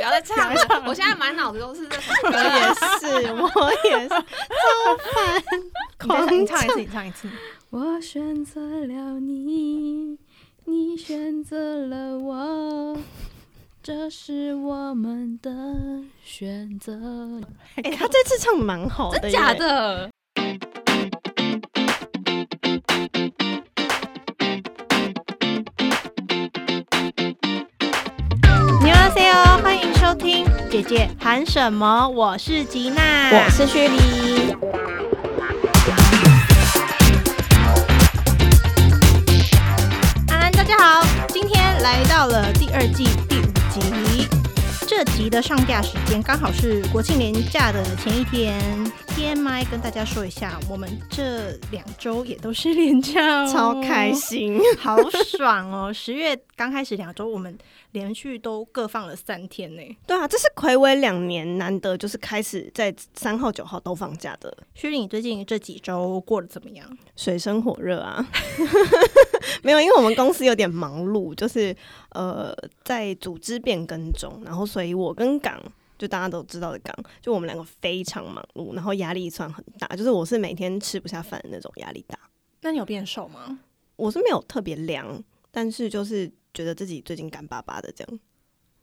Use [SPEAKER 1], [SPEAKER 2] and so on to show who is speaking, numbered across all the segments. [SPEAKER 1] 合唱了。我现在满脑子都是这首
[SPEAKER 2] 我
[SPEAKER 1] 歌。
[SPEAKER 2] 也 是，我也是，超烦，
[SPEAKER 3] 你
[SPEAKER 2] 狂
[SPEAKER 3] 唱一
[SPEAKER 2] 唱
[SPEAKER 3] 次，你唱一次。
[SPEAKER 2] 我选择了你，你选择了我，这是我们的选择。哎、他这次唱得蛮
[SPEAKER 4] 哦
[SPEAKER 2] 好的，
[SPEAKER 1] 真假？的？
[SPEAKER 2] 你好，C O，欢迎收听《姐姐喊什么》，我是吉娜，
[SPEAKER 3] 我是薛丽，
[SPEAKER 2] 安安，大家好，今天来到了第二季第五集。这集的上架时间刚好是国庆连假的前一天。TMI 跟大家说一下，我们这两周也都是连假、哦，
[SPEAKER 3] 超开，心。
[SPEAKER 2] 好爽哦！十月刚开始两周，我们连续都各放了三天呢。
[SPEAKER 3] 对啊，这是暌违两年，难得就是开始在三号、九号都放假的，
[SPEAKER 2] 徐玲，你最近这几周过得怎么样？
[SPEAKER 3] 水深火热啊。 没有，因为我们公司有点忙碌，就是呃，在组织变更中，然后所以我跟港。就大家都知道的港，就我们两个非常忙碌，然后压力算很大，就是我是每天吃不下饭的那种压力大。
[SPEAKER 2] 那你有变瘦吗？
[SPEAKER 3] 我是没有特别凉，但是就是觉得自己最近干巴巴的这样，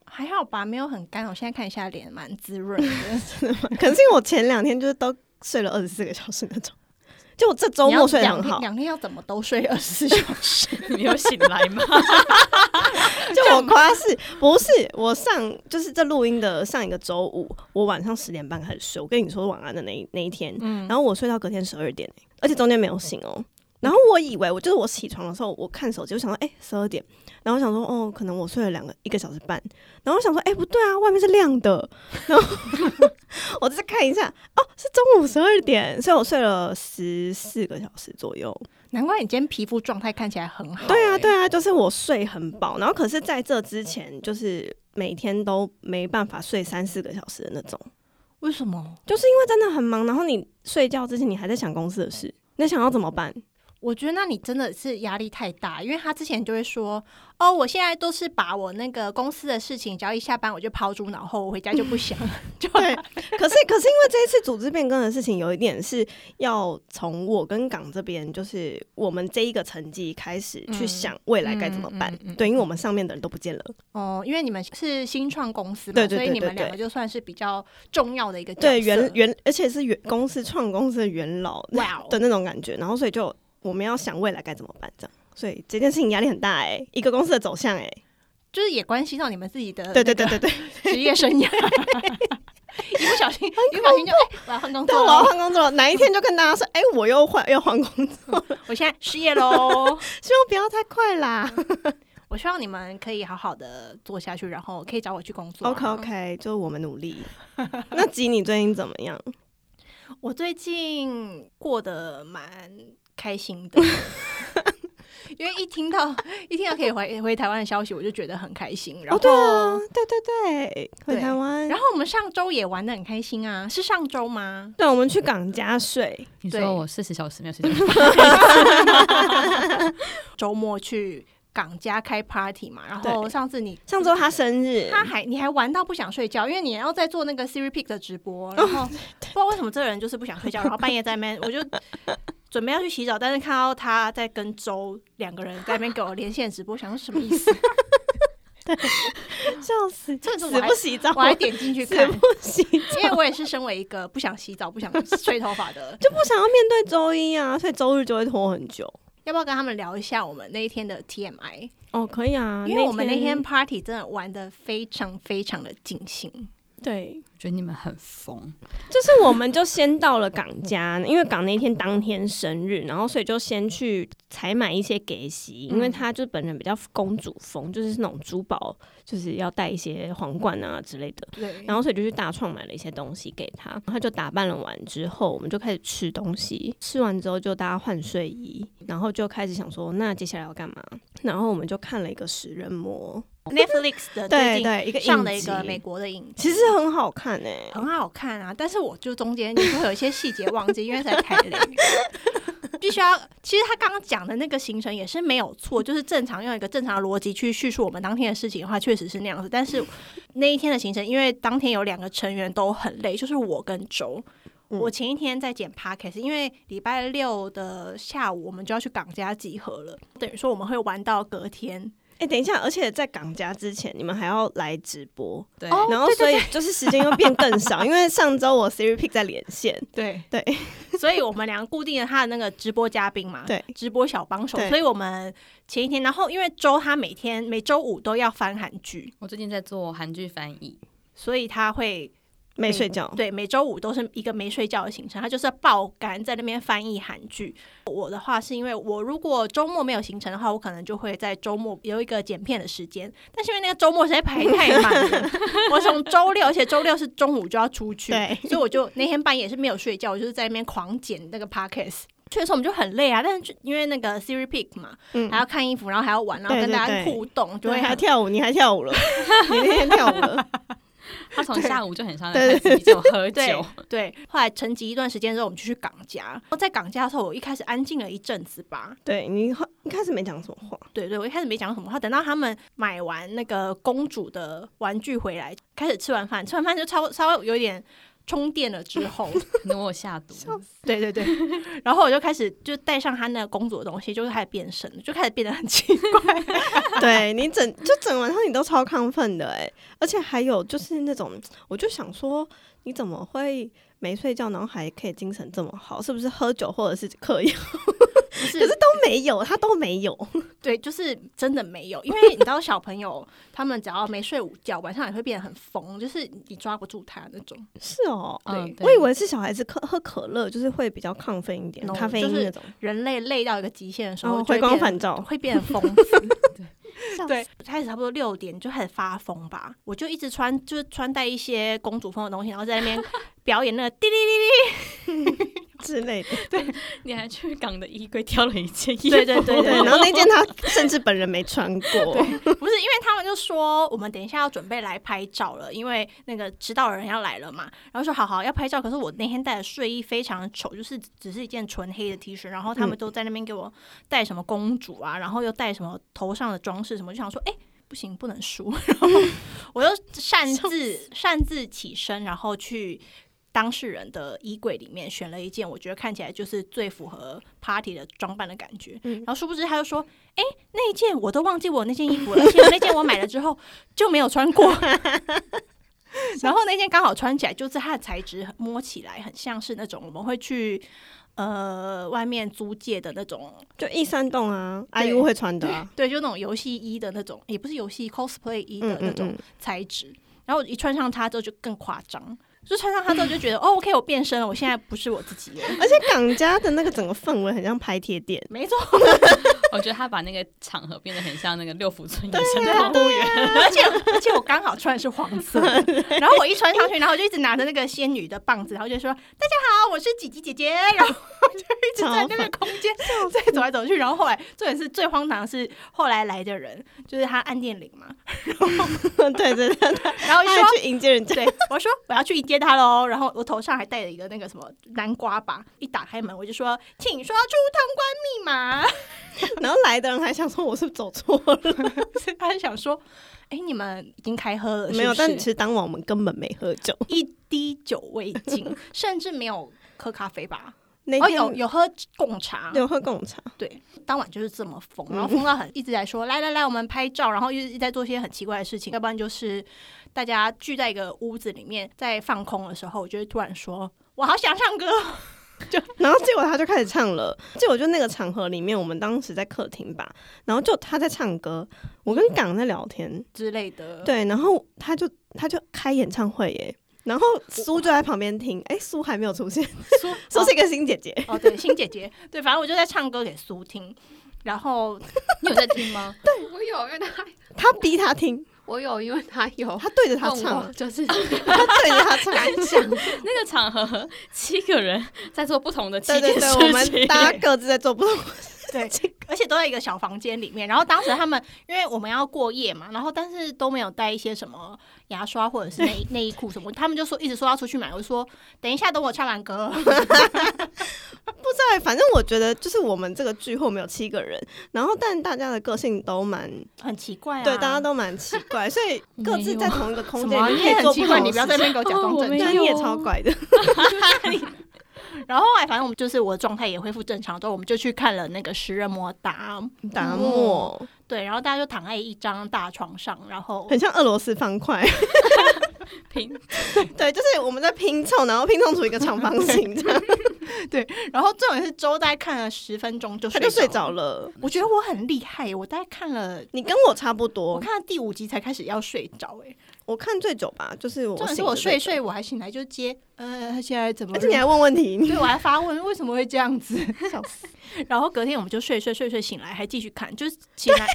[SPEAKER 2] 还好吧，没有很干。我现在看一下脸，蛮滋润 的。
[SPEAKER 3] 可能是因为我前两天就是都睡了二十四个小时那种，就我这周末睡得很好，
[SPEAKER 2] 两天要怎么都睡二十四小 时？
[SPEAKER 1] 你有醒来 吗？
[SPEAKER 3] 就我夸是不是我上就是这录音的上一个周五，我晚上十点半开始睡，我跟你说晚安的那一那一天，
[SPEAKER 2] 嗯
[SPEAKER 3] 然后我睡到隔天十二点、而且中间没有醒哦。然后我以为我就是我起床的时候，我看手机，我想说，哎、十二点。然后我想说，哦，可能我睡了两个一个小时半。然后我想说，哎、不对啊，外面是亮的。然后我再看一下，哦，是中午十二点，所以我睡了十四个小时左右。
[SPEAKER 2] 难怪你今天皮肤状态看起来很好、
[SPEAKER 3] 对啊，
[SPEAKER 2] 欸
[SPEAKER 3] 对啊，就是我睡很饱，然后可是在这之前，就是每天都没办法睡三四个小时的那种，
[SPEAKER 2] 为什么？
[SPEAKER 3] 就是因为真的很忙，然后你睡觉之前你还在想公司的事，你在想要怎么办？
[SPEAKER 2] 我觉得那你真的是压力太大，因为他之前就会说，哦，我现在都是把我那个公司的事情，只要一下班我就抛诸脑后，我回家就不想 了，就
[SPEAKER 3] 对可是可是因为这一次组织变更的事情，有一点是要从我跟港这边，就是我们这一个层级开始去想未来该怎么办。
[SPEAKER 2] 嗯嗯嗯嗯
[SPEAKER 3] 对，因为我们上面的人都不见了。
[SPEAKER 2] 哦，因为你们是新创公司嘛，
[SPEAKER 3] 对对
[SPEAKER 2] 所
[SPEAKER 3] 对
[SPEAKER 2] 以你
[SPEAKER 3] 对
[SPEAKER 2] 们两个就算是比较重要的一个角色。
[SPEAKER 3] 对，元元，而且是元公司创公司的元老
[SPEAKER 2] 哇哦
[SPEAKER 3] 的那种感觉，然后所以就我们要想未来该怎么办这样。所以这件事情压力很大哎、一个公司的走向哎、
[SPEAKER 2] 就是也关系到你们自己的
[SPEAKER 3] 对对对对对，
[SPEAKER 2] 对职业生 涯，一不小心一不小心就哎我要换工
[SPEAKER 3] 对，哦
[SPEAKER 2] 作
[SPEAKER 3] 我要
[SPEAKER 2] 了，
[SPEAKER 3] 换工作了，哪一天就跟大家说，哎、我又换又换工作，
[SPEAKER 2] 我现在失业喽。
[SPEAKER 3] 希望不要太快 啦。
[SPEAKER 2] 我希望你们可以好好的做下去，然后可以找我去工作啊。
[SPEAKER 3] OK OK，就是我们努力。那吉，你最近怎么样？
[SPEAKER 2] 我最近过得蛮开心 的，因为一听到一听到可以回回台湾的消息，我就觉得很开心。然
[SPEAKER 3] 哦，
[SPEAKER 2] 后，
[SPEAKER 3] 对啊，对对对，回
[SPEAKER 2] 对
[SPEAKER 3] 台湾
[SPEAKER 2] 然。后我们上周也玩的很开心啊，是上周吗？
[SPEAKER 3] 对，我们去港加睡，
[SPEAKER 4] 你
[SPEAKER 2] 对
[SPEAKER 4] 说我四十小时没有睡觉，
[SPEAKER 2] 周末去港家开 party 嘛，然后
[SPEAKER 3] 对
[SPEAKER 2] 上次你
[SPEAKER 3] 上周他生日，
[SPEAKER 2] 他还你还玩到不想睡觉，因为你要在做那个 Siri Pick 的直播，然 后不知道为什么这个人就是不想睡觉，然后半夜在那边，我就准备要去洗澡，但是看到他在跟周两个人在那边给我连线直播，想说什么意思？
[SPEAKER 3] 笑死，
[SPEAKER 2] 这是我
[SPEAKER 3] 死
[SPEAKER 2] 还
[SPEAKER 3] 不洗澡，
[SPEAKER 2] 我还点进去
[SPEAKER 3] 死
[SPEAKER 2] 看，
[SPEAKER 3] 不洗澡，
[SPEAKER 2] 因为我也是身为一个不想洗澡、不想吹头发的
[SPEAKER 3] 就不想要面对周一啊，所以周日就会拖很久。
[SPEAKER 2] 要不要跟他们聊一下我们那一天的 TMI？
[SPEAKER 3] 哦，可以啊，
[SPEAKER 2] 因为我们那天 party 真的玩的非常非常的尽兴，
[SPEAKER 3] 对，
[SPEAKER 4] 觉得你们很疯。
[SPEAKER 3] 就是我们就先到了港家，因为港那天当天生日，然后所以就先去采买一些给席，因为她就本人比较公主风，就是那种珠宝，就是要戴一些皇冠啊之类的。
[SPEAKER 2] 对，
[SPEAKER 3] 然后所以就去大创买了一些东西给她，她就打扮了完之后，我们就开始吃东西，吃完之后就大家换睡衣，然后就开始想说，那接下来要干嘛？然后我们就看了一个食人魔，
[SPEAKER 2] Netflix 的最
[SPEAKER 3] 对
[SPEAKER 2] 近
[SPEAKER 3] 对，一个
[SPEAKER 2] 上
[SPEAKER 3] 影
[SPEAKER 2] 了一个
[SPEAKER 3] 集
[SPEAKER 2] 美国的影集，
[SPEAKER 3] 其实很好看哎、
[SPEAKER 2] 很好看啊，但是我就中间就会有一些细节忘记，因为实在太累。必须要，其实他刚刚讲的那个行程也是没有错，就是正常用一个正常的逻辑去叙述我们当天的事情的话，确实是那样子。但是那一天的行程，因为当天有两个成员都很累，就是我跟周。
[SPEAKER 3] 嗯
[SPEAKER 2] 我前一天在剪 podcast，因为礼拜六的下午我们就要去港家集合了，等于说我们会玩到隔天。
[SPEAKER 3] 哎、等一下，而且在港家之前，你们还要来直播，
[SPEAKER 4] 对，
[SPEAKER 2] 哦
[SPEAKER 3] 然后
[SPEAKER 2] 对
[SPEAKER 3] 所以就是时间又变更少，因为上周我 Siri Pick 在连线，
[SPEAKER 2] 对
[SPEAKER 3] 对，
[SPEAKER 2] 所以我们两个固定了他的那个直播嘉宾嘛，
[SPEAKER 3] 对
[SPEAKER 2] 直播小帮手。
[SPEAKER 3] 对
[SPEAKER 2] 所以我们前一天，然后因为周他每天每周五都要翻韩剧，
[SPEAKER 4] 我最近在做韩剧翻 译，
[SPEAKER 2] 所以他会
[SPEAKER 3] 没睡觉。
[SPEAKER 2] 嗯对，每周五都是一个没睡觉的行程，他就是爆肝在那边翻译韩剧。我的话是因为我如果周末没有行程的话，我可能就会在周末有一个剪片的时间，但是因为那个周末实在排太满 了，我从周六，而且周六是中午就要出去，
[SPEAKER 3] 对
[SPEAKER 2] 所以我就那天半夜是没有睡觉，我就是在那边狂剪那个 podcast。确实我们就很累啊，但是就因为那个 Siri Pick 嘛，
[SPEAKER 3] 嗯
[SPEAKER 2] 还要看衣服，然后还要玩，然后
[SPEAKER 3] 对
[SPEAKER 2] 跟大
[SPEAKER 3] 对
[SPEAKER 2] 家
[SPEAKER 3] 对
[SPEAKER 2] 互动，就
[SPEAKER 3] 对，
[SPEAKER 2] 会
[SPEAKER 3] 还
[SPEAKER 2] 很
[SPEAKER 3] 跳舞，你还跳舞 了，你那天跳舞了，
[SPEAKER 4] 他从下午就很像在
[SPEAKER 3] 对
[SPEAKER 4] 看自己就喝 酒，
[SPEAKER 2] 对，后来沉寂一段时间之后，我们就去港家。在港家的时候，我一开始安静了一阵子吧。
[SPEAKER 3] 对你后一开始没讲什么 话，
[SPEAKER 2] 对对，我一开始没讲什么话。等到他们买完那个公主的玩具回来，开始吃完饭，吃完饭就超稍微有点充电了之 后，
[SPEAKER 4] 如果下毒，
[SPEAKER 2] 对对对，然后我就开始就带上他那个公主的东西，就是开始变身了，就开始变得很奇怪。
[SPEAKER 3] 对你整就整晚上你都超亢奋的哎、而且还有就是那种，我就想说你怎么会没睡觉，然后还可以精神这么好，是不是喝酒或者是嗑药？
[SPEAKER 2] 是
[SPEAKER 3] 可是都 没有，他都没有，
[SPEAKER 2] 对，就是真的没有，因为你知道小朋友他们只要没睡午觉，晚上也会变得很疯，就是你抓不住他那种。
[SPEAKER 3] 是哦。
[SPEAKER 4] 嗯，对
[SPEAKER 3] 我以为是小孩子喝喝可乐，就是会比较亢奋一点
[SPEAKER 2] No，
[SPEAKER 3] 咖啡因
[SPEAKER 2] 就是
[SPEAKER 3] 那种，
[SPEAKER 2] 人类累到一个极限的时
[SPEAKER 3] 然
[SPEAKER 2] 候，
[SPEAKER 3] 后
[SPEAKER 2] 就会
[SPEAKER 3] 回哦光
[SPEAKER 2] 变
[SPEAKER 3] 返照。
[SPEAKER 2] 会变疯子。
[SPEAKER 3] 笑
[SPEAKER 2] 对，开始差不多六点就开始发疯吧，我就一直穿就是穿戴一些公主风的东西，然后在那边表演那个 滴哩
[SPEAKER 3] 之类的，
[SPEAKER 4] 你还去港的衣柜挑了一件衣服，
[SPEAKER 2] 对对 对
[SPEAKER 3] 对。然后那件他甚至本人没穿 过，
[SPEAKER 2] 哩， 不是因为他们就说我们等一下要准备来拍照了，因为那个指导人要来了嘛，然后说好好要拍照，可是我那天带的睡衣非常丑，就是只是一件纯黑的 T 恤，然后他们
[SPEAKER 3] 嗯
[SPEAKER 2] 都在那边给我戴什么公主啊，然后又戴什么头上的装饰什么，就想说哎。不行，不能输。然后 我又擅自擅自起身，然后去当事人的衣柜里面选了一件我觉得看起来就是最符合 party 的装扮的感觉。
[SPEAKER 3] 嗯
[SPEAKER 2] 然后殊不知他就说：“哎、那一件我都忘记我那件衣服了，而且那件我买了之后就没有穿过。 然后那件刚好穿起来，就是它的材质摸起来很像是那种我们会去呃外面租借的那种
[SPEAKER 3] 就一山洞啊，
[SPEAKER 2] 对
[SPEAKER 3] 阿 U 会穿的啊，
[SPEAKER 2] 对，就那种游戏衣的那种，也不是游戏 cosplay 衣的那种
[SPEAKER 3] 嗯
[SPEAKER 2] 材质。然后一穿上它之后就更夸张，就穿上它之后就觉得哦，OK，我变身了，我现在不是我自己了。
[SPEAKER 3] 而且港家的那个整个氛围很像拍贴店，
[SPEAKER 2] 没错，
[SPEAKER 4] 我觉得他把那个场合变得很像那个六福村野生
[SPEAKER 2] 对啊
[SPEAKER 4] 动物园，
[SPEAKER 2] 而且而且我刚好穿的是黄色 的，然后我一穿上去，然后我就一直拿着那个仙女的棒子，然后就说大家好，我是吉吉姐姐，然后就一直在那个空间在走来走去，然后后来重点是最荒唐的是后来来的人就是他按电铃嘛，
[SPEAKER 3] 对 对对，
[SPEAKER 2] 然后就
[SPEAKER 3] 他
[SPEAKER 2] 说
[SPEAKER 3] 还去迎接人家，
[SPEAKER 2] 对，我说我要去迎接他喽，然后我头上还戴了一个那个什么南瓜吧，一打开门我就说，请说出通关密码。
[SPEAKER 3] 然后来的人还想说我是不是走错了，
[SPEAKER 2] 他就想说，哎，你们已经开喝了，
[SPEAKER 3] 没有，
[SPEAKER 2] 是不
[SPEAKER 3] 但
[SPEAKER 2] 是
[SPEAKER 3] 其实当晚我们根本没喝酒，
[SPEAKER 2] 一滴酒未 进，甚至没有喝咖啡吧？
[SPEAKER 3] 那
[SPEAKER 2] 哦，
[SPEAKER 3] 天
[SPEAKER 2] 有有喝贡茶，
[SPEAKER 3] 有嗯喝贡茶，
[SPEAKER 2] 对，当晚就是这么疯，然后疯到很一直在说来来来，我们拍照，然后一直在做一些很奇怪的事情，要不然就是大家聚在一个屋子里面，在放空的时候，我就会突然说，我好想唱歌哦。
[SPEAKER 3] 然后结果他就开始唱了，结果就那个场合里面，我们当时在客厅吧，然后就他在唱歌，我跟港在聊天，
[SPEAKER 2] 之类的。，
[SPEAKER 3] 对，然后他就他就开演唱会耶。然后苏就在旁边听，哎，苏还没有出现，
[SPEAKER 2] 苏
[SPEAKER 3] 苏是一个新姐姐，
[SPEAKER 2] 哦，对，新姐姐，对，反正我就在唱歌给苏听，然后
[SPEAKER 4] 你有在听吗？
[SPEAKER 1] 我有，因为他
[SPEAKER 3] 她逼他听，
[SPEAKER 1] 我有，因为他 有
[SPEAKER 3] 她对着他
[SPEAKER 1] 动
[SPEAKER 3] 唱
[SPEAKER 1] 我，， 就是
[SPEAKER 3] 她对着他唱，
[SPEAKER 4] 那个场合七个人在做不同的七
[SPEAKER 3] 对
[SPEAKER 4] 件
[SPEAKER 3] 对
[SPEAKER 4] 事
[SPEAKER 3] 对，
[SPEAKER 4] 情，
[SPEAKER 3] 我们大家各自在做不同，
[SPEAKER 2] 对，而且都在一个小房间里面。然后当时他们因为我们要过夜嘛，然后但是都没有带一些什么牙刷或者是 内内衣裤什么，他们就说一直说要出去买，我就说等一下，等我唱完歌。
[SPEAKER 3] 对，反正我觉得就是我们这个聚会我们有七个人，然后但大家的个性都蛮，
[SPEAKER 2] 很奇怪啊。
[SPEAKER 3] 对，大家都蛮奇 怪，所以各自在同一个空间
[SPEAKER 2] 啊
[SPEAKER 3] 里
[SPEAKER 2] 你也
[SPEAKER 3] 面可
[SPEAKER 2] 很
[SPEAKER 3] 以做不
[SPEAKER 2] 奇怪，
[SPEAKER 3] 同
[SPEAKER 2] 你
[SPEAKER 3] 的
[SPEAKER 2] 不要在
[SPEAKER 3] 事
[SPEAKER 2] 那边给我假装
[SPEAKER 4] 哦
[SPEAKER 2] 正
[SPEAKER 4] 我没
[SPEAKER 2] 常
[SPEAKER 4] 有。
[SPEAKER 3] 对，你也超怪的，
[SPEAKER 2] 然后后哎来反正我们就是我的状态也恢复正常之后，我们就去看了那个食人魔达，
[SPEAKER 3] 达莫
[SPEAKER 2] 对，然后大家就躺在一张大床上，然后
[SPEAKER 3] 很像俄罗斯方块，
[SPEAKER 4] 拼
[SPEAKER 3] 对，就是我们在拼凑，然后拼凑出一个长方形这样，
[SPEAKER 2] 然后重点是周大概看了十分钟就
[SPEAKER 3] 他
[SPEAKER 2] 睡
[SPEAKER 3] 就睡
[SPEAKER 2] 着了。
[SPEAKER 3] 着了。
[SPEAKER 2] 我觉得我很厉害，我大概看了。
[SPEAKER 3] 你跟我差不多，
[SPEAKER 2] 我
[SPEAKER 3] 我看
[SPEAKER 2] 看了第五集才开始要睡着、欸，
[SPEAKER 3] 最久吧，就是我
[SPEAKER 2] 重点是
[SPEAKER 3] 醒着
[SPEAKER 2] 我睡一
[SPEAKER 3] 着，
[SPEAKER 2] 睡我还醒来就接，呃，现在怎么
[SPEAKER 3] 而
[SPEAKER 2] 了？
[SPEAKER 3] 哎且你还问问题，你
[SPEAKER 2] 对，我还发问为什么会这样子，
[SPEAKER 3] 笑
[SPEAKER 2] 死。 然后隔天我们就睡睡睡睡醒来还继续看，就是醒来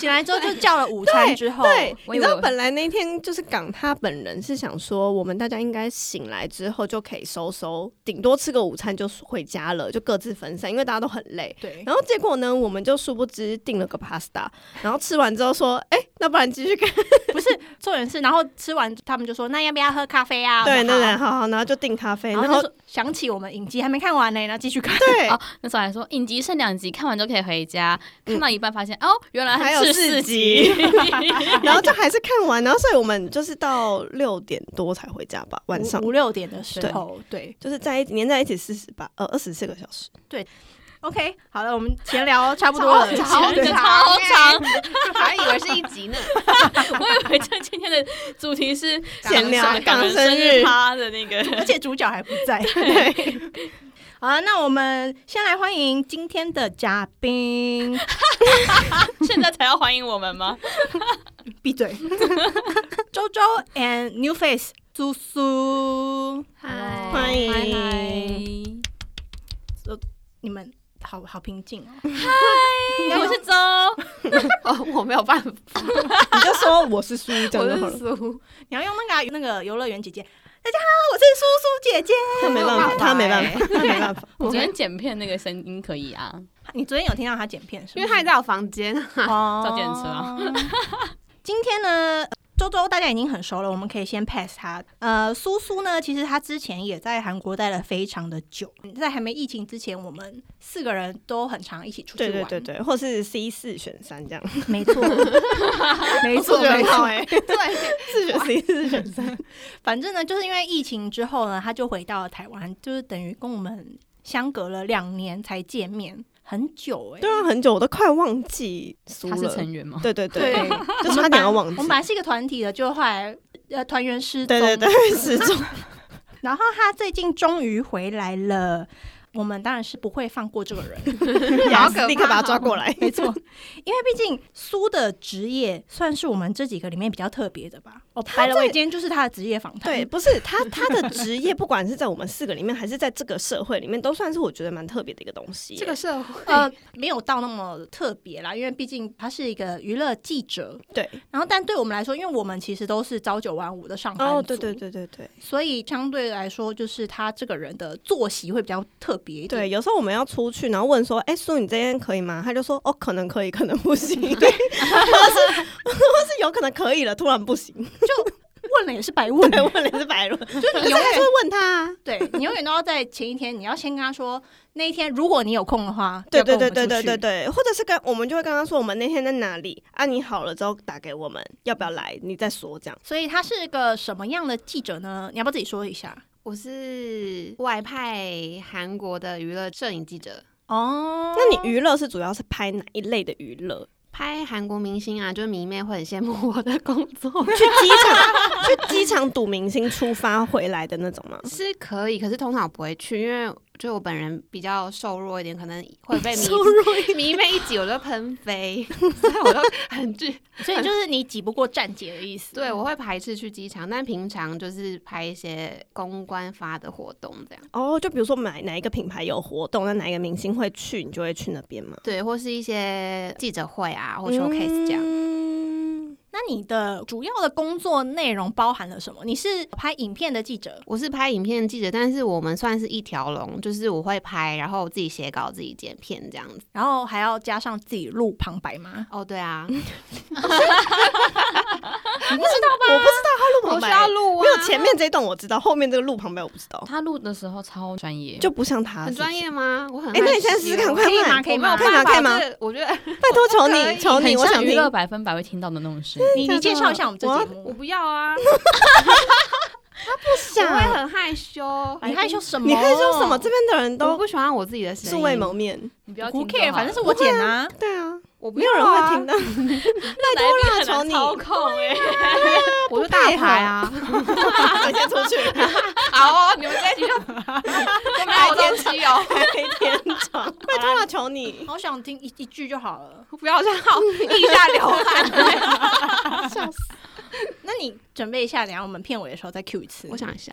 [SPEAKER 2] 醒来之后就叫了午餐之后，
[SPEAKER 3] 对，
[SPEAKER 4] 我以
[SPEAKER 3] 你知
[SPEAKER 4] 为
[SPEAKER 3] 道
[SPEAKER 4] 我
[SPEAKER 3] 本来那天就是港他本人是想说，我们大家应该醒来之后就可以收收，顶多吃个午餐就回家了，就各自分散，因为大家都很累。
[SPEAKER 2] 对，
[SPEAKER 3] 然后结果呢，我们就殊不知订了个 pasta，然后吃完之后说，哎、那不然继续看。
[SPEAKER 2] 不是重点是，然后吃完他们就说那要不要喝咖啡啊？
[SPEAKER 3] 对，
[SPEAKER 2] 我说
[SPEAKER 3] 对对，
[SPEAKER 2] 好
[SPEAKER 3] 好好，然后就订咖啡，
[SPEAKER 2] 然
[SPEAKER 3] 然
[SPEAKER 2] 后
[SPEAKER 3] 后
[SPEAKER 2] 就说想起我们影集还没看完呢，然后继续看。
[SPEAKER 3] 对，
[SPEAKER 4] 哦，那时候还说影集剩两集，看完就可以回家。看到一半发现哦，原来
[SPEAKER 3] 嗯还有
[SPEAKER 4] 是
[SPEAKER 3] 四
[SPEAKER 4] 四
[SPEAKER 3] 集
[SPEAKER 4] 集，
[SPEAKER 3] 然后就还是看完，然后所以我们就是到六点多才回家吧，晚上
[SPEAKER 2] 五五六点的时候，对
[SPEAKER 3] 就是在一起粘在一起四十八呃二十四个小时，
[SPEAKER 2] ，OK，好了，我们闲 聊差不多了，
[SPEAKER 1] 超长
[SPEAKER 2] 对
[SPEAKER 4] 真的超长。
[SPEAKER 1] 还以为是一集呢。
[SPEAKER 4] 我以为这今天的主题是
[SPEAKER 3] 闲聊
[SPEAKER 4] 港
[SPEAKER 3] 港
[SPEAKER 4] 人
[SPEAKER 3] 生
[SPEAKER 4] 生
[SPEAKER 3] 日
[SPEAKER 4] 日趴的那个。
[SPEAKER 2] 而且主角还不在。对， 好啊，那我们先来欢迎今天的嘉宾，
[SPEAKER 4] 现在才要欢迎我们吗？
[SPEAKER 2] 闭嘴， 周周 and New Face 苏苏，
[SPEAKER 1] 嗨，
[SPEAKER 3] 欢迎
[SPEAKER 4] 嗨嗨
[SPEAKER 2] 你们好好平静哦。
[SPEAKER 4] 我是周，
[SPEAKER 1] 哦，我没有办 法，
[SPEAKER 3] 你就说我是 苏一
[SPEAKER 1] 我
[SPEAKER 3] 就好
[SPEAKER 1] 是
[SPEAKER 3] 了，
[SPEAKER 1] 苏，
[SPEAKER 2] 你要用那个啊、那个游乐园姐姐，大家好，我是苏苏姐姐。
[SPEAKER 3] 他没办法，他没办
[SPEAKER 2] 欸
[SPEAKER 3] 法，他没办 法。
[SPEAKER 4] 我昨天剪片那个声音可以啊，
[SPEAKER 2] 你昨天有听到她剪片是吗？
[SPEAKER 1] 因为他也在我房间啊。
[SPEAKER 2] 哦
[SPEAKER 4] 造电车啊。
[SPEAKER 2] 今天呢，周周大家已经很熟了，我们可以先 pass 他。呃，苏苏呢，其实他之前也在韩国待了非常的久，在还没疫情之前，我们四个人都很常一起出去
[SPEAKER 3] 对
[SPEAKER 2] 玩。
[SPEAKER 3] 对对对，或是 C 四选三这样，
[SPEAKER 2] 没错，没 错，
[SPEAKER 3] 我觉
[SPEAKER 2] 没
[SPEAKER 3] 得很
[SPEAKER 2] 错
[SPEAKER 3] 好。哎，
[SPEAKER 1] 对，
[SPEAKER 3] 四选 C 四选三，
[SPEAKER 2] 反正呢，就是因为疫情之后呢，他就回到了台湾，就是等于跟我们相隔了两年才见面，很久哎、
[SPEAKER 3] 对啊，很久我都快忘记苏
[SPEAKER 4] 他是
[SPEAKER 3] 了。
[SPEAKER 4] 成员吗？
[SPEAKER 3] 对对对，
[SPEAKER 1] 对
[SPEAKER 3] 就差点要忘
[SPEAKER 2] 我
[SPEAKER 3] 记
[SPEAKER 2] 们。本来是一个团体的，就后来呃团员失踪，
[SPEAKER 3] 对对对，失踪。
[SPEAKER 2] 然后他最近终于回来了，我们当然是不会放过这个人，
[SPEAKER 3] 然
[SPEAKER 2] 啊
[SPEAKER 1] 好
[SPEAKER 3] 后
[SPEAKER 1] 可怕
[SPEAKER 3] 啊立刻把他
[SPEAKER 2] 哦
[SPEAKER 3] 抓过 来。
[SPEAKER 2] 没错，因为毕竟苏的职业算是我们这几个里面比较特别的吧。哦，白了，我今天就是他的职业访谈，
[SPEAKER 3] 对，，不是他他的职业，不管是在我们四个里面，还是在这个社会里面，都算是我觉得蛮特别的一个东西耶。
[SPEAKER 1] 这个社会，
[SPEAKER 2] 呃，没有到那么特别啦，因为毕竟他是一个娱乐记者，
[SPEAKER 3] 对，
[SPEAKER 2] 然后但对我们来说，因为我们其实都是朝九晚五的上班
[SPEAKER 3] 哦，
[SPEAKER 2] 族，
[SPEAKER 3] 对对，对对对
[SPEAKER 2] 所以相对来说，就是他这个人的作息会比较特别一点。
[SPEAKER 3] 对，有时候我们要出去，然后问说：“哎，苏，你这边可以吗？”他就说：“哦，可能可以，可能不行。” 对，或是或 是有可能可以了，突然不行。
[SPEAKER 2] 问了也是白问，
[SPEAKER 3] 对，问了也是白问，
[SPEAKER 2] 就是
[SPEAKER 3] 可
[SPEAKER 2] 你
[SPEAKER 3] 是
[SPEAKER 2] 永
[SPEAKER 3] 还
[SPEAKER 2] 远
[SPEAKER 3] 是会问他啊。
[SPEAKER 2] 对你永远都要在前一天，你要先跟他说那一天，如果你有空的话，
[SPEAKER 3] 对
[SPEAKER 2] 要跟
[SPEAKER 3] 对
[SPEAKER 2] 我们
[SPEAKER 3] 对对对
[SPEAKER 2] 出去
[SPEAKER 3] 对，对，或者是跟我们就会跟他说我们那天在哪里啊，你好了之后打给我们，要不要来？你再说这样。
[SPEAKER 2] 所以他是个什么样的记者呢？你要不要自己说一下？
[SPEAKER 1] 我是外派韩国的娱乐摄影记者，
[SPEAKER 2] 哦，
[SPEAKER 3] 那你娱乐是主要是拍哪一类的娱乐？
[SPEAKER 1] 拍韩国明星啊，就是迷妹会很羡慕我的工作，
[SPEAKER 3] 去机场 去机场赌明星出发回来的那种吗？
[SPEAKER 1] 是可以，可是通常不会去，因为就我本人比较瘦弱一点，可能会被迷迷妹一挤我就喷飞， 所以我都很惧。
[SPEAKER 2] 所以就是你挤不过站姐的意思。
[SPEAKER 1] 对，我会排斥去机场，但平常就是拍一些公关发的活动这样，
[SPEAKER 3] 哦，就比如说买哪一个品牌有活动，那哪一个明星会去，你就会去那边吗？
[SPEAKER 1] 对，或是一些记者会啊，或 showcase 这样。
[SPEAKER 3] 嗯
[SPEAKER 2] 那你的主要的工作内容包含了什么？你是拍影片的记者，
[SPEAKER 1] 我是拍影片记者，但是我们算是一条龙，就是我会拍，然后我自己写稿、自己剪片这样子。
[SPEAKER 2] 然后还要加上自己录旁白吗？
[SPEAKER 1] 哦，对 啊，
[SPEAKER 3] 我不知道他录
[SPEAKER 1] 我
[SPEAKER 3] 旁
[SPEAKER 1] 需
[SPEAKER 3] 白
[SPEAKER 1] 要录啊，
[SPEAKER 3] 没有前前面这一段我知道，后面这个路旁边我不知道，
[SPEAKER 4] 他录的时候超专业，
[SPEAKER 3] 就不像他
[SPEAKER 1] 很专。业吗？我很
[SPEAKER 3] 啊哎那你现在
[SPEAKER 1] 害羞
[SPEAKER 3] 试试看快慢
[SPEAKER 1] 我没有
[SPEAKER 3] 我
[SPEAKER 1] 办
[SPEAKER 3] 没有
[SPEAKER 1] 法
[SPEAKER 3] 看吗
[SPEAKER 1] 就是我觉得
[SPEAKER 3] 拜托求
[SPEAKER 1] 可
[SPEAKER 3] 你，
[SPEAKER 1] 以
[SPEAKER 3] 求你，
[SPEAKER 4] 很
[SPEAKER 3] 我
[SPEAKER 4] 像
[SPEAKER 3] 想
[SPEAKER 4] 娱
[SPEAKER 3] 听。
[SPEAKER 4] 乐百分百会听到的那种声音。
[SPEAKER 2] 你你介绍一下我们这节目
[SPEAKER 1] 我。不要 啊，我
[SPEAKER 3] 想
[SPEAKER 1] 会很害羞，
[SPEAKER 2] 你害羞什么？
[SPEAKER 3] 你害羞什么？这边的人
[SPEAKER 1] 我
[SPEAKER 3] 都
[SPEAKER 1] 不喜欢我自己的声音，
[SPEAKER 3] 素未谋面。
[SPEAKER 4] 你不要
[SPEAKER 2] 不
[SPEAKER 4] 听就
[SPEAKER 2] care，
[SPEAKER 4] 好
[SPEAKER 2] 反正是
[SPEAKER 4] 了
[SPEAKER 2] 我剪啊。
[SPEAKER 3] 对啊，
[SPEAKER 1] 我不
[SPEAKER 3] 没有人
[SPEAKER 1] 要啊
[SPEAKER 3] 会听到。
[SPEAKER 4] 来宾很
[SPEAKER 3] 求
[SPEAKER 4] 难
[SPEAKER 3] 你
[SPEAKER 4] 操控哎。
[SPEAKER 1] 我是大牌 啊！
[SPEAKER 3] 我先出去，
[SPEAKER 1] 好哦，你们在一起就 都没有东西哦，
[SPEAKER 3] 黑天窗。 拜托了，求你。
[SPEAKER 2] 好想听一一句就好了。
[SPEAKER 1] 不要这样，腋下流汗。
[SPEAKER 2] 那你准备一下，等一下我们片尾的时候再 Q 一次
[SPEAKER 1] 我。想一下，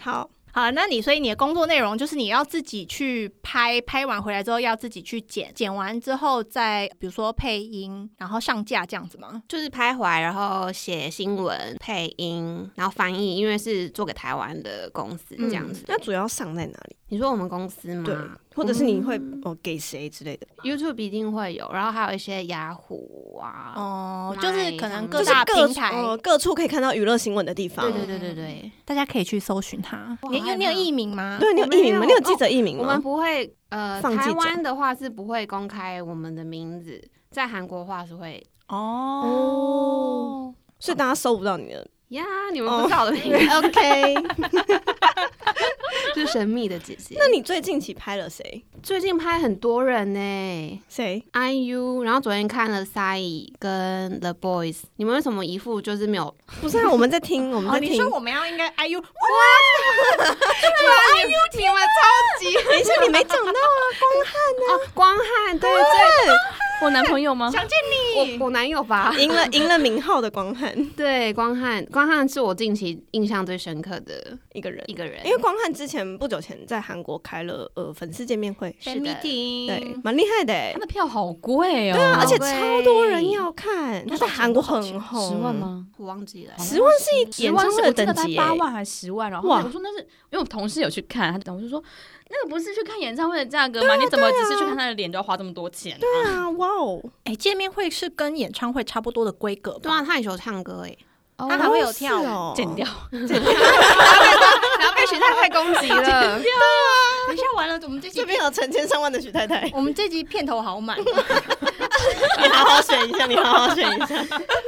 [SPEAKER 3] 好，
[SPEAKER 2] 好，那你所以你的工作内容就是你要自己去拍，拍完回来之后要自己去剪，剪完之后再比如说配音，然后上架这样子吗？
[SPEAKER 1] 就是拍回来，然后写新闻、配音，然后翻译，因为是做给台湾的公司这样子。
[SPEAKER 3] 那主要上在哪里？
[SPEAKER 1] 你说我们公司
[SPEAKER 3] 对
[SPEAKER 1] 吗，
[SPEAKER 3] 或者是你会哦给谁之类的？
[SPEAKER 1] ？YouTube 一定会有，然后还有一些雅虎啊。
[SPEAKER 2] 哦、
[SPEAKER 1] 买
[SPEAKER 2] 就是可能各哦
[SPEAKER 3] 就是
[SPEAKER 2] 大
[SPEAKER 3] 各
[SPEAKER 2] 平台，
[SPEAKER 3] 呃各处可以看到娱乐新闻的地方
[SPEAKER 1] 对。对对对对，
[SPEAKER 2] 大家可以去搜寻它。
[SPEAKER 1] 我好
[SPEAKER 2] 你
[SPEAKER 1] 害
[SPEAKER 2] 有
[SPEAKER 1] 怕
[SPEAKER 2] 你有艺名吗？
[SPEAKER 3] 对，你有艺名吗？
[SPEAKER 1] 我
[SPEAKER 3] 你
[SPEAKER 1] 没有
[SPEAKER 3] 有记者艺名
[SPEAKER 1] 我们
[SPEAKER 3] 吗？
[SPEAKER 1] 不会呃，
[SPEAKER 3] 放记
[SPEAKER 1] 台
[SPEAKER 3] 者
[SPEAKER 1] 湾的话是不会公开我们的名字，在韩国话是会
[SPEAKER 2] 哦。
[SPEAKER 3] 所以大家搜不到你的。
[SPEAKER 1] 呀，你们不知道的名字
[SPEAKER 3] 哦 OK，
[SPEAKER 1] 是神秘的姐姐。
[SPEAKER 3] 那你最近期拍了谁？
[SPEAKER 1] 最近拍很多人呢、
[SPEAKER 3] 谁？
[SPEAKER 1] IU，然后昨天看了 Sai 跟 The Boys，你们为什么一副就是没有？
[SPEAKER 3] 不是啊，我们在听，我们
[SPEAKER 2] 哦，
[SPEAKER 3] 在
[SPEAKER 2] 你
[SPEAKER 3] 听
[SPEAKER 2] 说。我们要应该哎 IU，
[SPEAKER 1] 你们超级
[SPEAKER 3] 等一下，你没讲到 啊，
[SPEAKER 1] 哦，光汉对对，
[SPEAKER 4] 我男朋友吗？
[SPEAKER 2] 想见你。
[SPEAKER 1] 我我男友吧，
[SPEAKER 3] 赢了赢了名号的光汉
[SPEAKER 1] 对光汉，光汉是我近期印象最深刻的
[SPEAKER 3] 一个人，
[SPEAKER 1] 一个人，
[SPEAKER 3] 因为光汉之前不久前在韩国开了呃粉丝见面会，
[SPEAKER 1] 是
[SPEAKER 2] Fan
[SPEAKER 1] 的
[SPEAKER 2] meeting
[SPEAKER 3] 对，蛮厉害的欸
[SPEAKER 4] 他，的票好贵哦，
[SPEAKER 3] 对啊，而且
[SPEAKER 1] 好贵
[SPEAKER 3] 超多人要看，
[SPEAKER 2] 多
[SPEAKER 3] 他在
[SPEAKER 2] 少钱
[SPEAKER 3] 韩国很红，
[SPEAKER 4] 十万？吗？
[SPEAKER 1] 我忘记了，
[SPEAKER 4] 哦
[SPEAKER 3] 十万是一
[SPEAKER 4] 啊十
[SPEAKER 3] 演唱
[SPEAKER 4] 万是
[SPEAKER 3] 会
[SPEAKER 4] 我
[SPEAKER 3] 的
[SPEAKER 4] 记得
[SPEAKER 3] 等
[SPEAKER 4] 才
[SPEAKER 3] 级欸，
[SPEAKER 4] 八万还是十万，然后
[SPEAKER 3] 哇
[SPEAKER 4] 我说那是因为我同事有去看，他就我就说那个不是去看演唱会的价格吗？你怎么只是去看他的脸就要花这么多钱啊？
[SPEAKER 3] 对啊，哇哦！
[SPEAKER 2] 哎、见面会是跟演唱会差不多的规格吧？
[SPEAKER 1] 对啊，他很喜欢唱歌哎，
[SPEAKER 4] 哦
[SPEAKER 2] 他还会有跳舞
[SPEAKER 3] 是哦
[SPEAKER 4] 剪掉，
[SPEAKER 1] 然后被许太太攻击了，
[SPEAKER 2] 等一下完了，我们这集，
[SPEAKER 3] 这边有成千上万的许太太
[SPEAKER 2] 我们这集片头好满，啊
[SPEAKER 3] 你好好选一下，你好好选一下。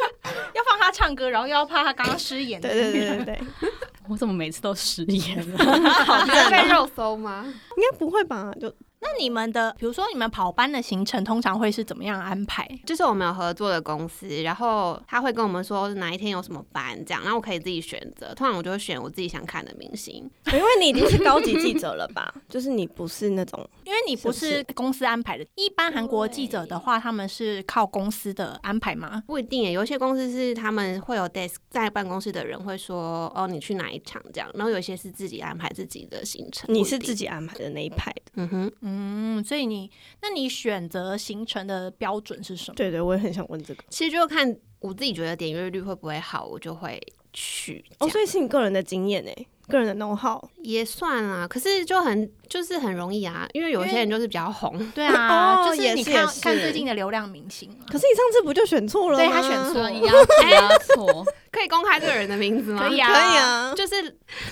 [SPEAKER 2] 要放他唱歌，然后又要怕他刚刚失 言。
[SPEAKER 3] 对对对对对，应
[SPEAKER 4] 我怎么每次都失言啊 了？
[SPEAKER 1] 你要被肉搜吗？
[SPEAKER 3] 该不会吧？就
[SPEAKER 2] 那你们的，比如说你们跑班的行程，通常会是怎么样安排？
[SPEAKER 1] 就是我们有合作的公司，然后他会跟我们说哪一天有什么班这样，然后我可以自己选择。通常我就会选我自己想看的明星。
[SPEAKER 3] 因为你已经是高级记者了 吧？就是你不是那种
[SPEAKER 2] 因为你不是
[SPEAKER 3] 是
[SPEAKER 2] 公司安排的，一般韩国记者的话，他们是靠公司的安排吗？
[SPEAKER 1] 不一定耶，有一些公司是他们会有 desk 在办公室的人会说哦，你去哪一场这样，然后有一些是自己安排自己的行程。
[SPEAKER 3] 你是
[SPEAKER 1] 不一定
[SPEAKER 3] 自己安排的那一派的。
[SPEAKER 1] 嗯哼，
[SPEAKER 2] 嗯，所以你，那你选择行程的标准是什么？
[SPEAKER 3] 对对，我也很想问这个。
[SPEAKER 1] 其实就看我自己觉得点阅率会不会好，我就会去这
[SPEAKER 3] 哦，
[SPEAKER 1] 样。
[SPEAKER 3] 所以是你个人的经验诶，个人的 know how。
[SPEAKER 1] 也算啦，可是就很就是很容易啊，因为有些人就是比较红，
[SPEAKER 2] 对啊，
[SPEAKER 3] 哦
[SPEAKER 2] 就是你
[SPEAKER 3] 也是
[SPEAKER 2] 看
[SPEAKER 3] 也是
[SPEAKER 2] 看最近的流量明星啊嘛。
[SPEAKER 3] 可是你上次不就选错了吗？
[SPEAKER 2] 对他选错
[SPEAKER 4] 对，一样一样 错，
[SPEAKER 1] 可以公开这个人的名字吗？
[SPEAKER 2] 可以
[SPEAKER 3] 可以啊，
[SPEAKER 1] 就是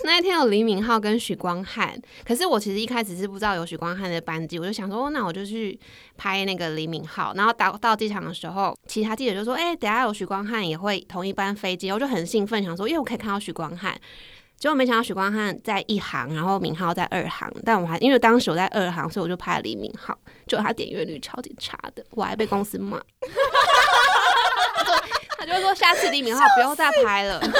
[SPEAKER 1] 那一天有李敏镐跟许光汉，可是我其实一开始是不知道有许光汉的班机，我就想说，哦那我就去拍那个李敏镐。然后到到机场的时候，其他记者就说，哎、等一下有许光汉也会同一班飞机，我就很兴奋，想说，因为我可以看到许光汉。结果没想到许光汉在一行，然后敏镐在二行，但我还因为当时我在二行，所以我就拍了李敏镐，就他点阅率超级差的，我还被公司骂。他就说下次李敏镐不用再拍了。
[SPEAKER 2] 因为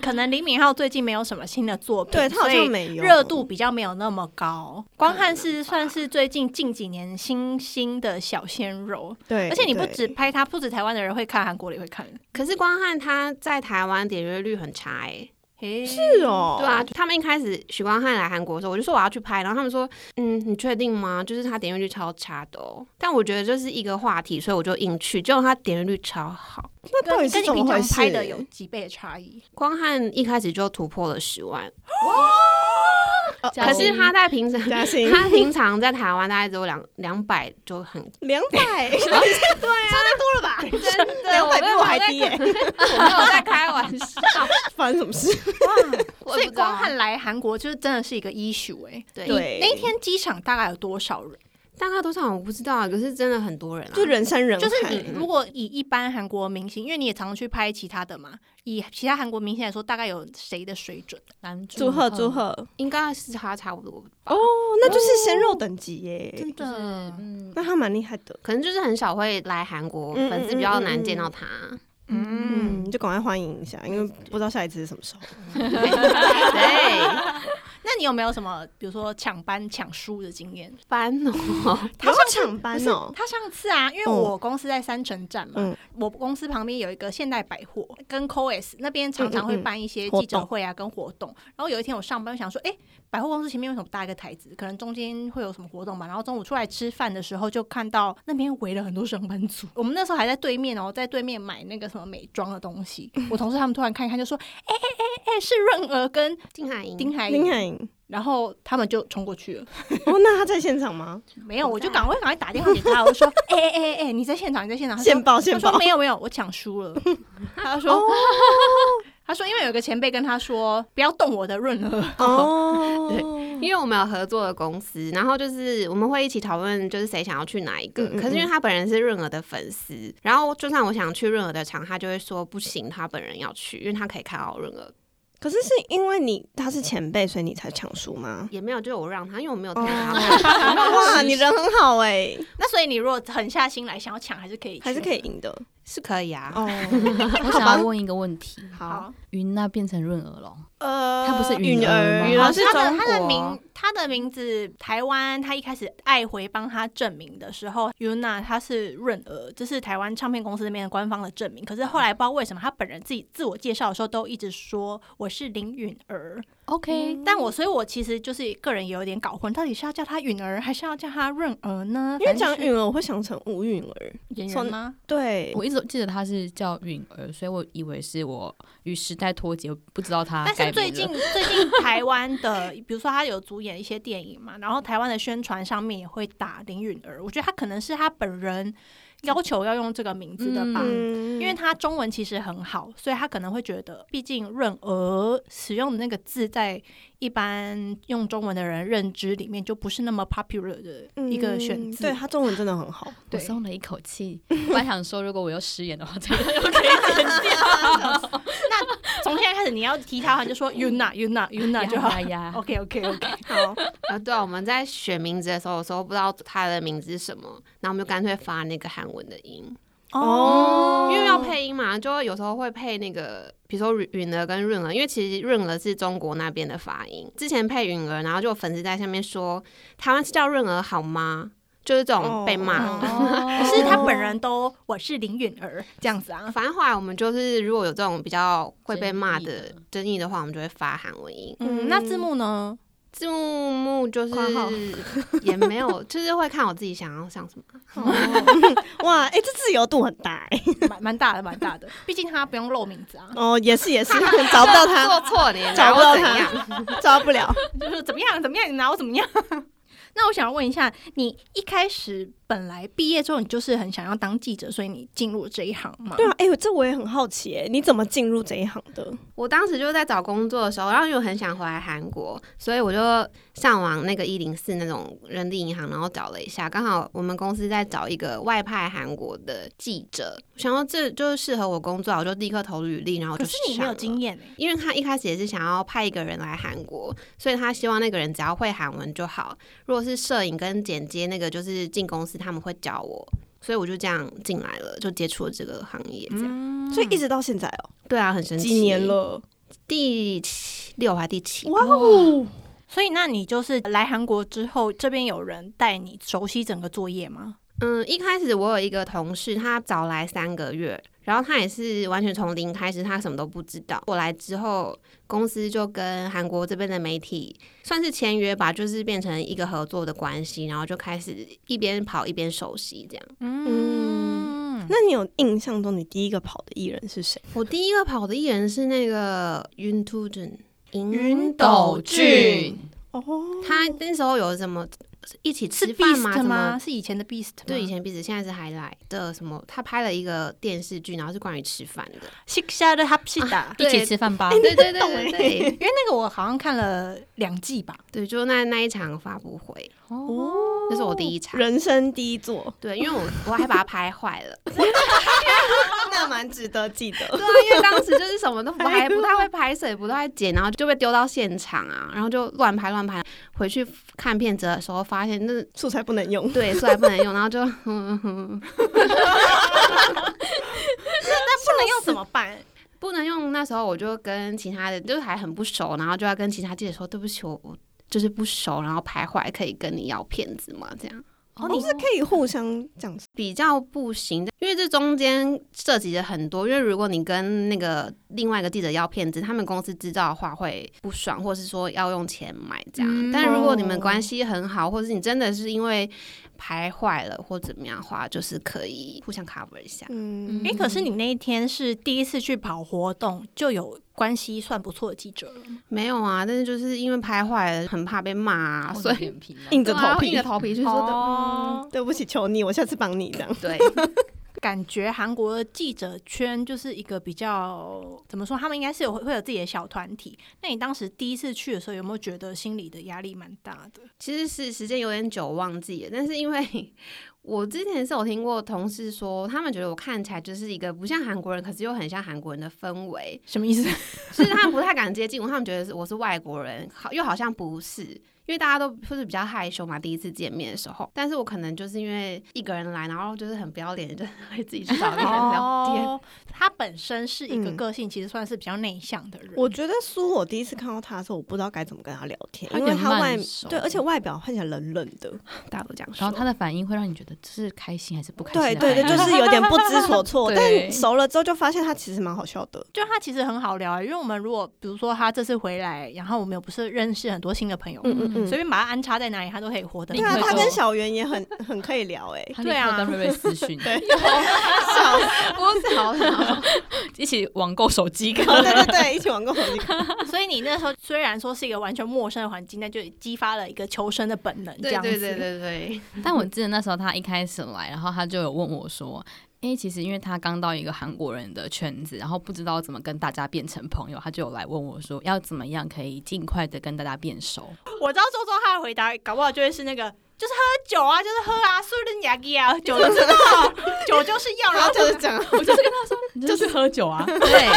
[SPEAKER 2] 可能李敏镐最近没有什么新的作品，
[SPEAKER 3] 对他好
[SPEAKER 2] 所以
[SPEAKER 3] 像没有
[SPEAKER 2] 热度比较没有那么高。光汉是算是最近近几年新兴的小鲜肉，
[SPEAKER 3] 对，
[SPEAKER 2] 而且你不
[SPEAKER 3] 对
[SPEAKER 2] 只拍他，不止台湾的人会看，韩国人也会看。
[SPEAKER 1] 可是光汉他在台湾点阅率很差哎、
[SPEAKER 2] 是
[SPEAKER 3] 是，哦，
[SPEAKER 1] 对啊，他们一开始许光汉来韩国的时候，我就说我要去拍，然后他们说，嗯，你确定吗？就是他点阅率超差的哦。但我觉得就是一个话题，所以我就硬去，结果他点阅率超好。
[SPEAKER 3] 那到底
[SPEAKER 2] 跟跟
[SPEAKER 3] 是
[SPEAKER 2] 你
[SPEAKER 3] 怎么
[SPEAKER 2] 平
[SPEAKER 3] 回
[SPEAKER 2] 常
[SPEAKER 3] 事？
[SPEAKER 2] 拍的有几倍的差异？
[SPEAKER 1] 光汉一开始就突破了十万，
[SPEAKER 3] 呃，
[SPEAKER 4] 加
[SPEAKER 1] 可
[SPEAKER 3] 可
[SPEAKER 4] 薪
[SPEAKER 3] 是
[SPEAKER 1] 是他在平常，
[SPEAKER 3] 加薪
[SPEAKER 1] 他平常在台湾大概只有两两百就很
[SPEAKER 3] 两百，
[SPEAKER 1] 真的，
[SPEAKER 3] 还比我还低耶、
[SPEAKER 1] 我没有在开玩笑，
[SPEAKER 3] 发生什么事？
[SPEAKER 1] 我
[SPEAKER 2] 所
[SPEAKER 1] 也
[SPEAKER 2] 以
[SPEAKER 1] 不知道啊
[SPEAKER 2] 光汉来韩国就是真的是一个 issue 哎、
[SPEAKER 1] 对
[SPEAKER 3] 对
[SPEAKER 2] 那一天机场大概有多少人？
[SPEAKER 1] 大概多少我不知道，可是真的很多人 啊，
[SPEAKER 3] 就人山人海，
[SPEAKER 2] 就是你如果以一般韩国明星，因为你也常常去拍其他的嘛，以其他韩国明星来说，大概有谁的水准？
[SPEAKER 4] 男主
[SPEAKER 3] 祝贺祝，贺哦，
[SPEAKER 1] 应该是差差不多吧。
[SPEAKER 3] 那就是鲜肉等级耶、
[SPEAKER 4] 就是
[SPEAKER 2] 嗯
[SPEAKER 4] 嗯，
[SPEAKER 3] 那他蛮厉害的，
[SPEAKER 1] 可能就是很少会来韩国，
[SPEAKER 3] 嗯嗯
[SPEAKER 1] 粉丝比较难见到他。
[SPEAKER 2] 嗯，
[SPEAKER 3] 嗯，就赶快欢迎一下，因为不知道下一次是什么时候。
[SPEAKER 1] 对，
[SPEAKER 2] 那你有没有什么，比如说抢班抢书的经验？
[SPEAKER 1] 班哦，
[SPEAKER 3] 他要抢班哦、
[SPEAKER 2] 他上次啊，因为我公司在三城站嘛，
[SPEAKER 3] 嗯
[SPEAKER 2] 我公司旁边有一个现代百货跟 COS 那边常
[SPEAKER 3] 嗯
[SPEAKER 2] 常会办一些记者会啊跟活动。然后有一天我上班，我想说，哎、百货公司前面为什么搭一个台子？可能中间会有什么活动嘛。然后中午出来吃饭的时候，就看到那边围了很多上班族。我们那时候还在对面哦，在对面买那个什么美妆的东 西。我同事他们突然看一看，就说，哎哎哎哎，是润儿跟
[SPEAKER 1] 金海英，
[SPEAKER 2] 丁海
[SPEAKER 3] 林
[SPEAKER 2] 颖。
[SPEAKER 3] 海颖，
[SPEAKER 2] 然后他们就冲过去了。
[SPEAKER 3] 哦，那他在现场吗？
[SPEAKER 2] 没有，我就赶快赶快打电话给他，我说：“ 哎哎哎哎，你在现场，你在现场。”他说
[SPEAKER 3] 现报现
[SPEAKER 2] 他说
[SPEAKER 3] 报
[SPEAKER 2] 没有没有，我抢输 了。他说、 他说因为有个前辈跟他说不要动我的润 儿，
[SPEAKER 3] 哦，
[SPEAKER 1] 因为我们有合作的公司，然后就是我们会一起讨论，就是谁想要去哪一个。
[SPEAKER 3] 嗯嗯
[SPEAKER 1] 可是因为他本人是润儿的粉丝，然后就算我想去润儿的场，他就会说不行，他本人要去，因为他可以看到润儿。
[SPEAKER 3] 可是是因为你他是前辈，所以你才抢输 吗？
[SPEAKER 1] 也没有，就是我让他，因为我没有
[SPEAKER 3] 哦
[SPEAKER 1] 看到他。我没有
[SPEAKER 3] 哇，
[SPEAKER 1] 吃
[SPEAKER 3] 你人很好哎、
[SPEAKER 2] 那所以你如果狠下心来想要抢，还是可以，
[SPEAKER 3] 还是可以。赢的
[SPEAKER 1] 是可以啊。
[SPEAKER 3] 哦。
[SPEAKER 4] 我想要问一个问题，
[SPEAKER 1] 好，
[SPEAKER 2] 好，
[SPEAKER 4] 云娜变成润儿了，
[SPEAKER 3] 呃
[SPEAKER 4] 他不是
[SPEAKER 3] 允
[SPEAKER 4] 允儿吗
[SPEAKER 3] 允
[SPEAKER 2] 好
[SPEAKER 3] 儿是
[SPEAKER 2] 他的
[SPEAKER 3] 中
[SPEAKER 2] 他的
[SPEAKER 3] 国
[SPEAKER 2] 名他的名字台湾，他一开始爱回帮他证明的时候，Yuna 他是润儿，这是台湾唱片公司那边的官方的证明。可是后来不知道为什么，他本人自己自我介绍的时候都一直说我是林允儿。
[SPEAKER 4] OK，
[SPEAKER 2] 但
[SPEAKER 3] 嗯
[SPEAKER 2] 我所以，我其实就是个人也有点搞混，到底是要叫他允儿，还是要叫他润儿呢？
[SPEAKER 3] 因为
[SPEAKER 2] 反正
[SPEAKER 3] 讲
[SPEAKER 2] 就是
[SPEAKER 3] 允儿，我会想成吴允儿。
[SPEAKER 2] 演
[SPEAKER 3] 从啊
[SPEAKER 2] 员吗？
[SPEAKER 3] 对，
[SPEAKER 4] 我一直记得她是叫允儿，所以我以为是我与时代脱节，我不知道她
[SPEAKER 2] 但
[SPEAKER 4] 改名
[SPEAKER 2] 是最
[SPEAKER 4] 了
[SPEAKER 2] 近最近台湾的，比如说他有主演一些电影嘛，然后台湾的宣传上面也会打林允儿，我觉得他可能是他本人要求要用这个名字的吧。啊
[SPEAKER 3] 嗯
[SPEAKER 2] 因为他中文其实很好，所以他可能会觉得，毕竟“润儿”使用的那个字，在一般用中文的人认知里面，就不是那么 popular 的一个选
[SPEAKER 3] 嗯
[SPEAKER 2] 字。
[SPEAKER 3] 对他中文真的很好，
[SPEAKER 4] 我
[SPEAKER 2] 对
[SPEAKER 4] 松了一口气，我还想说，如果我又失言的话， 这个又可以剪掉。
[SPEAKER 2] 从现在开始，你要提他的话，就 说 Yuna Yuna Yuna 就好哦
[SPEAKER 4] 呀。呀呀
[SPEAKER 2] OK OK OK，好，
[SPEAKER 1] 啊，对啊，我们在选名字的时候，有时候不知道他的名字是什么，然后我们就干脆发那个韩文的音，
[SPEAKER 3] 哦
[SPEAKER 1] 因为要配音嘛，就有时候会配那个，比如说允允儿跟润儿，因为其实润儿是中国那边的发音。之前配允儿，然后就有粉丝在下面说，台湾是叫润儿好吗？就是这种被骂。
[SPEAKER 3] 哦
[SPEAKER 2] 可是他本人都我是林允儿这样子
[SPEAKER 3] 哦
[SPEAKER 2] 啊，
[SPEAKER 1] 反正后来我们就是，如果有这种比较会被骂
[SPEAKER 4] 争议
[SPEAKER 1] 的
[SPEAKER 4] 的
[SPEAKER 1] 争议的话，我们就会发韩文音。
[SPEAKER 2] 嗯，那字幕呢？
[SPEAKER 1] 字幕幕就是
[SPEAKER 3] 括号
[SPEAKER 1] 也没有， 就是会看我自己想要上什么。
[SPEAKER 3] 哇，哎，这自由度很大哎。
[SPEAKER 2] 哦蛮蛮大的，蛮大的，毕竟他不用露名字啊，
[SPEAKER 3] 哦，也是也是，找不到他，
[SPEAKER 1] 做错你，
[SPEAKER 3] 找不到
[SPEAKER 1] 然后怎样
[SPEAKER 3] 他，找不了。
[SPEAKER 2] 就是怎么样怎么样，你拿我怎么样？ 那我想问一下，你一开始本来毕业之后，你就是很想要当记者，所以你进入这一行嘛？
[SPEAKER 3] 对啊，哎，这我也很好奇哎，你怎么进入这一行的？
[SPEAKER 1] 我当时就是在找工作的时候，然后又很想回来韩国，所以我就上网那个一零四那种人力银行，然后找了一下，刚好我们公司在找一个外派韩国的记者，我想说这就是适合我工作，啊我就立刻投履历，然后我
[SPEAKER 2] 可
[SPEAKER 1] 就是
[SPEAKER 2] 你没有经验
[SPEAKER 1] 验。
[SPEAKER 2] 欸
[SPEAKER 1] 因为他一开始也是想要派一个人来韩国，所以他希望那个人只要会韩文就好。如果是摄影跟剪接，那个就是进公司他们会教我，所以我就这样进来了，就接触了这个行业。这样、
[SPEAKER 2] 嗯
[SPEAKER 3] 所以一直到现在哦，
[SPEAKER 1] 对啊，很神奇。
[SPEAKER 3] 几年了？
[SPEAKER 1] 第七六还第七，
[SPEAKER 3] 哇哦，
[SPEAKER 2] 所以那你就是来韩国之后，这边有人带你熟悉整个作业吗？
[SPEAKER 1] 嗯，一开始我有一个同事，他早来三个月，然后他也是完全从零开始，他什么都不知道。我来之后，公司就跟韩国这边的媒体算是签约吧，就是变成一个合作的关系，然后就开始一边跑一边熟悉这样。
[SPEAKER 2] 嗯，
[SPEAKER 3] 那你有印象中你第一个跑的艺人是谁？
[SPEAKER 1] 我第一个跑的艺人是那个云都俊，
[SPEAKER 3] 云
[SPEAKER 1] 云
[SPEAKER 3] 斗
[SPEAKER 4] 俊，
[SPEAKER 3] 哦，
[SPEAKER 1] 他那时候有什么？一起吃
[SPEAKER 2] 是
[SPEAKER 1] 饭吗？
[SPEAKER 2] Beast
[SPEAKER 1] 怎么
[SPEAKER 2] 吗？是以前的 Beast 吗？
[SPEAKER 1] 对，以前壁纸现在是 Highlight 的什么？他拍了一个电视剧，然后是关于吃饭的。
[SPEAKER 2] 西夏的哈皮达，
[SPEAKER 1] 对
[SPEAKER 4] 一起吃饭
[SPEAKER 2] 啊
[SPEAKER 4] 吧。
[SPEAKER 2] 哎哦
[SPEAKER 1] 对对对对对
[SPEAKER 2] 因为那个我好像看了两季吧。
[SPEAKER 1] 对，就那那一场发布会，
[SPEAKER 4] 哦，
[SPEAKER 1] 那是我第一
[SPEAKER 2] 哦
[SPEAKER 1] 场。
[SPEAKER 3] 人生第一座，
[SPEAKER 1] 对，因为我我还把它拍坏了。
[SPEAKER 3] 那蛮值得记
[SPEAKER 1] 对
[SPEAKER 3] 得。
[SPEAKER 1] 啊，因为当时就是什么都 不
[SPEAKER 2] 哎
[SPEAKER 1] 还不太会拍摄，也不太会剪，然后就被丢到现场啊，然后就乱拍乱拍。回去看片子的时候，发现那
[SPEAKER 3] 素材不能用，
[SPEAKER 1] 对素材不能用，然后就嗯嗯
[SPEAKER 2] 那不能用怎么 办？
[SPEAKER 1] 不能用。那时候我就跟其他的就是还很不熟，然后就要跟其他记者说对不起，我我就是不熟，然后拍坏可以跟你要片子吗？这样。
[SPEAKER 3] 哦，你是可以互相这样子，
[SPEAKER 1] 比较不行，因为这中间涉及了很多。因为如果你跟那个另外一个记者要片子，他们公司知道的话会不爽，或是说要用钱买这样。
[SPEAKER 2] 嗯
[SPEAKER 1] 但如果你们关系很好，或者是你真的是因为拍坏了或怎么样的话，就是可以互相 cover 一下。
[SPEAKER 3] 嗯，
[SPEAKER 2] 哎、可是你那一天是第一次去跑活动，就有关系算不错的记者了吗。
[SPEAKER 1] 没有啊，但是就是因为拍坏了，很怕被骂、啊，所以
[SPEAKER 4] 脸皮
[SPEAKER 3] 硬着
[SPEAKER 1] 对啊
[SPEAKER 3] 头
[SPEAKER 1] 会硬
[SPEAKER 3] 皮
[SPEAKER 1] 着，头皮去说的。
[SPEAKER 2] 哦，
[SPEAKER 3] 对不起，求你，我下次帮你这样。
[SPEAKER 1] 对，
[SPEAKER 2] 感觉韩国记者圈就是一个比较怎么说，他们应该是有会有自己的小团体。那你当时第一次去的时候，有没有觉得心里的压力蛮大的？
[SPEAKER 1] 其实是时间有点久，忘记了。但是因为 我之前是有听过同事说，他们觉得我看起来就是一个不像韩国人，可是又很像韩国人的氛围，
[SPEAKER 2] 什么意思？
[SPEAKER 1] 就是他们不太敢接近我，他们觉得是我是外国人，好又好像不是。因为大家都就是比较害羞嘛，第一次见面的时候，但是我可能就是因为一个人来，然后就是很不要脸，就是会自己去找别人聊天。
[SPEAKER 2] 哦，他本身是一个
[SPEAKER 3] 嗯
[SPEAKER 2] 个性其实算是比较内向的人。
[SPEAKER 3] 我觉得苏，我第一次看到他的时候，我不知道该怎么跟他聊天，
[SPEAKER 4] 他有
[SPEAKER 3] 因为
[SPEAKER 4] 点
[SPEAKER 3] 他外
[SPEAKER 4] 慢熟
[SPEAKER 3] 对，而且外表看起来冷冷的，
[SPEAKER 1] 大家都这样说
[SPEAKER 4] 然后，他的反应会让你觉得这是开心还是不开心的
[SPEAKER 3] 对
[SPEAKER 4] 反应？
[SPEAKER 3] 对 对，就是有点不知所措。
[SPEAKER 4] 对
[SPEAKER 3] 但熟了之后就发现他其实蛮好笑的，
[SPEAKER 2] 就他其实很好聊、啊，因为我们如果比如说他这次回来，然后我们又不是认识很多新的朋友，
[SPEAKER 3] 嗯嗯嗯，
[SPEAKER 2] 随便把他安插在哪里，他都可以活得
[SPEAKER 3] 对
[SPEAKER 2] 很
[SPEAKER 3] 啊，
[SPEAKER 4] 立刻
[SPEAKER 2] 快
[SPEAKER 3] 他
[SPEAKER 2] 乐。
[SPEAKER 4] 就
[SPEAKER 3] 跟小圆也很很可以聊哎、
[SPEAKER 4] 他立
[SPEAKER 2] 对啊
[SPEAKER 4] 刻跟瑞瑞私 讯，
[SPEAKER 3] 笑死，
[SPEAKER 1] 不是好好，
[SPEAKER 4] 一起网购手机壳。
[SPEAKER 3] 哦对对对，一起玩过手机。
[SPEAKER 2] 所以你那时候虽然说是一个完全陌生的环境，但就激发了一个求生的本能，这
[SPEAKER 1] 对
[SPEAKER 2] 样子。
[SPEAKER 1] 对对对对，
[SPEAKER 4] 但我记得那时候他一开始来，然后他就有问我说：“诶，其实因为他刚到一个韩国人的圈子，然后不知道怎么跟大家变成朋友，他就有来问我说，要怎么样可以尽快的跟大家变熟。
[SPEAKER 2] 我知道周周他的回答，搞不好就会是那个。就是喝酒啊，就是喝啊，술은牙기야，酒就是道，酒就是药，然
[SPEAKER 3] 然
[SPEAKER 2] 后
[SPEAKER 3] 后就是这样，
[SPEAKER 4] 我就是跟他说，你就是喝酒啊。
[SPEAKER 1] 对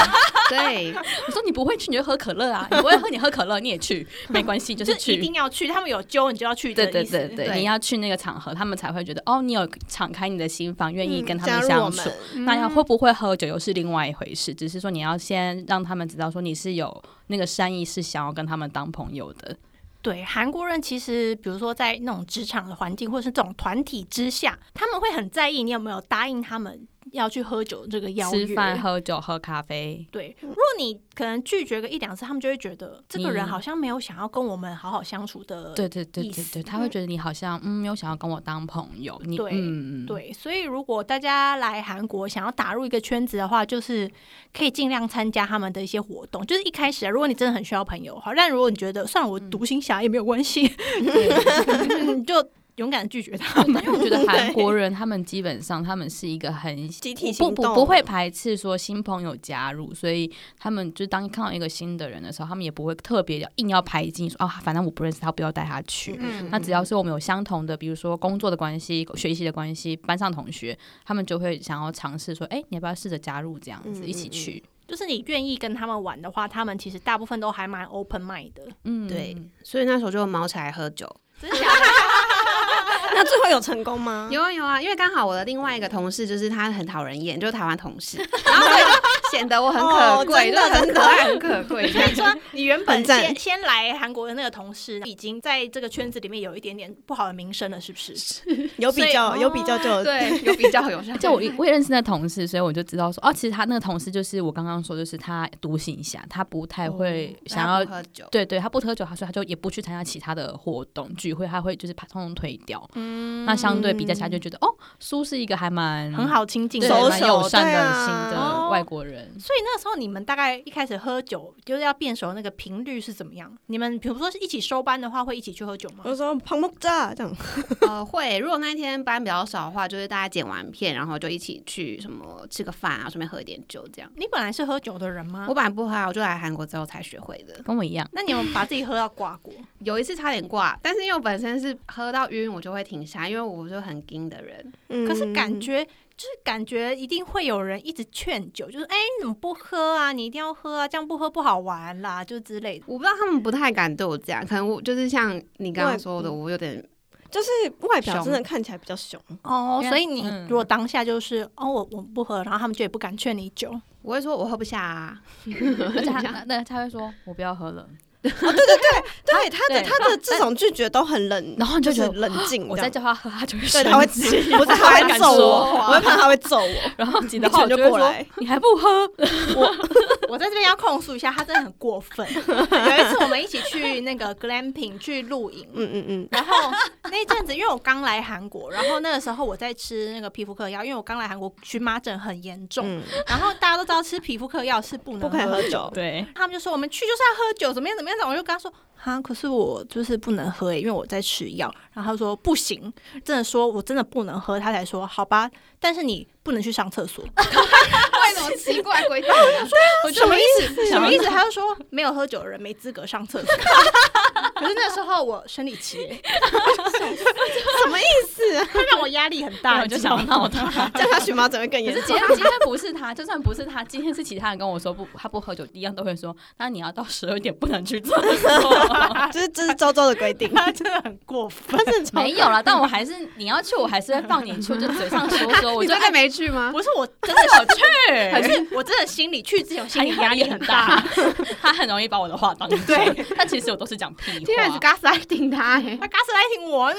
[SPEAKER 1] 对，
[SPEAKER 4] 我说你不会去你就喝可乐啊，你不会喝你喝可乐你也去，没关系，就
[SPEAKER 2] 就是是一定
[SPEAKER 4] 去。
[SPEAKER 2] 要去，他们有揪你就要去的
[SPEAKER 4] 对
[SPEAKER 2] 意思。
[SPEAKER 4] 对对对，
[SPEAKER 1] 对
[SPEAKER 4] 你要去那个场合，他们才会觉得哦，你有敞开你的心房，愿意跟他
[SPEAKER 3] 嗯加
[SPEAKER 4] 们
[SPEAKER 3] 入
[SPEAKER 4] 相
[SPEAKER 3] 我
[SPEAKER 4] 处
[SPEAKER 3] 们。。
[SPEAKER 2] 嗯
[SPEAKER 4] 那要会不会喝酒又是另外一回事，只是说你要先让他们知道说你是有那个善意，是想要跟他们当朋友的。
[SPEAKER 2] 对，韩国人其实，比如说在那种职场的环境，或是这种团体之下，他们会很在意你有没有答应他们要去喝酒这个邀约。
[SPEAKER 4] 吃饭、喝酒、喝咖啡，
[SPEAKER 2] 对，如果你可能拒绝个一两次，他们就会觉得这个人
[SPEAKER 4] 你
[SPEAKER 2] 好像没有想要跟我们好好相处的。
[SPEAKER 4] 嗯对对对
[SPEAKER 2] 意
[SPEAKER 4] 对
[SPEAKER 2] 思
[SPEAKER 4] 对，他会觉得你好像嗯没有想要跟我当朋友，你
[SPEAKER 2] 对
[SPEAKER 4] 嗯，
[SPEAKER 2] 对，所以如果大家来韩国想要打入一个圈子的话，就是可以尽量参加他们的一些活动。就是一开始啊，如果你真的很需要朋友，好，但如果你觉得算了，我
[SPEAKER 4] 嗯
[SPEAKER 2] 独行侠也没有关系， 你就勇敢地拒绝他 们。
[SPEAKER 4] 因为我觉得韩国 人他们基本上他们是一个很
[SPEAKER 3] 集体
[SPEAKER 4] 不
[SPEAKER 3] 行
[SPEAKER 4] 不
[SPEAKER 3] 动
[SPEAKER 4] 不会排斥说新朋友加入，所以他们就当看到一个新的人的时候，他们也不会特别地硬要排挤说啊，反正我不认识他，不要带他去。
[SPEAKER 2] 嗯
[SPEAKER 4] 那只要是我们有相同的，比如说工作的关系、学习的关系、班上同学，他们就会想要尝试说，哎、你要不要试着加入这样子、
[SPEAKER 3] 嗯
[SPEAKER 4] 一起去？
[SPEAKER 2] 就是你愿意跟他们玩的话，他们其实大部分都还蛮 open mind 的。
[SPEAKER 4] 嗯，
[SPEAKER 1] 对，所以那时候就毛起来喝酒。
[SPEAKER 2] 真的假的？
[SPEAKER 3] 那最后有成功吗？
[SPEAKER 1] 有啊有啊，因为刚好我的另外一个同事就是他很讨人厌，就是台湾同 事，然后所以就显得我很可贵，
[SPEAKER 3] 哦真
[SPEAKER 1] 就
[SPEAKER 3] 的
[SPEAKER 1] 是很可爱、很可贵。
[SPEAKER 2] 所以说，你原本
[SPEAKER 3] 很赞
[SPEAKER 2] 先先来韩国的那个同事，已经在这个圈子里面有一点点不好的名声了，是不是？
[SPEAKER 3] 有比较，
[SPEAKER 2] 所以
[SPEAKER 3] 有比较就有。
[SPEAKER 1] 对，有比较有效。
[SPEAKER 4] 就我我也认识那同事，所以我就知道说，哦，其实他那个同事就是我刚刚说，就是他独行侠，他不太会
[SPEAKER 3] 哦
[SPEAKER 4] 想要
[SPEAKER 1] 他不喝酒，
[SPEAKER 4] 对对，他不喝酒，他所以他就也不去参加其他的活动聚会，他会就是把通通推掉。嗯，那相对比较起来就觉得，哦，苏是一个还蛮
[SPEAKER 2] 很好亲近
[SPEAKER 4] 对
[SPEAKER 2] 的人，
[SPEAKER 3] 嗯熟
[SPEAKER 4] 蛮友
[SPEAKER 3] 手
[SPEAKER 4] 善
[SPEAKER 3] 对
[SPEAKER 4] 的
[SPEAKER 3] 啊
[SPEAKER 4] 心的
[SPEAKER 2] 哦
[SPEAKER 4] 外国人。
[SPEAKER 2] 所以那时候你们大概一开始喝酒就是要变熟，那个频率是怎么样？你们比如说是一起收班的话，会一起去喝酒吗？
[SPEAKER 3] 我就说庞木炸这样，
[SPEAKER 1] 呃，会。如果那一天班比较少的话，就是大家剪完片，然后就一起去什么吃个饭啊，顺便喝一点酒这样。
[SPEAKER 2] 你本来是喝酒的人吗
[SPEAKER 1] 我？本来不喝啊，我就来韩国之后才学会的。
[SPEAKER 4] 跟我一 样，
[SPEAKER 2] 那你们把自己喝到挂过，
[SPEAKER 1] 有一次差点挂，但是因为我本身是喝到晕，我就会停下，因为我就很硬的人。
[SPEAKER 3] 嗯
[SPEAKER 2] 可是感觉就是感觉一定会有人一直劝酒，就是哎、你怎么不喝啊？你一定要喝啊，这样不喝不好玩啦，就之类的。
[SPEAKER 1] 我不知道他们不太敢对我这样，可能我就是像你刚刚说的，我有点
[SPEAKER 3] 就是外表真的看起来比较凶，
[SPEAKER 2] 哦，
[SPEAKER 4] 因为
[SPEAKER 2] 所以你
[SPEAKER 4] 嗯
[SPEAKER 2] 如果当下就是、哦，我我不喝，然后他们就也不敢劝你酒，
[SPEAKER 1] 我会说我喝不下啊，
[SPEAKER 4] 而且他那他会说我不要喝
[SPEAKER 3] 嗯
[SPEAKER 4] 了，
[SPEAKER 3] 对他
[SPEAKER 4] 对
[SPEAKER 3] 的他的这种拒绝都很冷，
[SPEAKER 4] 然后你就
[SPEAKER 3] 就是
[SPEAKER 4] 觉得哦
[SPEAKER 3] 冷静，
[SPEAKER 4] 我
[SPEAKER 3] 这
[SPEAKER 4] 再
[SPEAKER 3] 样
[SPEAKER 4] 叫他喝，他就会
[SPEAKER 3] 对他会
[SPEAKER 4] 生气，
[SPEAKER 3] 气，不是他
[SPEAKER 4] 不
[SPEAKER 3] 会
[SPEAKER 4] 敢
[SPEAKER 3] 揍
[SPEAKER 4] 说
[SPEAKER 3] 我，我会怕他会揍我，
[SPEAKER 4] 然 后急的
[SPEAKER 3] 一
[SPEAKER 4] 话我
[SPEAKER 3] 拳就
[SPEAKER 4] 就会
[SPEAKER 3] 过
[SPEAKER 4] 说
[SPEAKER 3] 来，
[SPEAKER 4] 你还不喝，
[SPEAKER 2] 我在这边要控诉一下，他真的很过分。 有一次我们一起去那个 glamping 去露营，
[SPEAKER 3] 嗯嗯嗯，
[SPEAKER 2] 然后那一阵子因为我刚来韩国，然后那个时候我在吃那个皮肤科药，因为我刚来韩国荨麻疹很严 重，
[SPEAKER 3] 嗯
[SPEAKER 2] 然后大家都知道吃皮肤科药是不能
[SPEAKER 3] 不可以喝酒，
[SPEAKER 4] 对，
[SPEAKER 2] 他们就说我们去就是要喝酒，怎么样怎么样，我就跟他说哈，可是我就是不能喝、欸，因为我在吃药。然后他说不行，真的说我真的不能喝，他才说好吧，但是你不能去上厕所，
[SPEAKER 1] 为什么奇怪规 定啊？
[SPEAKER 4] 我就没
[SPEAKER 2] 意思？ 什
[SPEAKER 4] 想
[SPEAKER 2] 么意思？他就说没有喝酒的人没资格上厕所。可是那时候我生理期 耶，
[SPEAKER 3] 什么意思啊？
[SPEAKER 2] 他让我压力很
[SPEAKER 4] 大
[SPEAKER 2] 大，
[SPEAKER 4] 我就
[SPEAKER 2] 你知道
[SPEAKER 4] 想
[SPEAKER 2] 吗
[SPEAKER 4] 闹他。
[SPEAKER 3] 叫他荨麻疹会更
[SPEAKER 4] 可
[SPEAKER 3] 严
[SPEAKER 4] 是
[SPEAKER 3] 重
[SPEAKER 4] 今。天今天不是他，就算不是他，今天是其他人跟我说不，他不喝酒，一样都会说，那你要到十二点不能去厕所。
[SPEAKER 3] 就是这是周周的规定，
[SPEAKER 2] 他真的很过 分。
[SPEAKER 3] 但是
[SPEAKER 4] 没有啦，但我还是你要去，我还是会放你去，就嘴上说 说，我
[SPEAKER 1] 你
[SPEAKER 4] 就哎
[SPEAKER 1] 真的没去吗？
[SPEAKER 2] 不是我真的有去， 可
[SPEAKER 4] 去。
[SPEAKER 2] 是我哎真的心里去之前我心
[SPEAKER 4] 心
[SPEAKER 2] 里
[SPEAKER 4] 理
[SPEAKER 2] 压
[SPEAKER 4] 压
[SPEAKER 2] 力
[SPEAKER 4] 力
[SPEAKER 2] 很
[SPEAKER 4] 很
[SPEAKER 2] 大
[SPEAKER 4] 大。，他很容易 把我的话当真。
[SPEAKER 2] 对，
[SPEAKER 4] 但其实我都是讲屁话。
[SPEAKER 1] 天然是 gaslighting 他哎、
[SPEAKER 2] 他嘎死来听我，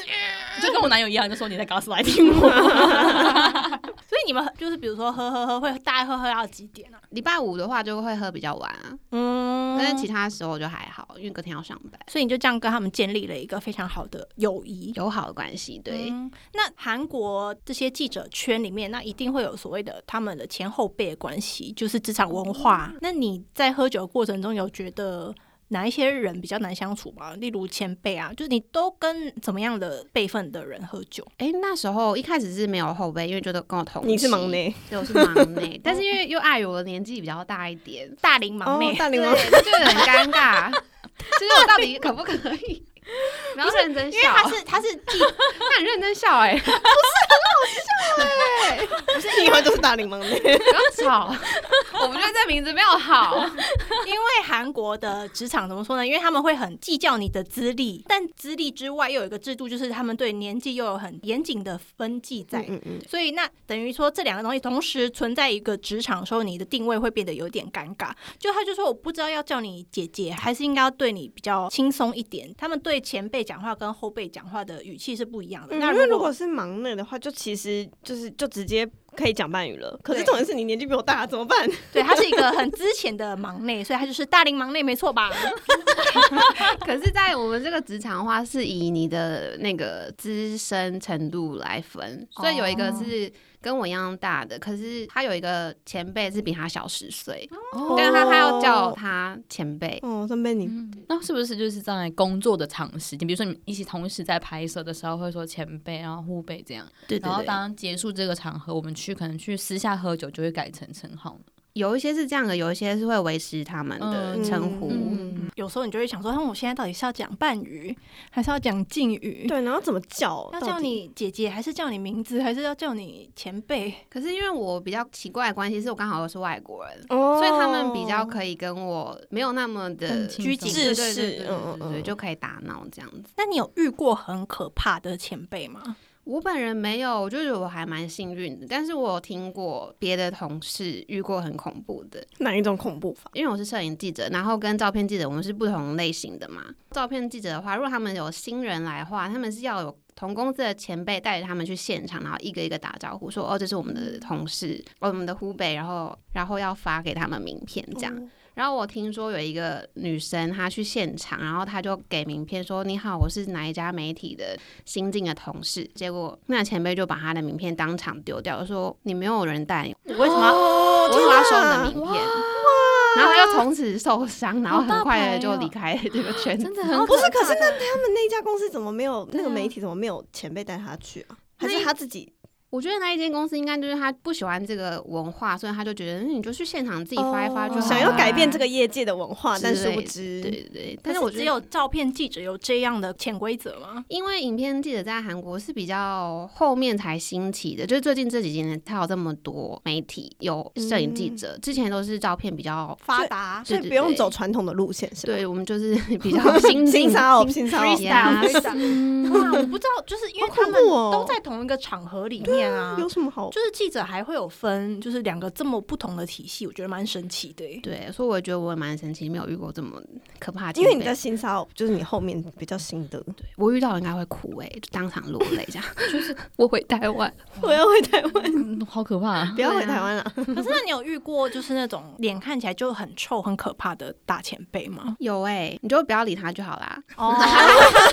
[SPEAKER 4] 就跟我男友一样，就说你在搞死来听我。
[SPEAKER 2] 所以你们就是比如说喝喝喝会大概喝喝到几点啊？
[SPEAKER 1] 礼拜五的话就会喝比较晚啊，
[SPEAKER 2] 嗯
[SPEAKER 1] 但是其他时候就还好，因为隔天要上班，
[SPEAKER 2] 所以你就这样跟他们建立了一个非常好的友谊。
[SPEAKER 1] 友好的关系。对，
[SPEAKER 2] 嗯那韩国这些记者圈里面，那一定会有所谓的他们的前后辈的关系，就是职场文化。
[SPEAKER 3] 嗯
[SPEAKER 2] 那你在喝酒的过程中，有觉得哪一些人比较难相处吗？例如前辈啊，就是你都跟怎么样的辈分的人喝酒？
[SPEAKER 1] 哎、那时候一开始是没有后辈，因为觉得跟我同期
[SPEAKER 3] 你是忙，内，
[SPEAKER 1] 对，我是忙内，但是因为又碍于我的年纪比较大一 点，
[SPEAKER 2] 大龄忙内、
[SPEAKER 3] 哦大龄
[SPEAKER 1] 对
[SPEAKER 3] 忙，
[SPEAKER 1] 就很尴尬。就是我到底可不可 以？然后认真
[SPEAKER 2] 因为
[SPEAKER 1] 笑，
[SPEAKER 2] 他是他 是记
[SPEAKER 1] 他很欸认真笑 哎、
[SPEAKER 3] 不 是你以后就是大龄忙内，
[SPEAKER 1] 不要吵， 我们觉得这名字没有好。
[SPEAKER 2] 因为韩国的职场怎么说呢？因为他们会很计较你的资历，但资历之外又有一个制度，就是他们对年纪又有很严谨的分际在。
[SPEAKER 3] 嗯嗯，
[SPEAKER 2] 所以那等于说这两个东西同时存在一个职场的时候，你的定位会变得有点尴尬。就他就说我不知道要叫你姐姐，还是应该要对你比较轻松一点。他们对前辈讲话跟后辈讲话的语气是不一样的。
[SPEAKER 3] 嗯
[SPEAKER 2] 那
[SPEAKER 3] 因为
[SPEAKER 2] 如
[SPEAKER 3] 如果是忙内的话，就其实就是就直接可以讲伴语了。可是
[SPEAKER 2] 对
[SPEAKER 3] 重点是你年纪比我大，怎么办？
[SPEAKER 2] 对他是一个很之前的忙内，所以他就是大龄忙内没错吧？
[SPEAKER 1] 可是，在我们这个职场的话，是以你的那个资深程度来分，所以有一个是跟我一样大的，可是他有一个前辈是比他小十岁，哦 但是他他要叫他前辈。
[SPEAKER 3] 哦，真被你
[SPEAKER 4] 那是不是就是在工作的场时间，比如说你们一起同时在拍摄的时候，会说前辈，然后后辈这样。
[SPEAKER 3] 对
[SPEAKER 4] 然后当结束这个场合，我们去可能去私下喝酒，就会改成称号。
[SPEAKER 1] 有一些是这样的，有一些是会维持他们的
[SPEAKER 4] 嗯
[SPEAKER 1] 称呼。
[SPEAKER 4] 嗯，
[SPEAKER 2] 有时候你就会想说，那我现在到底是要讲半语，还是要讲敬语？
[SPEAKER 3] 对，然后怎么叫？
[SPEAKER 2] 要
[SPEAKER 3] 到
[SPEAKER 2] 叫
[SPEAKER 3] 底
[SPEAKER 2] 你姐姐，还是叫你名字，还是要叫你前辈？
[SPEAKER 1] 可是因为我比较奇怪的关系，是我刚好又是外国人，
[SPEAKER 3] 哦
[SPEAKER 1] 所以他们比较可以跟我没有那么的
[SPEAKER 4] 更亲
[SPEAKER 1] 对
[SPEAKER 4] 近
[SPEAKER 1] 对对
[SPEAKER 3] 自
[SPEAKER 1] 对
[SPEAKER 3] 视嗯
[SPEAKER 1] 对对
[SPEAKER 3] 嗯
[SPEAKER 1] 对，
[SPEAKER 3] 嗯
[SPEAKER 1] 就可以打闹这样子。
[SPEAKER 2] 那你有遇过很可怕的前辈吗？
[SPEAKER 1] 我本人没有，我就觉得我还蛮幸运的，但是我有听过别的同事遇过很恐怖的，
[SPEAKER 3] 哪一种恐怖法？
[SPEAKER 1] 因为我是摄影记者，然后跟照片记者我们是不同类型的嘛。照片记者的话，如果他们有新人来的话，他们是要有同公司的前辈带着他们去现场，然后一个一个打招呼，说哦，这是我们的同事，哦我们的呼北，然后然后要发给他们名片这样。然后我听说有一个女生，她去现场，然后她就给名片说：“你好，我是哪一家媒体的新进的同事。”结果那前辈就把她的名片当场丢掉，说：“你没有人带你，
[SPEAKER 3] 为什么？哦
[SPEAKER 1] 我为我要收你的名片。然后他就从此受伤，然后
[SPEAKER 4] 好大
[SPEAKER 1] 很快
[SPEAKER 4] 牌
[SPEAKER 1] 的就
[SPEAKER 4] 哦
[SPEAKER 1] 离开这个
[SPEAKER 3] 哦
[SPEAKER 1] 圈子
[SPEAKER 4] 真。的很
[SPEAKER 3] 不是，
[SPEAKER 4] 可
[SPEAKER 3] 可
[SPEAKER 4] 怕
[SPEAKER 3] 是那他们那家公司怎么没有、那个
[SPEAKER 4] 对啊
[SPEAKER 3] 媒体怎么没有前辈带他去啊？还
[SPEAKER 1] 那
[SPEAKER 3] 是他自己
[SPEAKER 1] 我觉得那一间公司应该就是他不喜欢这个文化，所以他就觉得嗯你就去现场自己发一发就
[SPEAKER 4] 哦
[SPEAKER 1] 好、了。
[SPEAKER 3] 想要改变这个业界的文化，
[SPEAKER 1] 之
[SPEAKER 3] 但殊
[SPEAKER 1] 类
[SPEAKER 3] 不
[SPEAKER 1] 的
[SPEAKER 3] 知，
[SPEAKER 1] 对对对，
[SPEAKER 2] 但
[SPEAKER 1] 但
[SPEAKER 2] 是
[SPEAKER 1] 是
[SPEAKER 2] 我
[SPEAKER 1] 我觉
[SPEAKER 2] 只
[SPEAKER 1] 得
[SPEAKER 2] 有照片记者有这样的潜规则吗？
[SPEAKER 1] 因为影片记者在韩国是比较后面才兴起的，就是最近这几年才有这么多媒体有摄影记者，之前都是照片比较
[SPEAKER 2] 发达
[SPEAKER 3] 所以
[SPEAKER 1] 对
[SPEAKER 3] 不用
[SPEAKER 1] 对
[SPEAKER 3] 走传统的路线，是吧？
[SPEAKER 1] 对我们就是 比较新进
[SPEAKER 3] 新
[SPEAKER 1] 的。
[SPEAKER 3] 沙哦，新沙哦，
[SPEAKER 1] 呀
[SPEAKER 2] freestyle，哇，我不知道，就是因为
[SPEAKER 3] 嗯好
[SPEAKER 2] 他
[SPEAKER 3] 恐
[SPEAKER 2] 们
[SPEAKER 3] 怖哦
[SPEAKER 2] 都在同一个场合里面啊，
[SPEAKER 3] 有什么好？
[SPEAKER 2] 就是记者还会有分，就是两个这么不同的体系，我觉得蛮神奇的耶。
[SPEAKER 1] 对，所以我觉得我也蛮神奇，没有遇过这么可怕的前
[SPEAKER 3] 因
[SPEAKER 1] 辈。
[SPEAKER 3] 为你在新沙哦，就是你后面比较新的，
[SPEAKER 1] 我遇到应该会哭哎、就当场落泪这样。 就是我回台湾，
[SPEAKER 3] 我要回台湾，
[SPEAKER 4] 嗯好可怕、啊！
[SPEAKER 3] 不要回台湾了。
[SPEAKER 2] 可是那你有遇过就是那种脸看起来就很臭、很可怕的大前辈吗？
[SPEAKER 1] 有哎、你就不要理他就好啦。
[SPEAKER 2] 哦，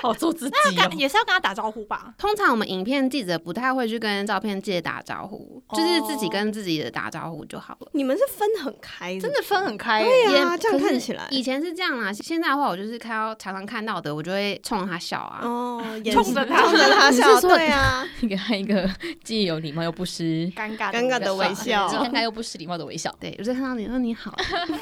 [SPEAKER 4] 好做自 己哦
[SPEAKER 2] 那跟也是要跟 他打招呼吧？
[SPEAKER 1] 通常我们影片记者不太会去跟照片记者打招呼，就是自己跟自己的打招呼就好了。
[SPEAKER 3] 你们是分得很开，
[SPEAKER 2] 真的分很开耶，
[SPEAKER 3] 对啊，
[SPEAKER 1] 也
[SPEAKER 3] 这样
[SPEAKER 1] 可是
[SPEAKER 3] 看起来
[SPEAKER 1] 以前是这样啦，现在的话，我就是看到常常看到的，我就会冲他笑啊。
[SPEAKER 3] 哦，眼
[SPEAKER 2] 冲着他
[SPEAKER 3] 冲着他
[SPEAKER 4] 你是
[SPEAKER 3] 笑，
[SPEAKER 4] 说
[SPEAKER 3] 对啊，
[SPEAKER 4] 你给他一个既有礼貌又不失
[SPEAKER 2] 尴尬
[SPEAKER 3] 尴尬的微
[SPEAKER 2] 哦
[SPEAKER 3] 笑
[SPEAKER 4] 既尴尬又不失礼貌的微笑。
[SPEAKER 1] 对，我就看到你说你好，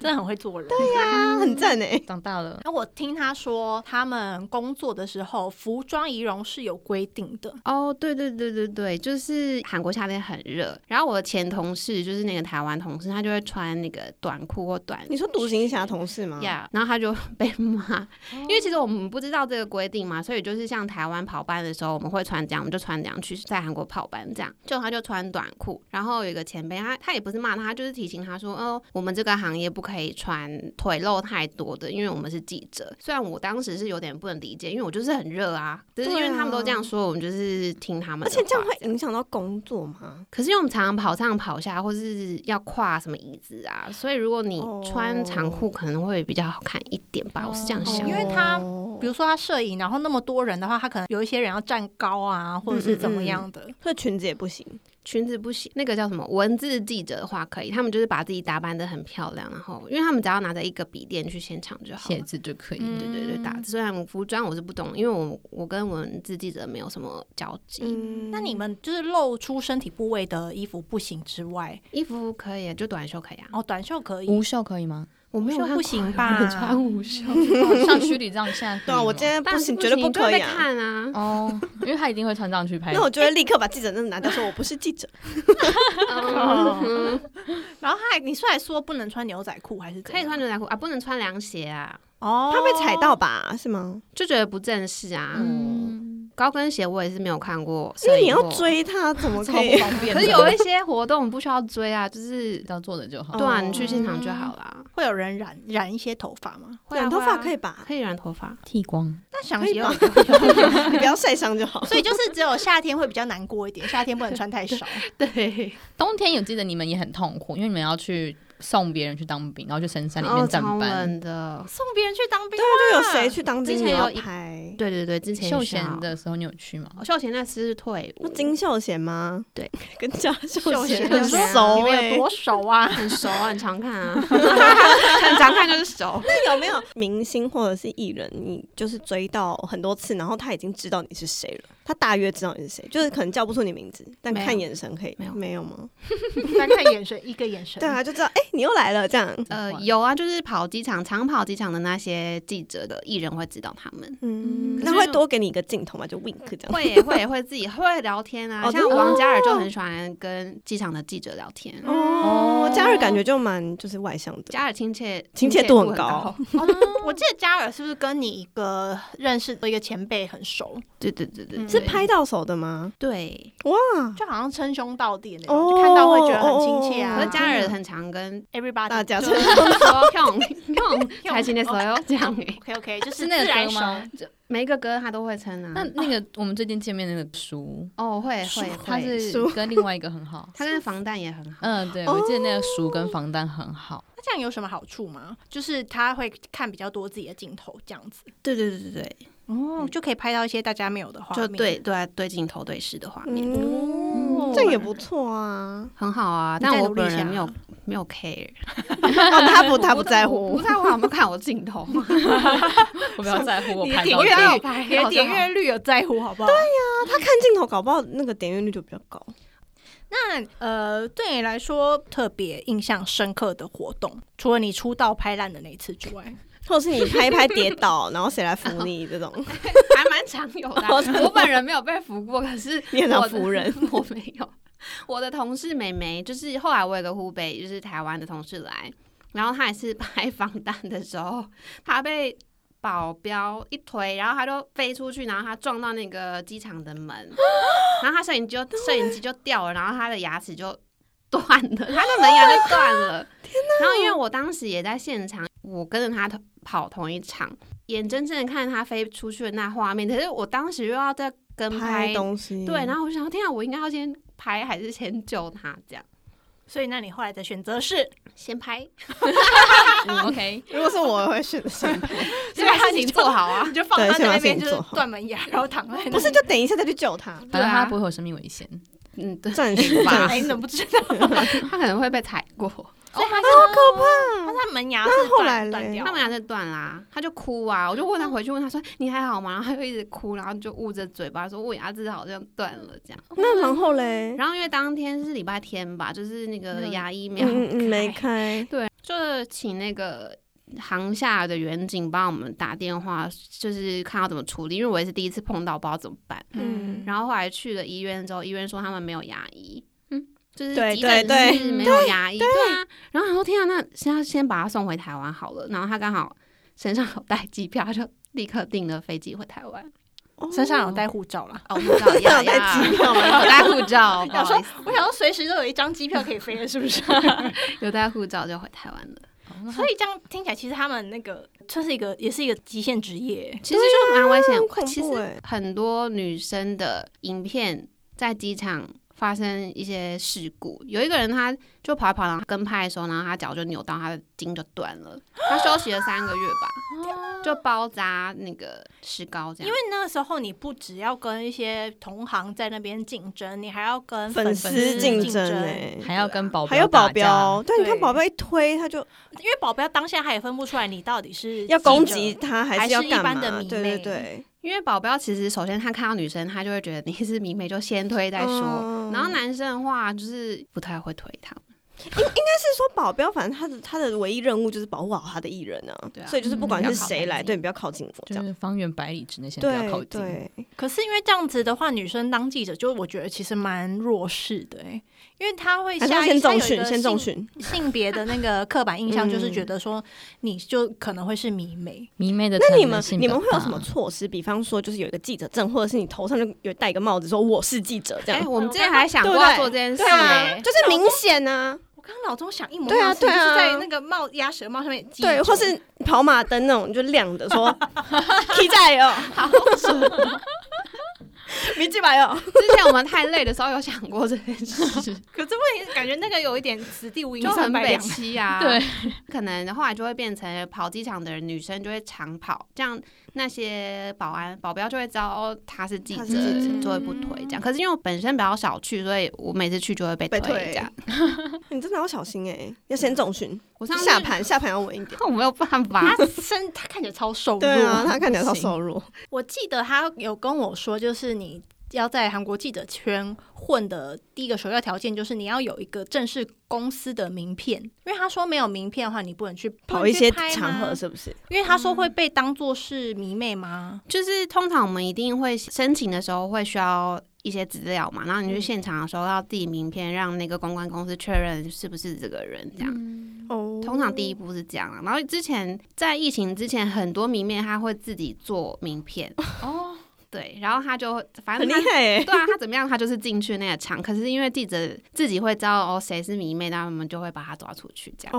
[SPEAKER 2] 真的很会做人。
[SPEAKER 3] 啊，很赞哎。
[SPEAKER 4] 长大了，
[SPEAKER 2] 那我听他说，他们工作的时候，服装仪容是有规定的。
[SPEAKER 1] 哦，对对对对对，就是韩国夏天很热，然后我的前同事就是那个台湾同事，他就会穿那个短裤或短
[SPEAKER 3] 你说独行侠同事吗？
[SPEAKER 1] 呀然后他就被
[SPEAKER 3] 哦
[SPEAKER 1] 骂，因为其实我们不知道这个规定嘛，所以就是像台湾跑班的时候，我们会穿这样，我们就穿这样去在韩国跑班这样，就他就穿短裤，然后有一个前辈，他他也不是骂他，他就是提醒他说，哦，我们这个行业不可以穿腿露太多的，因为我们是记者。虽然我当时是有点不能理解，因为我就是很热啊，只是因为他们都这样说，我们就是听他们的
[SPEAKER 3] 而
[SPEAKER 1] 话。
[SPEAKER 3] 且这样会影响到工作吗？
[SPEAKER 1] 可是因为我们常常跑上跑下，或是要跨什么椅子啊，所以如果你
[SPEAKER 3] 哦
[SPEAKER 1] 穿长裤可能会比较好看一点吧，我是这样想
[SPEAKER 2] 因。为他
[SPEAKER 3] 哦
[SPEAKER 2] 比如说他摄影，然后那么多人的话，他可能有一些人要站高啊，或者是
[SPEAKER 1] 嗯
[SPEAKER 2] 怎么样的。
[SPEAKER 3] 所以裙子也不行，
[SPEAKER 1] 裙子不行，那个叫什么文字记者的话可以，他们就是把自己打扮的很漂亮，然后因为他们只要拿着一个笔电去现场就好
[SPEAKER 4] 写
[SPEAKER 1] 了。
[SPEAKER 4] 字就可以。
[SPEAKER 1] 对对对，打
[SPEAKER 3] 嗯
[SPEAKER 1] 字虽然服装我是不懂，因为我我跟文字记者没有什么交集。
[SPEAKER 3] 嗯，
[SPEAKER 2] 那你们就是露出身体部位的衣服不行之外，
[SPEAKER 1] 衣服可以，就短袖可以啊。
[SPEAKER 2] 哦，短袖可以，
[SPEAKER 4] 无袖可以吗？
[SPEAKER 1] 我没有
[SPEAKER 2] 无袖
[SPEAKER 3] 啊
[SPEAKER 1] 看
[SPEAKER 2] 啊不行吧
[SPEAKER 1] 有人穿无 袖，
[SPEAKER 4] 像虚里这样现在可以吗
[SPEAKER 1] 嗯
[SPEAKER 3] 对啊，我今天不
[SPEAKER 1] 但是
[SPEAKER 3] 行，绝对
[SPEAKER 1] 不
[SPEAKER 3] 可
[SPEAKER 1] 会
[SPEAKER 3] 以
[SPEAKER 1] 被
[SPEAKER 3] 啊。
[SPEAKER 1] 看 啊。
[SPEAKER 4] 哦，因为他一定会穿上去拍哦
[SPEAKER 3] 那。我就会立刻把记者证拿掉，说我不是记者。
[SPEAKER 1] 嗯
[SPEAKER 2] 哦然后他还你是还说不能穿牛仔裤还是怎
[SPEAKER 1] 可以
[SPEAKER 2] 样
[SPEAKER 1] 穿牛仔裤啊，不能穿凉鞋啊，
[SPEAKER 2] 哦，
[SPEAKER 3] 怕被踩到吧？是吗？
[SPEAKER 1] 就觉得不正式啊。
[SPEAKER 4] 嗯，
[SPEAKER 1] 高跟鞋我也是没啊有看过，
[SPEAKER 3] 因为你要
[SPEAKER 1] 摄影过。
[SPEAKER 3] 追他，怎么
[SPEAKER 4] 超
[SPEAKER 3] 可
[SPEAKER 4] 不
[SPEAKER 3] 以？
[SPEAKER 4] 方便
[SPEAKER 1] 可
[SPEAKER 4] 的。
[SPEAKER 1] 是有一些活动不需要追啊，就是
[SPEAKER 4] 要做的就好。
[SPEAKER 1] 对啊，
[SPEAKER 3] 哦
[SPEAKER 1] 你去现场就好啦。
[SPEAKER 2] 会有人染染一些头发吗？
[SPEAKER 1] 会啊
[SPEAKER 3] 染头
[SPEAKER 1] 会啊
[SPEAKER 3] 发可以 吧？
[SPEAKER 1] 可以染头 发，
[SPEAKER 4] 剃光，
[SPEAKER 2] 那想
[SPEAKER 3] 可以
[SPEAKER 2] 也
[SPEAKER 3] 吧
[SPEAKER 2] 有，
[SPEAKER 3] 你不要晒伤就好。
[SPEAKER 2] 所 以就是只有夏天会比较难过一点，夏天不能穿太少。
[SPEAKER 1] 对，
[SPEAKER 4] 冬天有记得你们也很痛苦，因为你们要去送别人去当兵，然后去深山里面
[SPEAKER 1] 哦
[SPEAKER 4] 站
[SPEAKER 1] 超
[SPEAKER 4] 班。
[SPEAKER 1] 冷的。
[SPEAKER 2] 送别人去当兵
[SPEAKER 3] 对啊，就有谁去当
[SPEAKER 1] 之
[SPEAKER 3] 兵
[SPEAKER 1] 前
[SPEAKER 3] 要
[SPEAKER 1] 有一
[SPEAKER 3] 拍？
[SPEAKER 1] 对对对，之前
[SPEAKER 4] 秀
[SPEAKER 1] 也是啊
[SPEAKER 4] 贤，的时候你有去吗？
[SPEAKER 1] 哦秀贤那次是退伍
[SPEAKER 3] 那，金秀贤吗？
[SPEAKER 1] 对，
[SPEAKER 3] 跟嘉秀
[SPEAKER 2] 秀
[SPEAKER 3] 贤
[SPEAKER 2] 贤
[SPEAKER 3] 很
[SPEAKER 1] 秀贤啊
[SPEAKER 3] 熟
[SPEAKER 2] 你们
[SPEAKER 3] 哎
[SPEAKER 2] 有。多熟啊？
[SPEAKER 1] 很熟啊，很常看啊， 很常看就是 熟。
[SPEAKER 3] 那有没有明星或者是艺人，你就是追到很多次，然后他已经知道你是谁了，他大约知道你是谁，就是可能叫不出你名字，但
[SPEAKER 1] 没有
[SPEAKER 3] 看眼神可以，
[SPEAKER 1] 没有
[SPEAKER 3] 没有吗？
[SPEAKER 2] 单看眼神，一个眼神。
[SPEAKER 3] 对啊，就知道哎、你又来了这样。
[SPEAKER 1] 呃，有啊，就是跑机场、长跑机场的那些记者的艺人会知道他们。
[SPEAKER 3] 嗯，
[SPEAKER 1] 可
[SPEAKER 3] 那
[SPEAKER 1] 是
[SPEAKER 3] 会多给你一个镜头嘛，就 wink 这 样。
[SPEAKER 1] 会耶会耶会自己会聊天啊，
[SPEAKER 3] 哦
[SPEAKER 1] 像
[SPEAKER 3] 真的
[SPEAKER 1] 王嘉尔就很喜欢跟机场的记者聊天。
[SPEAKER 3] 哦，嘉尔感觉就蛮就是外向的，
[SPEAKER 1] 嘉尔亲切
[SPEAKER 3] 亲切度
[SPEAKER 1] 度
[SPEAKER 3] 很高，
[SPEAKER 2] 我记得嘉尔是不是跟你一个认识的一个前辈很熟，
[SPEAKER 1] 对对对对，
[SPEAKER 2] 嗯
[SPEAKER 3] 是
[SPEAKER 1] 对
[SPEAKER 3] 拍到手的吗？
[SPEAKER 1] 对。
[SPEAKER 3] 哇，
[SPEAKER 2] 就好像称兄道弟那
[SPEAKER 3] 哦
[SPEAKER 2] 种，就看到会觉得很亲切啊。
[SPEAKER 1] 可
[SPEAKER 3] 哦
[SPEAKER 1] 是嘉尔很 常跟
[SPEAKER 2] everybody
[SPEAKER 3] 大家
[SPEAKER 1] 就
[SPEAKER 3] 真
[SPEAKER 1] 是
[SPEAKER 3] 的
[SPEAKER 1] 说 用用才情的时候要这样耶，
[SPEAKER 2] OK OK，就是
[SPEAKER 4] 是那
[SPEAKER 2] 自
[SPEAKER 4] 个
[SPEAKER 2] 然
[SPEAKER 4] 歌吗
[SPEAKER 2] 熟？
[SPEAKER 1] 每一个歌他都会称啊。
[SPEAKER 4] 那那个我们最近见面那个叔，
[SPEAKER 1] 哦会会
[SPEAKER 4] 他
[SPEAKER 1] 会，
[SPEAKER 4] 是
[SPEAKER 3] 叔
[SPEAKER 4] 跟另外一个很好。
[SPEAKER 1] 他跟防弹也很好。
[SPEAKER 4] 嗯，对，我记得那个叔跟防弹很好。
[SPEAKER 2] 那这样有什么好处吗？就是他会看比较多自己的镜头，这样子嗯
[SPEAKER 1] 对对对对对，
[SPEAKER 2] 哦，就可以拍到一些大家没有的画
[SPEAKER 1] 就
[SPEAKER 2] 面。
[SPEAKER 1] 对对啊对镜头对视的画面。
[SPEAKER 3] 嗯，
[SPEAKER 2] 哦
[SPEAKER 3] 这样也不错啊。
[SPEAKER 1] 很好啊，
[SPEAKER 2] 你
[SPEAKER 1] 但
[SPEAKER 2] 再
[SPEAKER 1] 我
[SPEAKER 2] 努力一
[SPEAKER 1] 本人
[SPEAKER 2] 下
[SPEAKER 1] 没有没有 care，
[SPEAKER 3] 哦，他不，他不在乎
[SPEAKER 1] 不。在乎他有没有看我镜头，
[SPEAKER 4] 我不要在乎我
[SPEAKER 2] 你的
[SPEAKER 4] 拍
[SPEAKER 2] 点
[SPEAKER 4] 到这
[SPEAKER 2] 阅率
[SPEAKER 4] 里
[SPEAKER 2] 有拍，你的点阅率有在乎好不好？
[SPEAKER 3] 他看镜头，搞不好那个点阅率就比较高。
[SPEAKER 2] 那呃，对你来说特别印象深刻的活动，除了你出道拍烂的那一次之外，
[SPEAKER 3] 或者是你拍一拍跌倒，然后谁来扶你这 种，
[SPEAKER 1] 还蛮常有 的啊、我本人没有被服过，可是
[SPEAKER 3] 你很常
[SPEAKER 1] 我的
[SPEAKER 3] 扶人。
[SPEAKER 1] 我没有。我的同事美眉，就是后来我有个湖北，就是台湾的同事来，然后她也是 拍防弹的时候，她被保镖一推，然后她就飞出去，然后她撞到那个机场的门，然后她摄影机就摄影机就掉了，然后她的牙齿就断了，她的门牙就断
[SPEAKER 3] 哦
[SPEAKER 1] 了。天哪！然后因为我当时也在现场，我跟着她同跑同一场，眼睁睁的看着她飞出去的那画面，可是我当时又要在跟
[SPEAKER 3] 拍东西，
[SPEAKER 1] 对，然后我就想，天啊，我应该要先拍还是先救他？这样
[SPEAKER 2] 所以那你后来的选择是，
[SPEAKER 1] 先拍，
[SPEAKER 4] 嗯 OK，
[SPEAKER 3] 如果是我我会选先 拍，
[SPEAKER 1] 先把事情做好啊。
[SPEAKER 2] 你就放
[SPEAKER 3] 对
[SPEAKER 2] 他
[SPEAKER 3] 先
[SPEAKER 2] 在
[SPEAKER 3] 把
[SPEAKER 2] 那
[SPEAKER 3] 事
[SPEAKER 2] 边
[SPEAKER 3] 情
[SPEAKER 2] 就
[SPEAKER 3] 做
[SPEAKER 2] 是
[SPEAKER 3] 好
[SPEAKER 2] 断门牙，然后躺在那里
[SPEAKER 3] 不是就等一下再去救他，
[SPEAKER 1] 对
[SPEAKER 4] 反正
[SPEAKER 1] 啊
[SPEAKER 4] 他不会有生命危险。
[SPEAKER 1] 嗯，对，
[SPEAKER 3] 暂时
[SPEAKER 1] 吧
[SPEAKER 3] 吧。
[SPEAKER 2] 哎，你怎么不知道？
[SPEAKER 1] 他可能会被踩过，
[SPEAKER 2] 所以他好可 怕，哦他是门牙是
[SPEAKER 3] 那后
[SPEAKER 2] 断
[SPEAKER 3] 来嘞
[SPEAKER 2] 断掉
[SPEAKER 1] 他
[SPEAKER 2] 了，
[SPEAKER 1] 们俩就断啦，他就哭啊。我就问他回去，问他说你还好吗？然后他就一直哭，然后就捂着嘴巴说我牙齿好像断了这样。
[SPEAKER 3] 那然后嘞，
[SPEAKER 1] 然后因为当天是礼拜天吧，就是那个
[SPEAKER 4] 嗯
[SPEAKER 1] 牙医没有
[SPEAKER 3] 嗯嗯没
[SPEAKER 1] 开
[SPEAKER 3] 开，
[SPEAKER 1] 对，就是请那个航厦的远景帮我们打电话，就是看要怎么处理，因为我也是第一次碰到，不知道怎么办。
[SPEAKER 3] 嗯，
[SPEAKER 1] 然后后来去了医院之后，医院说他们没有牙医，嗯，就是
[SPEAKER 3] 对
[SPEAKER 1] 急诊
[SPEAKER 3] 对
[SPEAKER 1] 室
[SPEAKER 4] 对
[SPEAKER 1] 没有牙医，对啊。然后他说天啊，那先要先把他送回台湾好了。然后他刚好身上有带机票，他就立刻订了飞机回台湾。
[SPEAKER 3] 哦
[SPEAKER 2] 身上有带护照啦。
[SPEAKER 1] 哦，我不知道，要
[SPEAKER 3] 有带机票吗
[SPEAKER 1] 有带护照，不
[SPEAKER 2] 想
[SPEAKER 1] 好
[SPEAKER 2] 说
[SPEAKER 1] 意思，，
[SPEAKER 2] 我想说，随时都有一张机票可以飞了，是 不是？
[SPEAKER 1] 有带护照就回台湾了。
[SPEAKER 3] 嗯
[SPEAKER 2] 所以这样听起来，其实他们那个这是一个，也是一个极限职业。
[SPEAKER 1] 其实就蛮危
[SPEAKER 3] 很
[SPEAKER 1] 险。
[SPEAKER 3] 恐
[SPEAKER 1] 其
[SPEAKER 3] 怖
[SPEAKER 1] 实
[SPEAKER 3] 欸
[SPEAKER 1] 很多女生的影片在机场发生一些事故，有一个人他就跑一跑，然后跟拍的时候，然后他脚就扭到，他的筋就断了，他休息了三个月吧，
[SPEAKER 3] 哦
[SPEAKER 1] 就包扎那个石膏这样。
[SPEAKER 2] 因为那个时候，你不只要跟一些同行在那边竞争，你还要跟
[SPEAKER 3] 粉丝
[SPEAKER 4] 丝
[SPEAKER 3] 竞
[SPEAKER 2] 竞
[SPEAKER 3] 争
[SPEAKER 2] 争
[SPEAKER 3] 哎，
[SPEAKER 4] 还要跟保镖
[SPEAKER 3] 还有保
[SPEAKER 4] 打架
[SPEAKER 3] 镖，对，你看
[SPEAKER 2] 对
[SPEAKER 3] 保镖一推他就
[SPEAKER 2] 因为保镖当下他也分不出来你到底是
[SPEAKER 3] 要攻
[SPEAKER 2] 记者
[SPEAKER 3] 击他，还
[SPEAKER 2] 还
[SPEAKER 3] 要
[SPEAKER 2] 是一
[SPEAKER 3] 干
[SPEAKER 2] 般
[SPEAKER 3] 嘛
[SPEAKER 2] 的？迷
[SPEAKER 3] 对
[SPEAKER 2] 妹
[SPEAKER 3] 对对，
[SPEAKER 1] 因为保镖其实首先他看到女生，他就会觉得你是迷妹，就先推再说。
[SPEAKER 3] 嗯
[SPEAKER 1] 然后男生的话就是不太会推他们，
[SPEAKER 3] 是说保镖，反正他的他的唯一任务就是保护好他的艺人啊
[SPEAKER 1] 对，啊
[SPEAKER 3] 所以就是不管
[SPEAKER 4] 嗯不
[SPEAKER 3] 是
[SPEAKER 4] 要靠
[SPEAKER 3] 谁
[SPEAKER 4] 太
[SPEAKER 3] 来，
[SPEAKER 1] 近
[SPEAKER 3] 对你不要靠近我这
[SPEAKER 4] 就
[SPEAKER 3] 样。
[SPEAKER 4] 是方圆百里之内先不要靠
[SPEAKER 3] 对
[SPEAKER 4] 近。
[SPEAKER 3] 对，
[SPEAKER 2] 可是因为这样子的话，女生当记者就我觉得其实蛮弱势的、欸，因为她会
[SPEAKER 3] 还是
[SPEAKER 2] 下
[SPEAKER 3] 要
[SPEAKER 2] 意
[SPEAKER 3] 哎先
[SPEAKER 2] 她有
[SPEAKER 3] 重
[SPEAKER 2] 一
[SPEAKER 3] 训，
[SPEAKER 2] 个
[SPEAKER 3] 先重
[SPEAKER 2] 性
[SPEAKER 3] 训。
[SPEAKER 2] 性别的那个刻板印象，
[SPEAKER 3] 嗯
[SPEAKER 2] 就是觉得说你就可能会是迷妹，
[SPEAKER 4] 迷妹的
[SPEAKER 3] 那
[SPEAKER 4] 成
[SPEAKER 3] 你
[SPEAKER 4] 人
[SPEAKER 3] 们
[SPEAKER 4] 性比
[SPEAKER 3] 你们
[SPEAKER 4] 较
[SPEAKER 3] 会有什
[SPEAKER 4] 大
[SPEAKER 3] 么措施？比方说，就是有一个记者证，或者是你头上就有戴一个帽子，说我是记者这
[SPEAKER 1] 哎、
[SPEAKER 3] 样，
[SPEAKER 1] 我们之前还想过
[SPEAKER 3] 对不对啊
[SPEAKER 1] 要做这件事、
[SPEAKER 3] 对啊，
[SPEAKER 1] 哎，
[SPEAKER 3] 就是明显啊，
[SPEAKER 2] 我刚刚脑中想一模一
[SPEAKER 3] 对啊
[SPEAKER 2] 样的事情，
[SPEAKER 3] 对啊
[SPEAKER 2] 就是在那个帽鸭舌帽上面系
[SPEAKER 3] 对，
[SPEAKER 2] 着
[SPEAKER 3] 或是跑马灯那种就亮的， 说踢哦加油， 好准，米记吧哟，
[SPEAKER 1] 之前我们太累的时候有想过这件事。
[SPEAKER 2] 可是问题感觉那个有一点此地无银
[SPEAKER 1] 就
[SPEAKER 2] 三
[SPEAKER 1] 很
[SPEAKER 2] 百
[SPEAKER 1] 北
[SPEAKER 2] 两，
[SPEAKER 1] 七啊，
[SPEAKER 4] 对，
[SPEAKER 1] 可能后来就会变成跑机场的人，女生就会长跑，这样那些保安保镖就会知道哦，他是记
[SPEAKER 3] 他
[SPEAKER 1] 者，
[SPEAKER 3] 是记者
[SPEAKER 1] 就会不推这样。可是因为我本身比较少去，所以我每次去就会被
[SPEAKER 3] 被
[SPEAKER 1] 推
[SPEAKER 3] 推
[SPEAKER 1] 这 样。
[SPEAKER 3] 你真的要小心哎，要先重训，
[SPEAKER 1] 我上次
[SPEAKER 3] 下盘下盘要稳一点。
[SPEAKER 1] 我没有办 法，
[SPEAKER 2] 他身他看起来超瘦弱，
[SPEAKER 3] 对啊，他看起来超瘦弱，
[SPEAKER 2] 我记得他有跟我说，就是你要在韩国记者圈混的第一个首要条件就是你要有一个正式公司的名片，因为他说没有名片的话，你不能去
[SPEAKER 3] 跑一些
[SPEAKER 2] 不能去拍吗
[SPEAKER 3] 场合是不是？
[SPEAKER 2] 因为他说会被当做是迷妹吗？
[SPEAKER 1] 就是通常我们一定会申请的时候会需要一些资料嘛，然后你去现场的时候要递名片，让那个公关公司确认是不是这个人这样。
[SPEAKER 3] 哦
[SPEAKER 1] 通常第一步是这样啊，然后之前在疫情之前，很多名片他会自己做名片，
[SPEAKER 4] 哦，
[SPEAKER 1] 对，然后他就会反
[SPEAKER 3] 很
[SPEAKER 1] 正
[SPEAKER 3] 厉
[SPEAKER 1] 他
[SPEAKER 3] 害哎、
[SPEAKER 1] 对啊，他怎么样，他就是进去那个场，可是因为记者自己会知道哦谁是迷妹，那我们就会把他抓出去这样，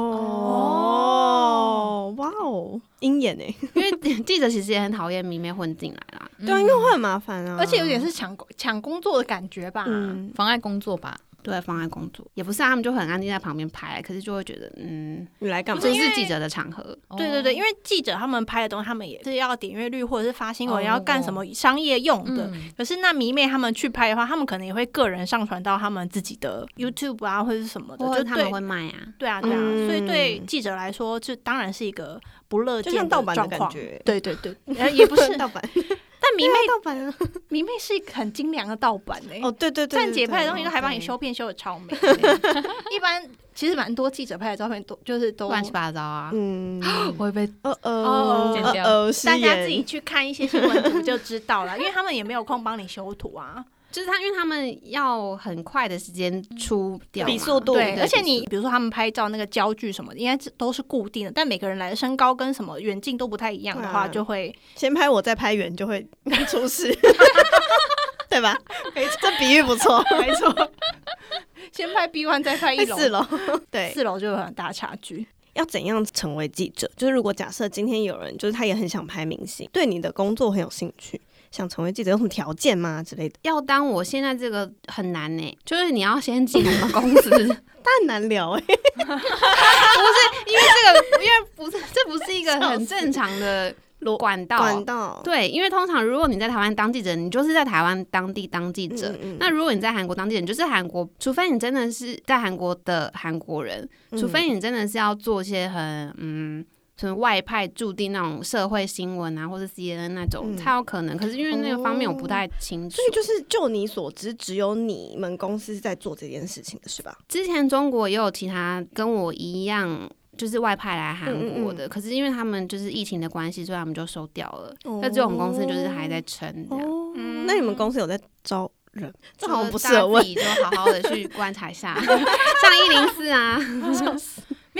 [SPEAKER 3] 哦，哇哦，鹰眼哎、
[SPEAKER 1] 因为记者其实也很讨厌迷妹混进来
[SPEAKER 2] 嗯
[SPEAKER 1] 啦。
[SPEAKER 4] 嗯
[SPEAKER 3] 对啊，因为会很麻烦啊，
[SPEAKER 2] 而且有点是抢抢工作的感觉吧。
[SPEAKER 3] 嗯，
[SPEAKER 4] 妨碍工作吧？
[SPEAKER 1] 都在妨碍工作，也不是啊，他们就很安静在旁边拍，啊可是就会觉得，嗯，
[SPEAKER 3] 你来干嘛？
[SPEAKER 1] 这是记者的场合，
[SPEAKER 2] 对对对，因
[SPEAKER 4] 为
[SPEAKER 2] 为记者他们拍的东西，他们也是要点阅率或者是发新
[SPEAKER 4] 哦
[SPEAKER 2] 闻，要干什么商业用的。
[SPEAKER 4] 嗯
[SPEAKER 2] 可是那迷妹他们去拍的话，他们可能也会个人上传到他们自己的 YouTube 啊，或者是什么的，
[SPEAKER 1] 或
[SPEAKER 2] 就
[SPEAKER 1] 者他们
[SPEAKER 2] 对
[SPEAKER 1] 会卖啊，
[SPEAKER 2] 对啊对啊。所以对
[SPEAKER 3] 嗯
[SPEAKER 2] 记者来说，这当然是一个不乐
[SPEAKER 3] 就
[SPEAKER 2] 见
[SPEAKER 3] 像盗版的
[SPEAKER 2] 状
[SPEAKER 3] 感
[SPEAKER 2] 况。
[SPEAKER 3] 觉，
[SPEAKER 2] 对对对，呃也不是
[SPEAKER 3] 盗版，
[SPEAKER 2] 但迷妹
[SPEAKER 3] 盗版啊！
[SPEAKER 2] 迷妹是一个很精良的盗版哎、
[SPEAKER 3] 哦，对对对，
[SPEAKER 2] 站姐拍的东
[SPEAKER 3] 西，
[SPEAKER 2] 西都还帮你
[SPEAKER 1] 对
[SPEAKER 2] 修片修的超 美，一般其实蛮多记者拍的照片都就是都
[SPEAKER 1] 乱七八糟啊，
[SPEAKER 3] 哦嗯，
[SPEAKER 1] 我会被
[SPEAKER 3] 呃呃
[SPEAKER 2] 哦
[SPEAKER 4] 剪
[SPEAKER 3] 呃
[SPEAKER 4] 掉
[SPEAKER 3] 呃，失
[SPEAKER 2] 大家
[SPEAKER 3] 言
[SPEAKER 2] 自己去看一些新闻图就知道了，因为他们也没有空帮你修图啊。
[SPEAKER 1] 就是他，因为他们要很快的时间
[SPEAKER 3] 嗯
[SPEAKER 1] 出掉嘛
[SPEAKER 3] 比速度
[SPEAKER 2] 对，
[SPEAKER 3] 对
[SPEAKER 2] 而且你比如说他们拍照那个焦距什么的，应该是都是固定的，但每个人来的身高跟什么远近都不太一样的话，
[SPEAKER 3] 对啊
[SPEAKER 2] 就会
[SPEAKER 3] 先拍我再拍圆就会嗯出 事，对吧？这比喻不错， 没错，
[SPEAKER 2] 先拍 B one 再拍一楼，
[SPEAKER 3] 四楼，对，
[SPEAKER 2] 四楼就有很大差距。
[SPEAKER 3] 要怎样成为记者？就是如果假设今天有人，就是他也很想拍明星，对你的工作很有兴趣，想成为记者，有什么条件吗之类的？
[SPEAKER 1] 要当我现在这个很难呢、 就是你要先进什么公 司，
[SPEAKER 3] 但很 难聊哎、
[SPEAKER 1] 因为这个，因为不是，这不是一个很正常的
[SPEAKER 3] 罗
[SPEAKER 1] 管道。
[SPEAKER 3] 管道
[SPEAKER 1] 对，因为通常如果你在台湾当记者，你就是在台湾当地当记者；
[SPEAKER 3] 嗯嗯嗯
[SPEAKER 1] 那如果你在韩国当记者，你就是韩国，除非你真的是在韩国的韩国人，
[SPEAKER 3] 嗯
[SPEAKER 1] 除非你真的是要做一些很嗯。什么外派驻地那种社会新闻啊，或是 CNN 那种、
[SPEAKER 3] 嗯
[SPEAKER 1] 才有可能。可是因为那个方面我不太清楚，
[SPEAKER 3] 所以就是就你所知，只有你们公司是在做这件事情的是吧？
[SPEAKER 1] 之前中国也有其他跟我一样，就是外派来韩国的，可是因为他们就是疫情的关系，所以他们就收掉了。那、只有我们公司就是还在撑这样。
[SPEAKER 3] 哦，那
[SPEAKER 2] 嗯
[SPEAKER 3] 你们公司有在招人？这好像不哦
[SPEAKER 1] 就
[SPEAKER 3] 适
[SPEAKER 1] 大家
[SPEAKER 3] 合问
[SPEAKER 1] 自。己就好好的去观察一下， 上一零四啊，
[SPEAKER 2] 没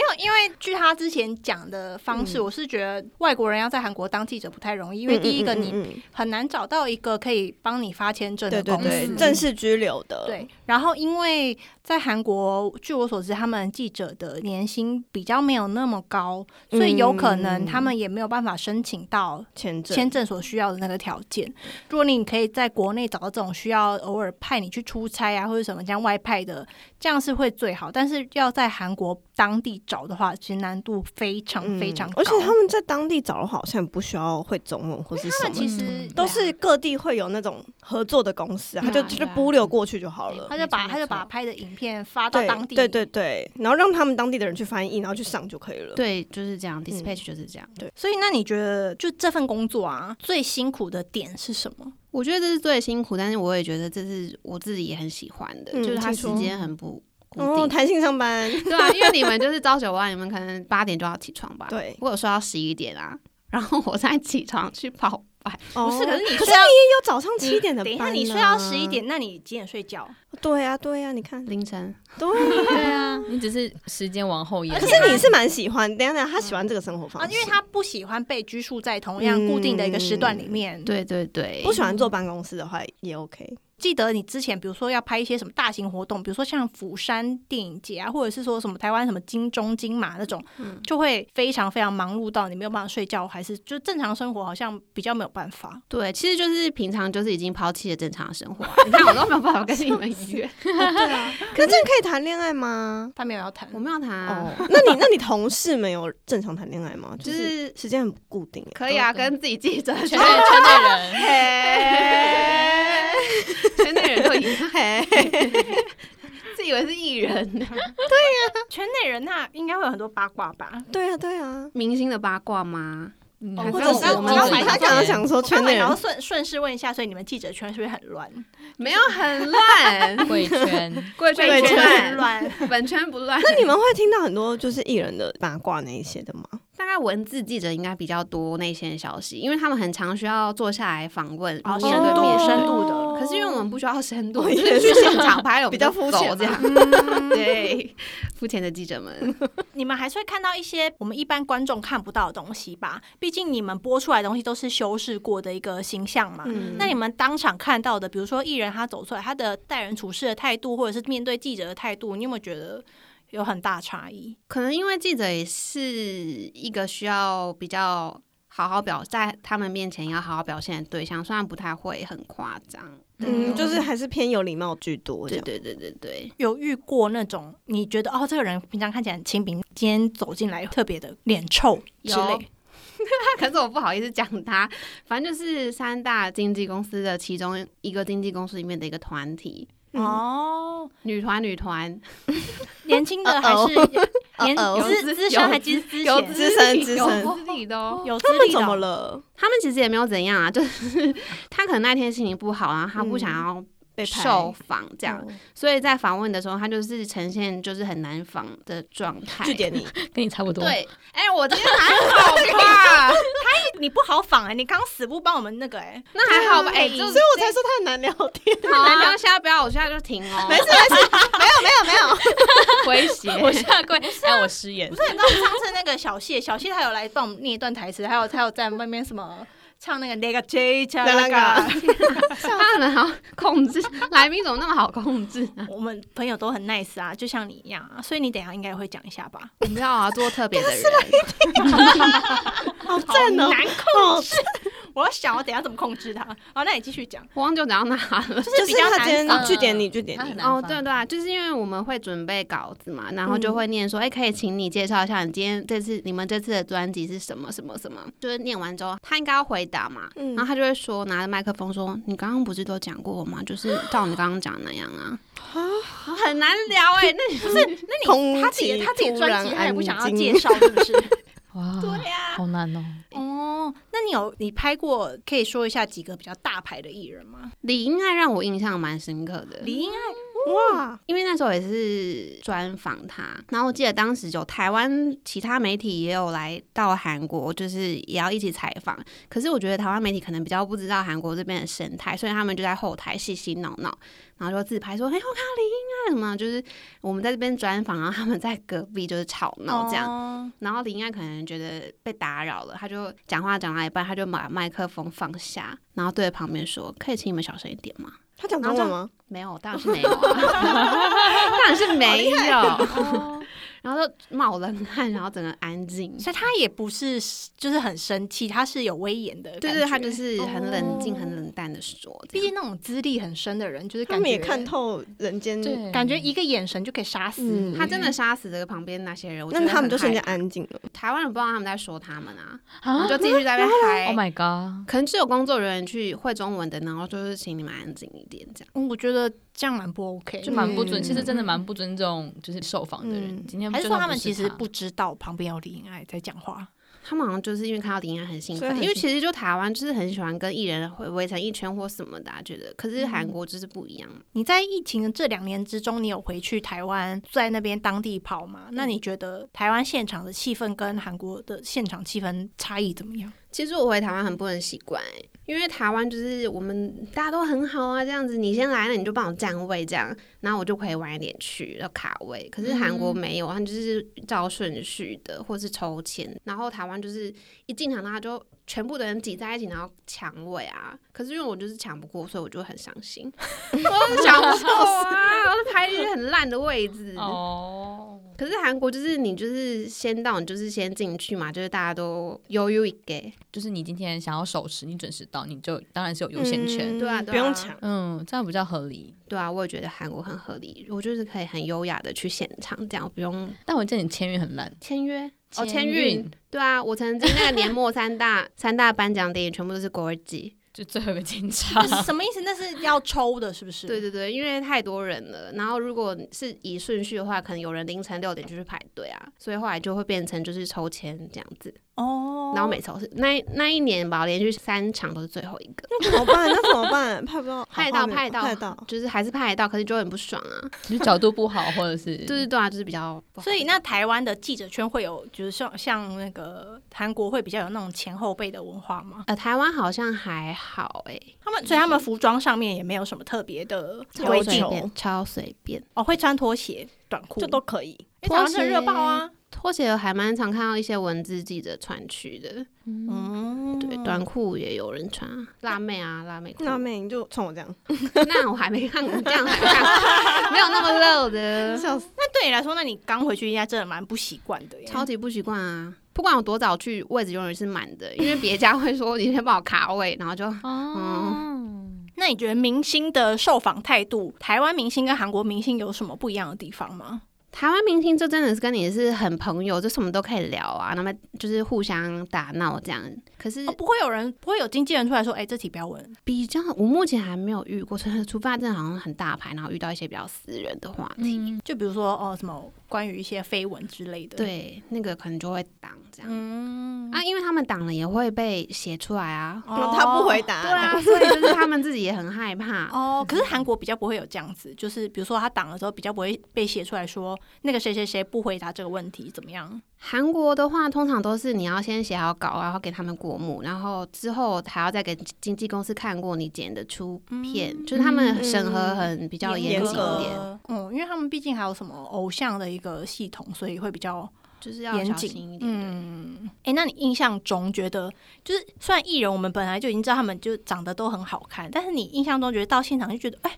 [SPEAKER 2] 有，嗯因为据他之前讲的方式，
[SPEAKER 3] 嗯
[SPEAKER 2] 我是觉得外国人要在韩国当记者不太容易，因为第一个
[SPEAKER 3] 嗯嗯
[SPEAKER 2] 你
[SPEAKER 3] 嗯嗯
[SPEAKER 2] 很难找到一个可以帮你发签证
[SPEAKER 3] 对
[SPEAKER 2] 的
[SPEAKER 3] 对
[SPEAKER 2] 公司。
[SPEAKER 3] 对
[SPEAKER 4] 嗯
[SPEAKER 3] 正式居留的，
[SPEAKER 2] 对，然后因为在韩国，据我所知，他们记者的年薪比较没有那么高，所以有可
[SPEAKER 3] 嗯
[SPEAKER 2] 能他们也没有办法申请到
[SPEAKER 3] 签证
[SPEAKER 2] 签证所需要的那个条件。如果你可以在国内找到这种需要偶尔派你去出差啊，或者什么这样外派的，这样是会最好。但是要在韩国当地找的话，其实难度非常
[SPEAKER 3] 嗯
[SPEAKER 2] 非常高。
[SPEAKER 3] 而且他们在当地找的话，好像不需要会中文或是什
[SPEAKER 2] 他
[SPEAKER 3] 么
[SPEAKER 2] 们
[SPEAKER 3] 的，
[SPEAKER 2] 其实啊
[SPEAKER 4] 嗯
[SPEAKER 3] 都是各地会有那种合作的公司啊，他就
[SPEAKER 1] 对啊
[SPEAKER 3] 就
[SPEAKER 1] 对啊
[SPEAKER 3] 拨流过去就好了
[SPEAKER 2] 他。就把
[SPEAKER 4] 没错
[SPEAKER 2] 他就把拍的影片发到
[SPEAKER 3] 对
[SPEAKER 2] 当地，
[SPEAKER 3] 对对对，然后让他们当地的人去翻译，然后去上就可以了。
[SPEAKER 1] 对，就是这样，dispatch 就是这样。
[SPEAKER 2] 所以，那你觉得就这份工作啊，最辛苦的点是什么？
[SPEAKER 1] 我觉得这是最辛苦，但是我也觉得这是我自己也很喜欢的，
[SPEAKER 3] 嗯
[SPEAKER 1] 就是它
[SPEAKER 3] 听
[SPEAKER 1] 时
[SPEAKER 3] 说
[SPEAKER 1] 间很不固定。
[SPEAKER 3] 哦，弹性上 班，
[SPEAKER 1] 对啊，因为你们就是朝九晚五，你们可能八点就要起床吧？
[SPEAKER 3] 对
[SPEAKER 1] 我有说到十一点啊，然后我再起床去跑百。
[SPEAKER 3] 不
[SPEAKER 2] 不是，可是你
[SPEAKER 3] 可
[SPEAKER 2] 睡
[SPEAKER 3] 是
[SPEAKER 2] 到
[SPEAKER 3] 哦你有早上七点的
[SPEAKER 2] 等一
[SPEAKER 3] 班，
[SPEAKER 2] 下，你睡到十一。点，那你几点睡觉？
[SPEAKER 3] 对啊，对啊，你看，
[SPEAKER 1] 凌晨，
[SPEAKER 3] 对。
[SPEAKER 4] 对啊，你只是时间往后延，
[SPEAKER 3] 可是你是蛮喜欢，等一下等一下，他喜欢这个生活
[SPEAKER 2] 啊，
[SPEAKER 3] 方式，
[SPEAKER 2] 因为他不喜欢被拘束在同样固定的一个时段里
[SPEAKER 3] 嗯
[SPEAKER 2] 面。，
[SPEAKER 1] 对对对，
[SPEAKER 3] 不喜欢坐办公室的话也 OK。
[SPEAKER 2] 记得你之前比如说要拍一些什么大型活动，比如说像釜山电影节啊，或者是说什么台湾什么金钟、金马那种，就会非常非常忙碌到你没有办法睡觉，还是就正常生活好像比较没有办法。
[SPEAKER 1] 对，其实就是平常就是已经抛弃了正常的生活啊、你看我都没有办法跟你们约，
[SPEAKER 3] 可是啊这样可以谈恋爱吗？
[SPEAKER 2] 他没有要谈
[SPEAKER 1] 我，没有谈、啊，
[SPEAKER 3] 哦， 那你那你同事没有正常谈恋爱 吗？就
[SPEAKER 1] 就
[SPEAKER 3] 是
[SPEAKER 1] 是
[SPEAKER 3] 时间很不固定欸耶。
[SPEAKER 1] 可以啊，跟自己记者
[SPEAKER 4] 圈内圈内人，
[SPEAKER 1] 圈内人都一 样，自以为是艺人，
[SPEAKER 2] 圈内人那应该会有很多八卦吧？
[SPEAKER 3] 对啊，对啊。
[SPEAKER 1] 明星的八卦吗？
[SPEAKER 4] 嗯
[SPEAKER 2] 哦
[SPEAKER 4] 还
[SPEAKER 3] 或
[SPEAKER 4] 是
[SPEAKER 3] 者
[SPEAKER 2] 我
[SPEAKER 3] 是
[SPEAKER 2] 刚
[SPEAKER 4] 我
[SPEAKER 2] 我刚买
[SPEAKER 4] 们
[SPEAKER 3] 他
[SPEAKER 2] 这
[SPEAKER 3] 刚刚
[SPEAKER 2] 个
[SPEAKER 3] 想说
[SPEAKER 2] 我
[SPEAKER 3] 圈
[SPEAKER 2] 刚才
[SPEAKER 3] 内人
[SPEAKER 2] 然后顺顺势问一下，所以你们记者圈是不是很乱？
[SPEAKER 1] 没有很乱，
[SPEAKER 4] 贵圈。
[SPEAKER 1] 贵
[SPEAKER 3] 贵圈
[SPEAKER 1] 不
[SPEAKER 2] 很，乱，
[SPEAKER 1] 本圈不 乱。
[SPEAKER 3] 那你们会听到很多就是艺人的八卦那一些的吗？
[SPEAKER 1] 大概文字记者应该比较多内线消息，因为他们很常需要坐下来访问
[SPEAKER 2] 哦
[SPEAKER 1] 面
[SPEAKER 2] 深
[SPEAKER 1] 对
[SPEAKER 2] 度
[SPEAKER 1] 面
[SPEAKER 2] 深度
[SPEAKER 1] 对可是因为我们不需要深度，
[SPEAKER 3] 哦
[SPEAKER 1] 就
[SPEAKER 3] 也
[SPEAKER 1] 是去现场拍，我们
[SPEAKER 3] 比较
[SPEAKER 1] 就
[SPEAKER 3] 肤
[SPEAKER 1] 走
[SPEAKER 3] 浅啊嗯
[SPEAKER 1] 这
[SPEAKER 3] 嘛
[SPEAKER 1] 样。对，肤浅的记者们，
[SPEAKER 2] 你们还是会看到一些我们一般观众看不到的东西吧？毕竟你们播出来的东西都是修饰过的一个形象嘛。
[SPEAKER 3] 嗯
[SPEAKER 2] 那你们当场看到的，比如说艺人他走出来，他的待人处事的态度，或者是面对记者的态度，你有没有觉得有很大差异？
[SPEAKER 1] 可能因为记者也是一个需要比较好好表在他们面前要好好表现的对象，虽然不太会很夸张。
[SPEAKER 3] 嗯，就是还是偏有礼貌居多这
[SPEAKER 1] 对
[SPEAKER 3] 样。
[SPEAKER 1] 对对对对，
[SPEAKER 2] 有遇过那种你觉得哦，这个人平常看起来很亲民，今天走进来特别的脸臭之
[SPEAKER 1] 有
[SPEAKER 2] 类，
[SPEAKER 1] 可是我不好意思讲他，反正就是三大经纪公司的其中一个经纪公司里面的一个团体，
[SPEAKER 3] 嗯，
[SPEAKER 2] 哦，
[SPEAKER 1] 女团女团，
[SPEAKER 2] 年轻的还是年
[SPEAKER 1] 哦
[SPEAKER 2] 资资深还是资
[SPEAKER 1] 有
[SPEAKER 2] 浅，
[SPEAKER 1] 资
[SPEAKER 3] 深
[SPEAKER 1] 历
[SPEAKER 3] 资
[SPEAKER 1] 有
[SPEAKER 3] 深
[SPEAKER 1] 资历的哦。
[SPEAKER 2] 有资
[SPEAKER 3] 他们
[SPEAKER 2] 历的
[SPEAKER 3] 怎么
[SPEAKER 2] 哦，
[SPEAKER 3] 了？
[SPEAKER 1] 他们其实也没有怎样啊，就是他可能那天心情不好，然啊后他不想要
[SPEAKER 3] 被拍
[SPEAKER 1] 受访这样，
[SPEAKER 3] 哦
[SPEAKER 1] 所以在访问的时候，他就是呈现就是很难访的状态。
[SPEAKER 3] 据点你，
[SPEAKER 4] 跟你差不多。
[SPEAKER 1] 对，哎、我今天还好吧，
[SPEAKER 2] 你不好仿哎，你刚死不帮我们那个哎，
[SPEAKER 1] 那还好吧，哎、
[SPEAKER 3] 所以
[SPEAKER 1] 就是
[SPEAKER 3] 我才说他很难聊天。
[SPEAKER 1] 好啊，现在不要，我现在就停 哦，
[SPEAKER 3] 没事没事，没有没有没有，
[SPEAKER 1] 威胁。
[SPEAKER 4] 我下跪，哎，我失言
[SPEAKER 2] 不。是，你知啊道上次那个小谢，小谢他有来帮我们念一段台词，还有他有在外面什么唱那个那个 J 加那个，
[SPEAKER 1] 他们好控制，来宾怎么那么好控制 啊？
[SPEAKER 2] 我们朋友都很 nice 啊，就像你一样啊，所以你等一下应该会讲一下吧？
[SPEAKER 1] 你知道啊，做特 别的人，
[SPEAKER 3] 好赞
[SPEAKER 2] 难
[SPEAKER 3] 哦！
[SPEAKER 2] 控制，我要想我等一下怎么控制他。好，那你继续讲，
[SPEAKER 1] 我忘记我讲到哪了。
[SPEAKER 2] 就
[SPEAKER 3] 就是是
[SPEAKER 2] 比较
[SPEAKER 3] 他今
[SPEAKER 2] 难
[SPEAKER 3] 天
[SPEAKER 2] 仿。
[SPEAKER 3] 据点你，据点
[SPEAKER 4] 他
[SPEAKER 3] 你
[SPEAKER 4] 很，难
[SPEAKER 1] 哦，
[SPEAKER 4] 放
[SPEAKER 1] 对对啊，就是因为我们会准备稿子嘛，然后就
[SPEAKER 3] 嗯
[SPEAKER 1] 会念说，哎、可以请你介绍一下你今天这次你们这次的专辑是什么什么什么？就是念完之后，他应该要回答嘛，
[SPEAKER 3] 嗯
[SPEAKER 1] 然后他就会说，拿着麦克风说，你刚刚不是都讲过吗？就是照你刚刚讲那样啊，很难聊哎、那你不是
[SPEAKER 2] 欸那你
[SPEAKER 3] 空
[SPEAKER 2] 他自己
[SPEAKER 3] 气
[SPEAKER 2] 他自己
[SPEAKER 3] 突
[SPEAKER 2] 专
[SPEAKER 3] 然
[SPEAKER 2] 辑他也不
[SPEAKER 3] 安
[SPEAKER 2] 想要
[SPEAKER 3] 静
[SPEAKER 2] 介绍，是不是？
[SPEAKER 4] 哇，
[SPEAKER 2] 对啊呀、
[SPEAKER 4] 好难哦。
[SPEAKER 2] 哦，那你有你拍过可以说一下几个比较大牌的艺人吗？
[SPEAKER 1] 李英爱让我印象蛮深刻的，
[SPEAKER 2] 李英爱
[SPEAKER 1] 嗯
[SPEAKER 3] 哇，
[SPEAKER 1] 因为那时候也是专访他，然后我记得当时有台湾其他媒体也有来到韩国，就是也要一起采访。可是我觉得台湾媒体可能比较不知道韩国这边的生态，所以他们就在后台细细闹闹，然后就自拍说：“哎，我看到李英啊什么，就是我们在这边专访，然后他们在隔壁就是吵闹这样。
[SPEAKER 2] 样，
[SPEAKER 1] 然后林爱啊可能觉得被打扰了，他就讲话讲到一半，他就把麦克风放下，然后对着旁边说：“可以请你们小声一点吗？”
[SPEAKER 3] 他讲
[SPEAKER 1] 然
[SPEAKER 3] 中
[SPEAKER 1] 后
[SPEAKER 3] 文
[SPEAKER 1] 就
[SPEAKER 3] 吗？
[SPEAKER 1] 没有，当然是没有、啊，当然是没有。 然后就冒冷汗，然后整个安静。
[SPEAKER 2] 哦所以他也不是就是很生气，他是有威严的感觉。
[SPEAKER 1] 对对，他就是很冷静、
[SPEAKER 2] 哦
[SPEAKER 1] 很冷淡的说。
[SPEAKER 2] 毕竟那种资历很深的人，就是
[SPEAKER 3] 他
[SPEAKER 2] 感
[SPEAKER 3] 们
[SPEAKER 2] 觉
[SPEAKER 3] 也看透人间，
[SPEAKER 4] 对，
[SPEAKER 2] 感觉
[SPEAKER 1] 嗯
[SPEAKER 2] 一个眼神就可以杀死
[SPEAKER 3] 嗯
[SPEAKER 2] 你。
[SPEAKER 1] 他真的杀死这个旁边那些人，我觉
[SPEAKER 3] 那
[SPEAKER 1] 得
[SPEAKER 3] 他们就
[SPEAKER 1] 很
[SPEAKER 3] 瞬间
[SPEAKER 1] 害
[SPEAKER 3] 安静了。
[SPEAKER 1] 怕台湾人不知道他们在说他们啊，然
[SPEAKER 4] 啊
[SPEAKER 1] 后就继续在那边
[SPEAKER 4] ！Oh
[SPEAKER 1] 嗨。
[SPEAKER 4] my god！
[SPEAKER 1] 可能只有工作人员去会中文的，然后就是请你们安静一点这样。
[SPEAKER 2] 嗯我觉得这样蛮不 OK，
[SPEAKER 4] 就蛮不尊，
[SPEAKER 3] 嗯
[SPEAKER 4] 其实真的蛮不尊重，就是受访的人。
[SPEAKER 3] 嗯
[SPEAKER 4] 今天
[SPEAKER 2] 还是
[SPEAKER 4] 真
[SPEAKER 2] 说
[SPEAKER 4] 的
[SPEAKER 2] 他们
[SPEAKER 4] 是
[SPEAKER 2] 其实
[SPEAKER 4] 他
[SPEAKER 2] 不知道旁边有李英爱在讲话？
[SPEAKER 1] 他们好像就是因为看到林安很兴
[SPEAKER 3] 所以
[SPEAKER 1] 奋，
[SPEAKER 3] 很
[SPEAKER 1] 因为
[SPEAKER 3] 兴
[SPEAKER 1] 其实就台湾就是很喜欢跟艺人会围成一圈或什么的、啊，觉得可是韩国就是不一样。
[SPEAKER 2] 你在疫情的这两年之中，你有回去台湾，在那边当地跑吗？那
[SPEAKER 4] 嗯
[SPEAKER 2] 你觉得台湾现场的气氛跟韩国的现场气氛差异怎么 样？
[SPEAKER 1] 其实我回台湾很不能习惯、欸，因为台湾就是我们大家都很好啊，这样子你先来了你就帮我占位这样，然后我就可以晚一点去要卡位。可是韩国没有，他们就是照顺序的，或是抽签。然后台湾就是一进场大家就全部的人挤在一起，然后抢位啊。可是因为我就是抢不过，所以我就很伤心，我就抢不过啊，我就排一些很烂的位置。
[SPEAKER 4] 哦，
[SPEAKER 1] 可是韩国就是你就是先到，你就是先进去嘛，就是大家都悠悠一给。
[SPEAKER 4] 就是你今天想要守时，你准时到，你就当然是有优先权。
[SPEAKER 1] 对啊对
[SPEAKER 3] 不
[SPEAKER 1] 啊
[SPEAKER 3] 用抢。
[SPEAKER 4] 嗯，这样比较合理。
[SPEAKER 1] 对啊，我也觉得韩国很合理，我就是可以很优雅的去现场，这样不用
[SPEAKER 4] 但我见你签运很烂，
[SPEAKER 1] 签约哦，签运。对啊，我曾经那个年末三大三大颁奖典礼全部都是国尔籍。
[SPEAKER 4] 就最后一个警察
[SPEAKER 2] 什么意思？那是要抽的，是不是？
[SPEAKER 1] 对对对，因为太多人了，然后如果是以顺序的话，可能有人凌晨六点就去排队啊，所以后来就会变成就是抽签这样子，
[SPEAKER 2] 哦，
[SPEAKER 1] 然后每抽是那一那一年吧，连续三场都是最后一个，
[SPEAKER 3] 那怎么办？那怎么办？拍不到，
[SPEAKER 1] 派
[SPEAKER 3] 好
[SPEAKER 1] 到
[SPEAKER 3] 画面
[SPEAKER 1] 派到
[SPEAKER 3] 派到。
[SPEAKER 1] 就是还是派得到，可是就很不爽啊，
[SPEAKER 4] 就角度不好，或者是
[SPEAKER 1] 对对对啊，就是比较不好
[SPEAKER 2] 所以那台湾的记者圈会有，就是像像那个韩国会比较有那种前后辈的文化吗？
[SPEAKER 1] 呃台湾好像还好哎、
[SPEAKER 2] 他们所以他
[SPEAKER 4] 嗯
[SPEAKER 2] 们服装上面也没有什么特别的
[SPEAKER 3] 有
[SPEAKER 2] 规
[SPEAKER 1] 超随
[SPEAKER 2] 定
[SPEAKER 3] 求
[SPEAKER 1] 便，超随便。
[SPEAKER 2] 哦，会穿拖鞋、短裤，
[SPEAKER 3] 这都可以，
[SPEAKER 2] 因为台湾真的热爆啊。
[SPEAKER 1] 拖鞋还蛮常看到一些文字记者穿去的，
[SPEAKER 2] 嗯，
[SPEAKER 1] 对，短裤也有人穿啊，辣妹啊，辣妹裤。
[SPEAKER 3] 那妹你就冲我这样，
[SPEAKER 1] 那我还没看过，这样还没看过，没有 那么露 的，
[SPEAKER 3] 笑死！
[SPEAKER 2] 那对你来说，那你刚回去应该真的蛮不习惯的耶。
[SPEAKER 1] 超级不习惯啊。不管我多早去，哦位置永远是满的，因为别家会说你先帮我卡位，然后就
[SPEAKER 4] 哦，
[SPEAKER 2] 那你觉得明星的受访态度，台湾明星跟韩国明星有什么不一样的地方吗？
[SPEAKER 1] 台湾明星就真的是跟你是很朋友，就什么都可以聊啊，那么就是互相打闹这样。可是
[SPEAKER 2] 哦不会有人，不会有经纪人出来说，哎、这题不要问。
[SPEAKER 1] 比较，我目前还没有遇过，除除非他真的好像很大牌，然后遇到一些比较私人的话题，
[SPEAKER 4] 嗯，
[SPEAKER 2] 就比如说哦，什么关于一些绯闻之类的。，
[SPEAKER 1] 对，那个可能就会挡这样。
[SPEAKER 2] 嗯，
[SPEAKER 1] 啊，因为他们挡了也会被写出来啊。
[SPEAKER 2] 哦
[SPEAKER 3] 他不回答，
[SPEAKER 1] 对啊，所以就是他们自己也很害怕。
[SPEAKER 2] 哦，可是韩国比较不会有这样子，就是比如说他挡的时候，比较不会被写出来说那个谁谁谁不回答这个问题怎么样？
[SPEAKER 1] 韩国的话，通常都是你要先写好稿，啊然后给他们过目，然后之后还要再给经纪公司看过你剪的出片，就是他们审核很比较严谨一点，
[SPEAKER 3] 格
[SPEAKER 2] 嗯，因为他们毕竟还有什么偶像的一个系统，所以会比较
[SPEAKER 1] 就是要
[SPEAKER 2] 严
[SPEAKER 1] 小
[SPEAKER 2] 谨
[SPEAKER 1] 心一点。对
[SPEAKER 2] 嗯，哎、那你印象中觉得，就是虽然艺人我们本来就已经知道他们就长得都很好看，但是你印象中觉得到现场就觉得，哎、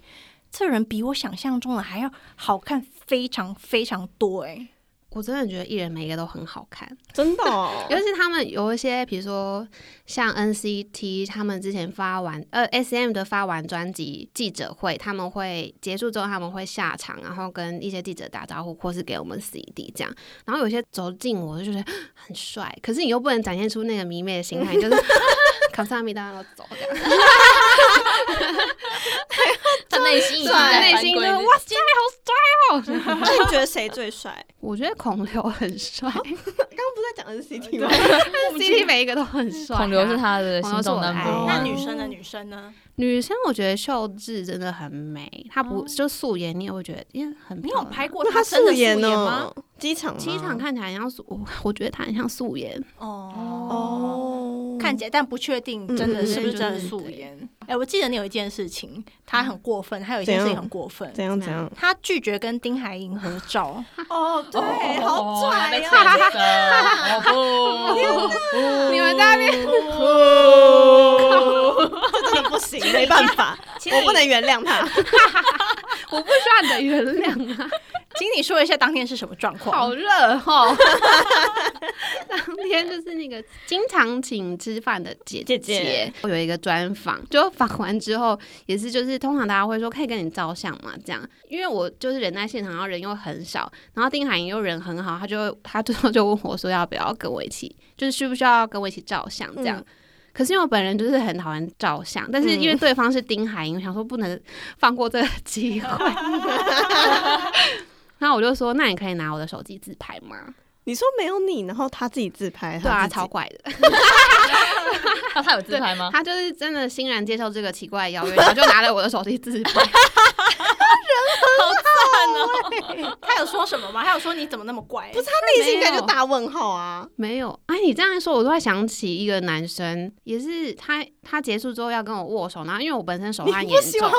[SPEAKER 2] 这人比我想象中的还要好看，非常非常多、哎，
[SPEAKER 1] 我真的觉得艺人每一个都很好看，，
[SPEAKER 3] 真的、哦
[SPEAKER 1] 尤其是他们有一些，比如说像 NCT，他们之前发完呃 SM 的发完专辑记者会，他们会结束之后他们会下场，然后跟一些记者打招呼，或是给我们 CD 这样。然后有些走近我就觉得很帅，可是你又不能展现出那个迷妹的心态，你就是 考上米当然走这样，
[SPEAKER 4] 他内心已经
[SPEAKER 3] 对
[SPEAKER 4] 在
[SPEAKER 1] 内
[SPEAKER 4] 翻
[SPEAKER 1] 心就
[SPEAKER 4] 规
[SPEAKER 1] 是
[SPEAKER 4] 律
[SPEAKER 1] 哇塞好帅哦。
[SPEAKER 3] 那你觉得谁最帅？
[SPEAKER 1] 我觉得孔刘很帅
[SPEAKER 3] 刚刚不是在讲 NCT 吗？
[SPEAKER 1] ，CD 每一个都很帅啊、
[SPEAKER 4] 孔刘是他的
[SPEAKER 1] 孔
[SPEAKER 4] 心
[SPEAKER 1] 刘是
[SPEAKER 4] 动
[SPEAKER 1] 我的
[SPEAKER 4] 男
[SPEAKER 1] 爱
[SPEAKER 4] 朋友。
[SPEAKER 2] 那女生呢？女生呢？
[SPEAKER 1] 女生，我觉得秀智真的很美，她不、就素颜，你也会觉得耶很
[SPEAKER 2] 你
[SPEAKER 1] 漂
[SPEAKER 2] 哦有
[SPEAKER 1] 亮。
[SPEAKER 2] 拍过
[SPEAKER 3] 那
[SPEAKER 2] 她
[SPEAKER 3] 他
[SPEAKER 2] 真的素
[SPEAKER 3] 颜
[SPEAKER 2] 颜
[SPEAKER 1] 哦
[SPEAKER 2] 吗
[SPEAKER 3] 呢？？机场吗
[SPEAKER 1] 机场看起来很像素，我我觉得她很像素颜。
[SPEAKER 2] 哦。
[SPEAKER 3] 哦，
[SPEAKER 2] 看起来，但不确定真的
[SPEAKER 3] 嗯嗯
[SPEAKER 2] 是不是
[SPEAKER 1] 嗯
[SPEAKER 2] 真的
[SPEAKER 1] 嗯
[SPEAKER 2] 素
[SPEAKER 1] 对
[SPEAKER 2] 颜。哎、我记得你有一件事情，他很过分，他有一
[SPEAKER 3] 怎
[SPEAKER 2] 件事情
[SPEAKER 3] 样
[SPEAKER 2] 很过分，
[SPEAKER 3] 怎样怎样？
[SPEAKER 2] 他拒绝跟丁海寅合照。
[SPEAKER 3] 哦，对，好
[SPEAKER 2] 啊
[SPEAKER 3] 拽呀、
[SPEAKER 4] 呀！ 不，
[SPEAKER 1] 你们在那边，
[SPEAKER 4] 哦
[SPEAKER 3] 这真的不行，没办法，我不能原谅他。
[SPEAKER 1] 我不需要你的 原谅啊！
[SPEAKER 2] 请你说一下当天是什么状况？
[SPEAKER 1] 好热哦， 当天就是那个经常请吃饭的姐
[SPEAKER 3] 姐姐
[SPEAKER 1] 我有一个专访，就访完之后也是就是通常大家会说可以跟你照相嘛，这样，因为我就是人在现场，然后人又很少，然后丁海寅又人很好，他就他最后就问我说要不要跟我一起，就是需不需要跟我一起照相这样。
[SPEAKER 3] 嗯
[SPEAKER 1] 可是因为我本人就是很讨厌照相，但是因为对方是丁海寅，我想说不能放过这个机会。 那我就说，那你可以拿我的手机自拍吗？
[SPEAKER 3] 你说没有你，然后他自己自拍，
[SPEAKER 1] 对啊，
[SPEAKER 3] 他自己啊
[SPEAKER 1] 超怪的。
[SPEAKER 4] 那他有自拍吗？
[SPEAKER 1] 他就是真的欣然接受这个奇怪的邀约，然后就拿了我的手机 自拍。
[SPEAKER 2] 他有说什么吗？他有说你怎么那么怪？
[SPEAKER 1] 啊
[SPEAKER 2] 不是，
[SPEAKER 3] 他内心应该就大问号啊。
[SPEAKER 1] 没有，哎，你这样一说，我突然想起一个男生，也是他，他结束之后要跟我握手，然后因为我本身手
[SPEAKER 3] 你
[SPEAKER 1] 汗
[SPEAKER 3] 不
[SPEAKER 1] 严
[SPEAKER 3] 喜
[SPEAKER 1] 重
[SPEAKER 3] 欢，我，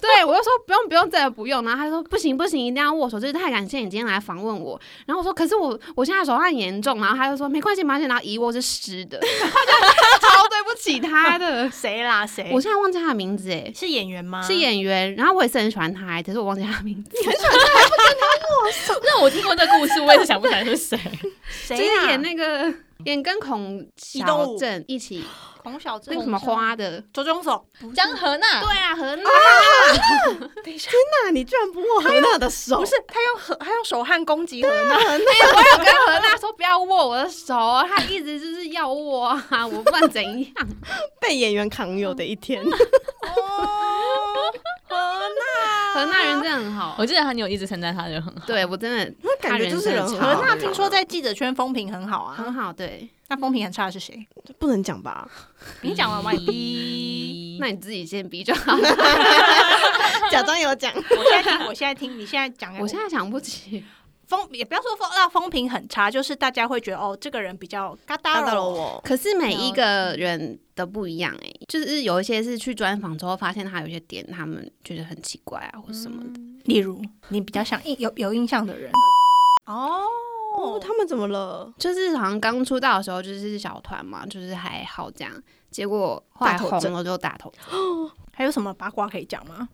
[SPEAKER 1] 对我就说不用不用，真的不用。然后他说不行不行，一定要握手，就是太感谢你今天来访问我。然后我说可是我我现在手汗严重，然后他就说没关系没关系，然后一握是湿的，他就超对不起他的。
[SPEAKER 2] 谁啦？谁？啊
[SPEAKER 1] 我现在忘记他的名字哎，
[SPEAKER 2] 是演员吗？
[SPEAKER 1] 是。演员，然后我也是很喜欢他，欸可是我忘记他的名字，
[SPEAKER 4] 那我听过这故事，我也是想不起来是谁。
[SPEAKER 1] 就
[SPEAKER 2] 谁啊
[SPEAKER 1] 是
[SPEAKER 2] 啦？
[SPEAKER 1] 演那个演跟孔
[SPEAKER 3] 动
[SPEAKER 1] 小
[SPEAKER 3] 武
[SPEAKER 1] 正一起
[SPEAKER 2] 孔小振
[SPEAKER 1] 那个什么花的，
[SPEAKER 2] 周钟守。
[SPEAKER 4] 江河娜，
[SPEAKER 1] 对啊，和那
[SPEAKER 3] 那你居然不握何娜的手？
[SPEAKER 2] 不是，他用和他用手汗攻击何娜，
[SPEAKER 1] 我有跟和那说不要握我的手啊，他一直就是要握 啊，我不管怎样，
[SPEAKER 3] 被演员扛有的一 天，
[SPEAKER 2] 哦何娜
[SPEAKER 1] 和那人真的很好，
[SPEAKER 4] 我记得他，你有一直称赞他，就很好。
[SPEAKER 1] 对我真的
[SPEAKER 3] 那感觉就是人很好
[SPEAKER 1] 他人真的超
[SPEAKER 2] 何娜听说在记者圈风评很好啊，
[SPEAKER 1] 很好，对，
[SPEAKER 2] 那风评很差的是谁？
[SPEAKER 3] 不能讲吧？
[SPEAKER 2] 你讲完吗？咦，
[SPEAKER 4] 咦
[SPEAKER 1] 那你自己先逼就好。
[SPEAKER 3] 假装有讲，
[SPEAKER 2] 我现在听，我现在听，你现在讲，
[SPEAKER 1] 我现在想不起，
[SPEAKER 2] 风也不要说风，那风评很差，就是大家会觉得哦，这个人比较嘎
[SPEAKER 3] 打
[SPEAKER 2] 达
[SPEAKER 3] 到了。我。
[SPEAKER 1] 可是每一个人的不一样哎、就是有一些是去专访之后发现他有些点，他们觉得很奇怪啊，或什么的。
[SPEAKER 2] 例如，你比较想印有有印象的人哦
[SPEAKER 3] 哦，他们怎怎么了？
[SPEAKER 1] 就是好像刚出道的时候就是小团嘛，就是还好这样，结果后来
[SPEAKER 3] 大头
[SPEAKER 1] 红
[SPEAKER 3] 症
[SPEAKER 1] 了就打头针。
[SPEAKER 2] 还有什么八卦可以讲吗？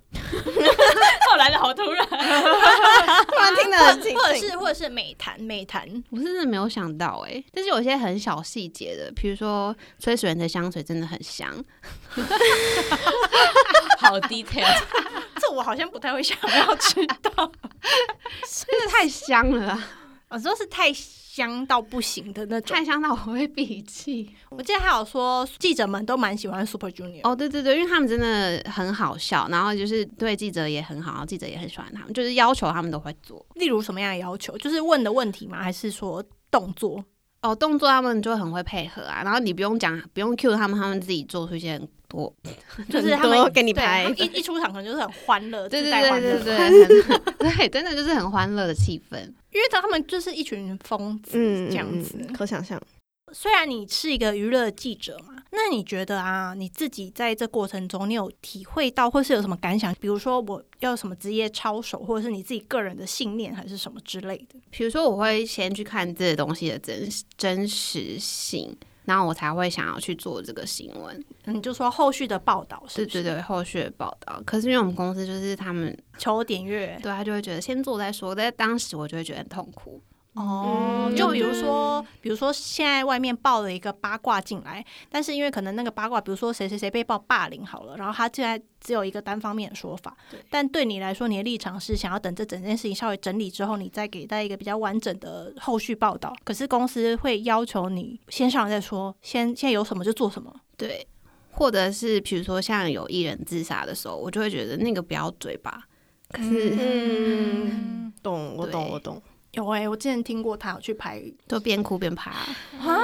[SPEAKER 4] 后来的好突然，
[SPEAKER 3] 突然听得很清
[SPEAKER 2] 或者
[SPEAKER 3] 醒
[SPEAKER 2] 是或者是美谈美谈，
[SPEAKER 1] 我是真的没有想到哎、但是有一些很小细节的，比如说崔始源的香水真的很香，
[SPEAKER 4] 好 detail，
[SPEAKER 2] 这我好像不太 会想啊要知道。
[SPEAKER 1] 真的太香了啊，
[SPEAKER 2] 我说是太香到不行的那种。
[SPEAKER 1] 太香到我会闭气。
[SPEAKER 2] 我记得还有说记者们都蛮喜欢 Super Junior，
[SPEAKER 1] 哦，对对对，因为他们真的很好笑，然后就是对记者也很好，然后记者也很喜欢他们，就是要求他们都会做。
[SPEAKER 2] 例如什么样的要求？就是问的问题吗？还是说动作？
[SPEAKER 1] 哦，动作他们就很会配合啊，然后你不用讲，不用 cue 他们，他们自己做出一些很多，
[SPEAKER 2] 就是他
[SPEAKER 3] 很多
[SPEAKER 2] 们
[SPEAKER 3] 给你
[SPEAKER 2] 对
[SPEAKER 3] 拍
[SPEAKER 2] 他们一一出场可能就是很欢乐，
[SPEAKER 1] 对
[SPEAKER 2] 呃自
[SPEAKER 1] 对
[SPEAKER 2] 带
[SPEAKER 1] 对
[SPEAKER 2] 欢乐
[SPEAKER 1] 对对，很 对，真的就是很欢乐的气氛。
[SPEAKER 2] 因为他们就是一群疯子
[SPEAKER 3] 嗯
[SPEAKER 1] 嗯
[SPEAKER 2] 这样子。
[SPEAKER 3] 可想象。
[SPEAKER 2] 虽然你是一个娱乐记者嘛，那你觉得啊，你自己在这过程中，你有体会到或是有什么感想？比如说我要什么职业操守，或者是你自己个人的信念，还是什么之类的？
[SPEAKER 1] 比如说，我会先去看这个东西的真真实性，然后我才会想要去做这个新闻。
[SPEAKER 2] 你就说后续的报道是
[SPEAKER 1] 对
[SPEAKER 2] 不是
[SPEAKER 1] 对对，后续的报道。可是因为我们公司就是他们，
[SPEAKER 2] 求点阅
[SPEAKER 1] 对他就会觉得先做再说，但当时我就会觉得很痛苦。
[SPEAKER 2] 哦
[SPEAKER 3] 嗯
[SPEAKER 2] 就比如说，比如说现在外面爆了一个八卦进来，但是因为可能那个八卦，比如说谁谁谁被爆霸凌好了，然后他现在只有一个单方面的说法，但对你来说，你的立场是想要等这整件事情稍微整理之后，你再给大家一个比较完整的后续报道。可是公司会要求你先上来再说，先现在有什么就做什么。
[SPEAKER 1] 对，或者是比如说像有艺人自杀的时候，我就会觉得那个不要嘴巴。可是
[SPEAKER 3] 嗯，懂，我懂，
[SPEAKER 1] 对
[SPEAKER 3] 我懂。
[SPEAKER 2] 有哎、我之前听过他有去拍
[SPEAKER 1] 都边哭边啊爬，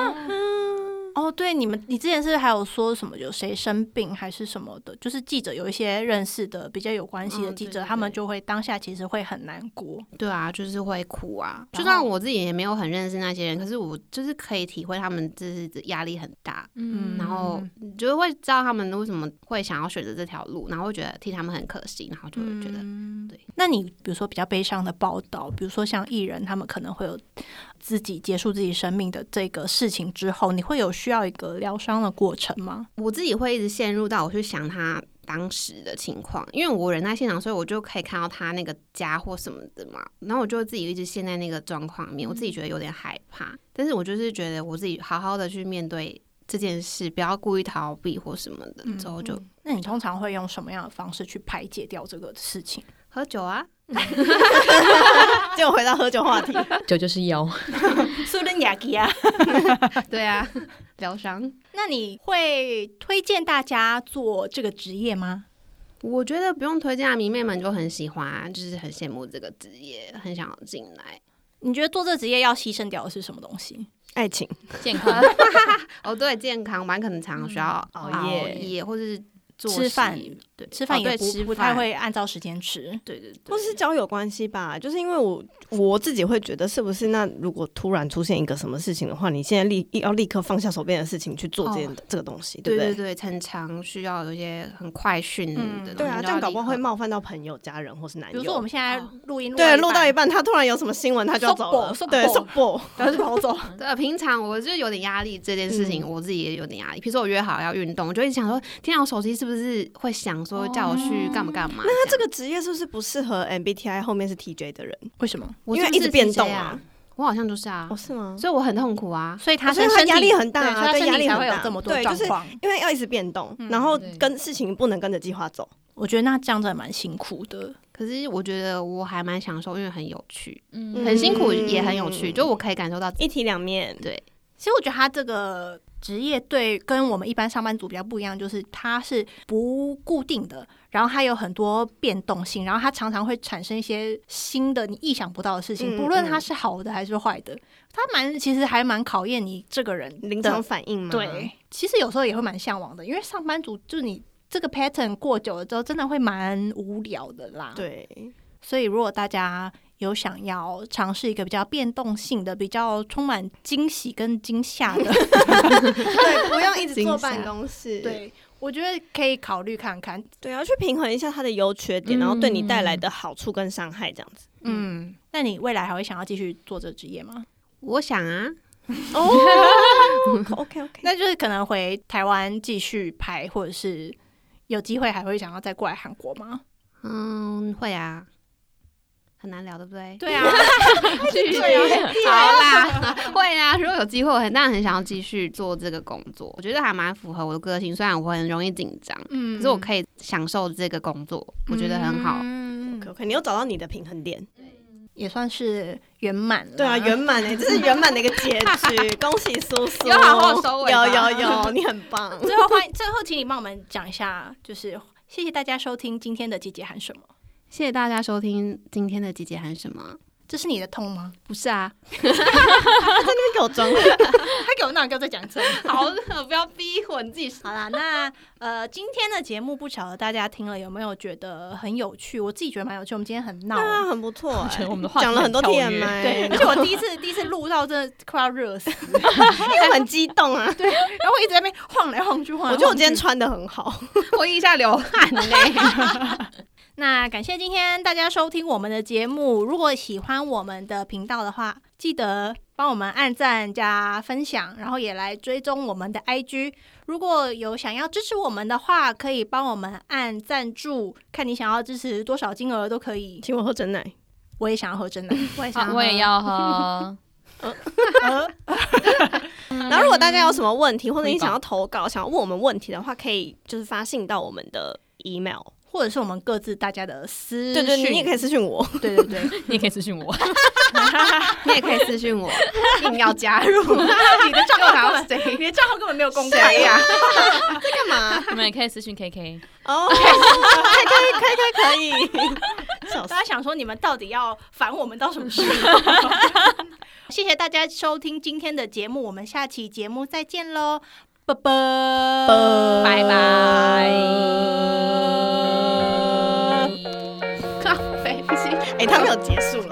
[SPEAKER 2] 哦，对，你们你之前是不是还有说什么有谁生病还是什么的，就是记者有一些认识的比较有关系的
[SPEAKER 1] 嗯
[SPEAKER 2] 记
[SPEAKER 1] 对
[SPEAKER 2] 者，
[SPEAKER 1] 对
[SPEAKER 2] 他们
[SPEAKER 1] 对
[SPEAKER 2] 就会当下其实会很难过。
[SPEAKER 1] 对啊，就是会哭啊。就
[SPEAKER 2] 然后
[SPEAKER 1] 算我自己也没有很认识那些人，可是我就是可以体会他们就是压力很大。
[SPEAKER 2] 嗯
[SPEAKER 1] 然后你就会知道他们为什么会想要选择这条路，然后会觉得替他们很可惜，然后就会觉得、
[SPEAKER 2] 嗯
[SPEAKER 1] 对。
[SPEAKER 2] 那你比如说比较悲伤的报道，比如说像艺人，他们可能会有自己结束自己生命的这个事情之后，你会有需要一个疗伤的过程吗？
[SPEAKER 1] 我自己会一直陷入到我去想他当时的情况，因为我人在现场，所以我就可以看到他那个家或什么的嘛。然后我就自己一直陷在那个状况里面，我自己觉得有点害怕，但是我就是觉得我自己好好的去面对这件事，不要故意逃避或什么的，之后就。
[SPEAKER 2] 那你通常会用什么样的方式去排解掉这个事情？
[SPEAKER 1] 喝酒啊，
[SPEAKER 3] 结果回到喝酒话 题，
[SPEAKER 4] 酒就是妖。
[SPEAKER 2] 苏伦雅基啊，
[SPEAKER 1] 对啊，疗伤。
[SPEAKER 2] 那你会推荐大家做这个职业吗？
[SPEAKER 1] 我觉得不用推荐啊，迷妹们就很喜欢，就是很羡慕这个职业，很想要进来。
[SPEAKER 2] 你觉得做这职业要牺牲掉的是什么东西？
[SPEAKER 3] 爱情
[SPEAKER 4] 健康，
[SPEAKER 1] 哦，对，健康蛮可能常常需要
[SPEAKER 3] 嗯熬
[SPEAKER 1] 熬
[SPEAKER 3] 夜
[SPEAKER 1] 夜，或者是作
[SPEAKER 2] 吃
[SPEAKER 1] 息
[SPEAKER 2] 饭，
[SPEAKER 1] 对，
[SPEAKER 2] 吃饭
[SPEAKER 1] 哦
[SPEAKER 2] 也
[SPEAKER 1] 对
[SPEAKER 2] 不、
[SPEAKER 1] 吃
[SPEAKER 2] 不太
[SPEAKER 1] 饭，
[SPEAKER 2] 会按照时间吃。
[SPEAKER 1] 对对对，
[SPEAKER 3] 或是交友关系吧，就是因为我我自己会觉得，是不是那如果突然出现一个什么事情的话，你现在立要立刻放下手边的事情去做这件、这个东西，
[SPEAKER 1] 对
[SPEAKER 3] 不
[SPEAKER 1] 对对，很常需要有一些很快讯的
[SPEAKER 2] 嗯
[SPEAKER 1] 东西，
[SPEAKER 3] 对啊，
[SPEAKER 1] 就
[SPEAKER 3] 这样
[SPEAKER 1] 要
[SPEAKER 3] 搞不好
[SPEAKER 1] 立刻
[SPEAKER 3] 会。冒犯到朋友、家人或是男
[SPEAKER 2] 比
[SPEAKER 3] 友。
[SPEAKER 2] 如说我们现在
[SPEAKER 1] 哦
[SPEAKER 2] 录音录
[SPEAKER 3] 对录到一
[SPEAKER 2] 半，
[SPEAKER 3] 半，他突然有什么新闻，他就要走了
[SPEAKER 2] 说，不
[SPEAKER 3] 对，
[SPEAKER 2] 说
[SPEAKER 3] 说不，
[SPEAKER 2] 然后就跑走。
[SPEAKER 1] 对，平常我就有点压力，这件事情
[SPEAKER 3] 嗯
[SPEAKER 1] 我自己也有点压力。比如说我约好要运动，我就会想说，天啊，我手机是不是会想说叫我去干嘛干嘛？那
[SPEAKER 3] 哦那这个职业是不是不适合 MBTI 后面是 TJ 的人？
[SPEAKER 2] 为什么？
[SPEAKER 1] 我
[SPEAKER 3] 因 为
[SPEAKER 1] 是不
[SPEAKER 3] 一直
[SPEAKER 1] 是
[SPEAKER 3] 变
[SPEAKER 1] TJ
[SPEAKER 3] 动
[SPEAKER 1] 啊
[SPEAKER 3] 啊，
[SPEAKER 1] 我好像就是啊
[SPEAKER 3] 哦，，是吗？
[SPEAKER 1] 所以我很痛苦啊。
[SPEAKER 2] 所以他
[SPEAKER 3] 哦所以
[SPEAKER 2] 身
[SPEAKER 3] 他
[SPEAKER 2] 身体
[SPEAKER 3] 压力很大
[SPEAKER 2] 对
[SPEAKER 3] 啊
[SPEAKER 2] 所以他
[SPEAKER 3] 对
[SPEAKER 2] 身
[SPEAKER 3] 压
[SPEAKER 2] 体
[SPEAKER 3] 力
[SPEAKER 2] 才
[SPEAKER 3] 很
[SPEAKER 2] 会有
[SPEAKER 3] 大
[SPEAKER 2] 这么多
[SPEAKER 3] 对就
[SPEAKER 2] 状
[SPEAKER 3] 是
[SPEAKER 2] 况。
[SPEAKER 3] 因为要一直变动，
[SPEAKER 2] 嗯
[SPEAKER 3] 然后
[SPEAKER 4] 对
[SPEAKER 3] 跟事情不能跟着计划走。
[SPEAKER 2] 我觉得那这样子还蛮辛苦的。
[SPEAKER 1] 可是我觉得我还蛮享受，因为很有趣，
[SPEAKER 4] 嗯
[SPEAKER 1] 很辛苦也很有趣，
[SPEAKER 3] 嗯
[SPEAKER 1] 就我可以感受到
[SPEAKER 3] 一体两面，
[SPEAKER 1] 对
[SPEAKER 2] 其实我觉得他这个职业对跟我们一般上班族比较不一样，就是他是不固定的，然后他有很多变动性，然后他常常会产生一些新的你意想不到的事情，
[SPEAKER 3] 嗯
[SPEAKER 2] 不论它是好的还是坏的，他蛮其实还蛮考验你这个人
[SPEAKER 3] 临
[SPEAKER 2] 的
[SPEAKER 3] 场反应嘛。
[SPEAKER 2] 对，，其实有时候也会蛮向往的，因为上班族就你这个 pattern 过久了之后，真的会蛮无聊的啦。，
[SPEAKER 3] 对，
[SPEAKER 2] 所以如果大家有想要尝试一个比较变动性的、比较充满惊喜跟惊吓 的，
[SPEAKER 3] 对，不用一直
[SPEAKER 1] 惊
[SPEAKER 3] 坐
[SPEAKER 1] 吓
[SPEAKER 3] 办公室。
[SPEAKER 2] 对我觉得可以考虑看嗯看。
[SPEAKER 3] 对，要去平衡一下它的优缺点，然后对你带来的好处跟伤害这样子。
[SPEAKER 2] 嗯，那你未来还会想要继续做这个职业吗？
[SPEAKER 1] 我想啊，
[SPEAKER 3] 哦，OK OK，
[SPEAKER 2] 那就是可能回台湾继续拍，或者是有机会还会想要再过来韩国吗？
[SPEAKER 1] 嗯，会啊，很难聊，对不对？
[SPEAKER 2] 对啊，
[SPEAKER 1] 继续
[SPEAKER 4] 嗯
[SPEAKER 1] 好啦， 会啊。如果有机会，我很当然很想要继续做这个工作，我觉得还蛮符合我的个性。虽然我很容易紧张，
[SPEAKER 2] 嗯
[SPEAKER 1] 可是我可以享受这个工作，我觉得很好。
[SPEAKER 2] 嗯
[SPEAKER 3] OK，你又找到你的平衡点，
[SPEAKER 2] 也算是圆满了。
[SPEAKER 3] 对啊，圆满哎，这是圆满的一个结局，恭喜苏苏，
[SPEAKER 1] 有好好收尾
[SPEAKER 3] 有
[SPEAKER 1] 吧
[SPEAKER 3] 有有，你很棒。
[SPEAKER 2] 最后欢迎，最后请你帮我们讲一下，就是谢谢大家收听今天的姐姐喊什么？
[SPEAKER 1] 谢谢大家收听今天的姐姐喊什么？
[SPEAKER 2] 这是你的痛吗？
[SPEAKER 1] 不是啊，
[SPEAKER 3] 给我装
[SPEAKER 2] 他给我那个再讲一 次。
[SPEAKER 1] 好了，不要逼我，你自己
[SPEAKER 2] 好啦，那呃，今天的节目不晓得大家听了有没有觉得很有趣？我自己觉得蛮有趣。我们今天很闹，
[SPEAKER 3] 啊，很不错
[SPEAKER 4] 我觉得
[SPEAKER 3] 哎
[SPEAKER 4] 我们的话题
[SPEAKER 3] 讲了很多
[SPEAKER 4] 很跳
[SPEAKER 3] TMI，
[SPEAKER 2] 对，而且我第一次第一次录到真的快要热死，
[SPEAKER 3] 因为我很激动 啊。
[SPEAKER 2] 然后我一直在那边晃来晃去，晃来晃去。
[SPEAKER 3] 我觉得我今天穿的很好，
[SPEAKER 1] 我一下流汗 呢、
[SPEAKER 2] 那感谢今天大家收听我们的节目。如果喜欢我们的频道的话，记得帮我们按赞加分享，然后也来追踪我们的 IG。如果有想要支持我们的话，可以帮我们按赞助，看你想要支持多少金额都可以。
[SPEAKER 3] 请我喝真奶。
[SPEAKER 2] 我也想要喝 真奶，我也想
[SPEAKER 4] 好
[SPEAKER 2] 喝
[SPEAKER 4] 我也。要喝。
[SPEAKER 3] 然后，如果大家有什么问题，或者你想要投稿、想要问我们问题的话，可以就是发信到我们的 email。
[SPEAKER 2] 或者是我们各自大家的私
[SPEAKER 3] 对对，
[SPEAKER 2] 讯
[SPEAKER 3] 你也可以私信我。
[SPEAKER 2] 对对对，
[SPEAKER 4] 你也可以私 信我，
[SPEAKER 1] 你也可以私信我，硬要加入，你的账号要谁？
[SPEAKER 2] 你的账号根本没有公开
[SPEAKER 1] 谁呀、
[SPEAKER 3] 干嘛？
[SPEAKER 4] 你们也可以私信 KK。
[SPEAKER 3] 哦，可以可以可以可以可以。笑死
[SPEAKER 2] 大家想说你们到底要烦我们到什么时候？谢谢大家收听今天的节目，我们下期节目再见喽，拜拜，
[SPEAKER 4] 拜拜。
[SPEAKER 1] 咖啡机。
[SPEAKER 3] 哎，他没有结束。